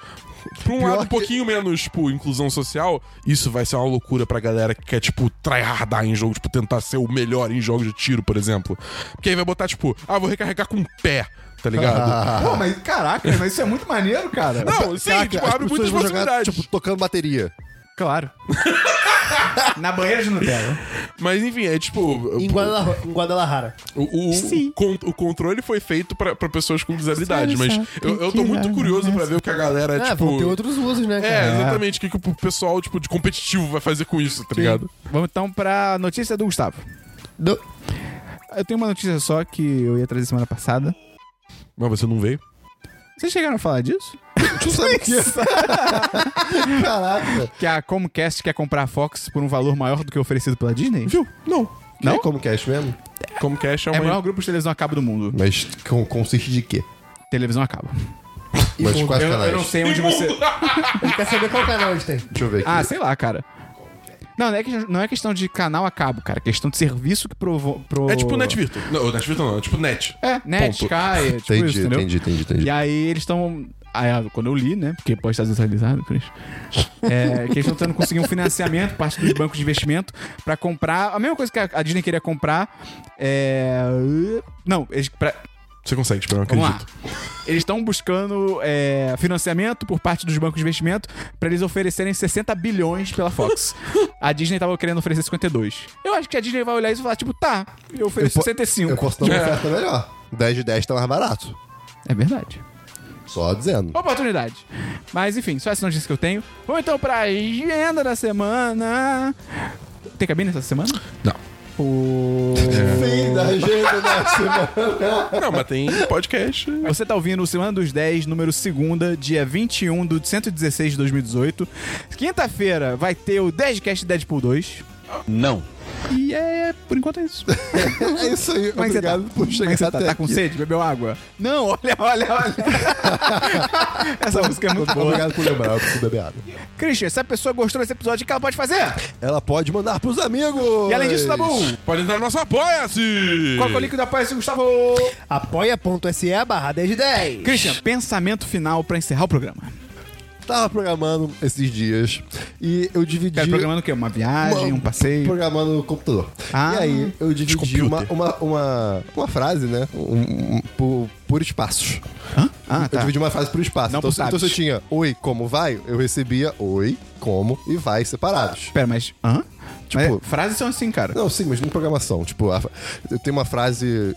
Speaker 3: pra um
Speaker 2: Pior
Speaker 3: lado um
Speaker 2: que-
Speaker 3: pouquinho menos, tipo, inclusão social, isso vai ser uma loucura pra galera que quer, tipo, tryhardar em jogo, tipo, tentar ser o melhor em jogos de tiro, por exemplo. Porque aí vai botar, tipo, ah, vou recarregar com o pé,
Speaker 2: Ah,
Speaker 3: tá ligado?
Speaker 1: Pô, mas caraca, mas isso é muito maneiro, cara.
Speaker 3: Não, sim,
Speaker 2: Caraca,
Speaker 3: tipo,
Speaker 2: as
Speaker 3: abre muitas
Speaker 2: pessoas vão jogar,
Speaker 3: possibilidades.
Speaker 2: Tipo, tocando bateria.
Speaker 1: Claro. Na banheira de Nutella.
Speaker 3: Mas enfim, é tipo.
Speaker 4: Em Guadalajara. Em Guadalajara.
Speaker 3: O, o- o con- o controle foi feito pra, pra pessoas com
Speaker 1: Olha
Speaker 3: desabilidade, mas
Speaker 1: só, tem
Speaker 3: eu, eu
Speaker 1: que
Speaker 3: tô muito
Speaker 1: olhar
Speaker 3: curioso pra ver o que a galera,
Speaker 4: Ah,
Speaker 3: tipo.
Speaker 4: vão ter outros usos, né, cara?
Speaker 3: É, exatamente, o que, que o pessoal, tipo, de competitivo vai fazer com isso, tá ligado?
Speaker 1: Vamos então pra notícia do Gustavo.
Speaker 4: Do-
Speaker 1: Eu tenho uma notícia só que eu ia trazer semana passada.
Speaker 3: Mas você não veio?
Speaker 1: Vocês chegaram a falar disso?
Speaker 2: Tu sabe disso.
Speaker 4: *laughs*
Speaker 2: Caraca.
Speaker 1: Que a Comcast quer comprar a Fox por um valor maior do que oferecido pela Disney?
Speaker 3: Viu? Não.
Speaker 1: Não?
Speaker 2: É como cash mesmo?
Speaker 3: Comcast é
Speaker 1: É o
Speaker 3: uma.
Speaker 1: maior grupo de televisão a cabo do mundo.
Speaker 2: Mas com, consiste de quê?
Speaker 1: Televisão a cabo.
Speaker 2: Mas
Speaker 4: com-
Speaker 2: quais
Speaker 1: Eu,
Speaker 2: canais?
Speaker 1: eu não sei onde você.
Speaker 4: Ele quer saber qual canal a gente tem.
Speaker 2: Deixa eu ver aqui.
Speaker 1: Ah, sei lá, cara. Não, não é, que- não é questão de canal a cabo, cara. É questão de serviço que provo, pro...
Speaker 3: É tipo Net Virtual. Não, Net Virtual não, é tipo Net.
Speaker 1: É, net,
Speaker 3: Ponto.
Speaker 1: Sky, é tipo isso,
Speaker 2: entendi,
Speaker 1: entendeu?
Speaker 2: entendi, entendi, entendi.
Speaker 1: E aí eles estão. Aí, ah, quando eu li, né? Porque pode estar desatualizado, por isso. É, que eles estão tentando conseguir um financiamento, parte dos bancos de investimento, pra comprar. A mesma coisa que a a Disney queria comprar. É. Não, eles. pra-
Speaker 3: Você consegue, tipo, eu não
Speaker 1: Vamos lá.
Speaker 3: acredito.
Speaker 1: Eles estão buscando é, financiamento por parte dos bancos de investimento pra eles oferecerem 60 bilhões pela Fox. A Disney tava querendo oferecer 52. Eu acho que a Disney vai olhar isso e falar, tipo, tá, eu ofereço
Speaker 2: po-
Speaker 1: 65.
Speaker 2: Eu posso dar uma
Speaker 3: É.
Speaker 2: oferta melhor. 10 de 10 tá mais barato.
Speaker 1: É verdade.
Speaker 2: Só dizendo.
Speaker 1: oportunidade. Mas enfim, só essa notícia que eu tenho. Vamos então pra agenda da semana. Tem cabine essa semana?
Speaker 3: Não.
Speaker 1: O...
Speaker 2: Fim da agenda
Speaker 1: *laughs*
Speaker 2: da semana.
Speaker 3: Não, mas tem podcast.
Speaker 1: Você tá ouvindo o Semana dos 10, número segunda, dia 21 do 116 de 2018. Quinta-feira vai ter o 10cast Deadpool 2.
Speaker 5: Não.
Speaker 1: E é, por enquanto é *laughs* isso.
Speaker 2: É isso aí.
Speaker 1: Como é que você tá?
Speaker 2: Obrigado por
Speaker 1: Como é
Speaker 2: chegar
Speaker 1: que você tá?
Speaker 2: até
Speaker 1: Tá com
Speaker 2: aqui.
Speaker 1: sede? Bebeu água? Não, olha, olha, *laughs* olha. Essa música é muito boa.
Speaker 2: Obrigado por lembrar, eu preciso beber água.
Speaker 1: Christian, se a pessoa gostou desse episódio, o que ela pode fazer?
Speaker 2: Ela pode mandar pros amigos.
Speaker 1: E além disso, tá bom.
Speaker 3: Pode entrar no nosso Apoia-se!
Speaker 1: Qual que é o link da Apoia-se, Gustavo?
Speaker 4: apoia.se barra 10 de 10.
Speaker 1: Christian, pensamento final pra encerrar o programa.
Speaker 2: Tava programando esses dias e eu dividi...
Speaker 1: Cara, programando o quê? Uma viagem,
Speaker 2: Uma-
Speaker 1: um passeio?
Speaker 2: programando no computador.
Speaker 1: Ah.
Speaker 2: e aí eu dividi
Speaker 3: De
Speaker 2: uma,
Speaker 3: computer.
Speaker 2: uma, uma, uma frase, né? Um- um- por, por espaços.
Speaker 1: Hã? Ah,
Speaker 2: Eu
Speaker 1: tá.
Speaker 2: dividi uma frase por espaço.
Speaker 1: Não
Speaker 2: então,
Speaker 1: por
Speaker 2: se- então se eu
Speaker 1: tabs.
Speaker 2: tinha oi, como vai, eu recebia oi, como e vai separados.
Speaker 1: Pera, mas... Hã?
Speaker 2: Tipo-
Speaker 1: Mas frases são assim, cara.
Speaker 2: Não, sim, mas em programação. Tipo, a- eu tenho uma frase.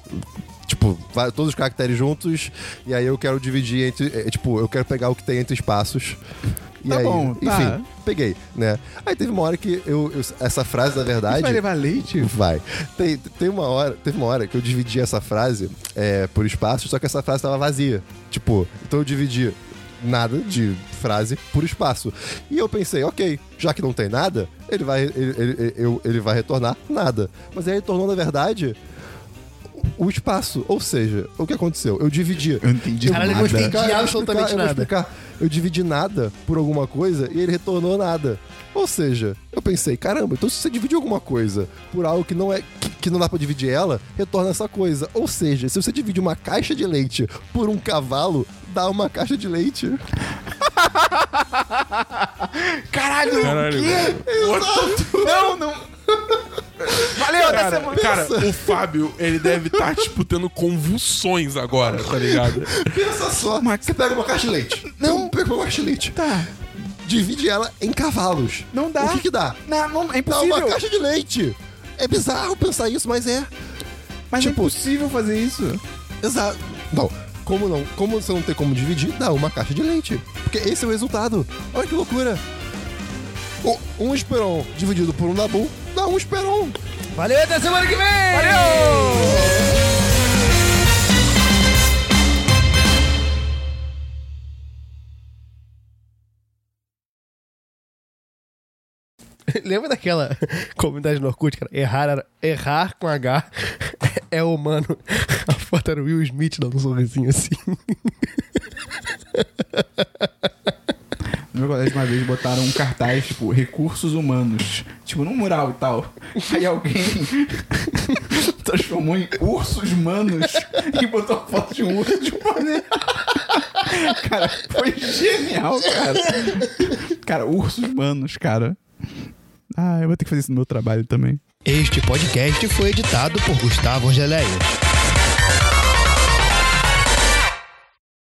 Speaker 2: Tipo, vai- todos os caracteres juntos, e aí eu quero dividir entre. é, tipo, eu quero pegar o que tem entre espaços. E
Speaker 1: Tá
Speaker 2: aí,
Speaker 1: bom,
Speaker 2: enfim,
Speaker 1: tá.
Speaker 2: peguei, né? Aí teve uma hora que eu. eu- essa frase, na verdade.
Speaker 1: leite?
Speaker 2: Vai. Tem, tem uma hora, teve uma hora que eu dividi essa frase é, por espaços, só que essa frase tava vazia. Tipo, então eu dividi nada de frase por espaço. E eu pensei, ok, já que não tem nada, ele vai, ele, ele- ele- eu- ele vai retornar nada. Mas aí ele retornou, na verdade, o espaço. Ou seja, o que aconteceu? Eu dividi.
Speaker 1: Eu não entendi
Speaker 4: Caralho, eu
Speaker 1: nada.
Speaker 4: gostei. entendi
Speaker 2: Cara, eu vou
Speaker 4: absolutamente
Speaker 2: explicar, eu vou
Speaker 4: nada.
Speaker 2: explicar. Eu dividi nada por alguma coisa e ele retornou nada. Ou seja, eu pensei, caramba, então se você dividir alguma coisa por algo que não é que, que não dá pra dividir ela, retorna essa coisa. Ou seja, se você divide uma caixa de leite por um cavalo, dá uma caixa de leite.
Speaker 1: Caralho!
Speaker 3: Caralho. What the-
Speaker 1: Não, não... Valeu, até
Speaker 3: Cara,
Speaker 1: semana.
Speaker 3: cara, o Fábio, ele deve estar, tipo, tendo convulsões agora, tá ligado?
Speaker 2: Pensa só, você pega uma caixa de leite. Não, pega uma caixa de leite.
Speaker 1: Tá.
Speaker 2: Divide ela em cavalos.
Speaker 1: Não dá.
Speaker 2: O que que dá?
Speaker 1: Não, não, é
Speaker 2: Dá
Speaker 1: impossível.
Speaker 2: uma caixa de leite. É bizarro pensar isso, mas é.
Speaker 1: Mas
Speaker 2: tipo-
Speaker 1: é impossível fazer isso.
Speaker 2: Exato. Não. Como não? Como você não tem como dividir, dá uma caixa de leite. Porque esse é o resultado. Olha que loucura. O- Um esperon dividido por um Nabu dá um esperon.
Speaker 4: Valeu, até semana que vem! *laughs* Lembra daquela *laughs* comunidade no Orkut, cara? Errar, era- errar com H *laughs* é humano. *laughs* A foto era o Will Smith dando um sorrisinho assim.
Speaker 1: No meu colégio, uma vez, botaram um cartaz, tipo, recursos humanos. Tipo, num mural e tal. Aí alguém *laughs* transformou em ursos manos e botou a foto de um urso de um planeta. Cara, foi genial, cara. Cara, ursos manos, cara. Ah, eu vou ter que fazer isso no meu trabalho também.
Speaker 4: Este podcast foi editado por Gustavo Angeléia.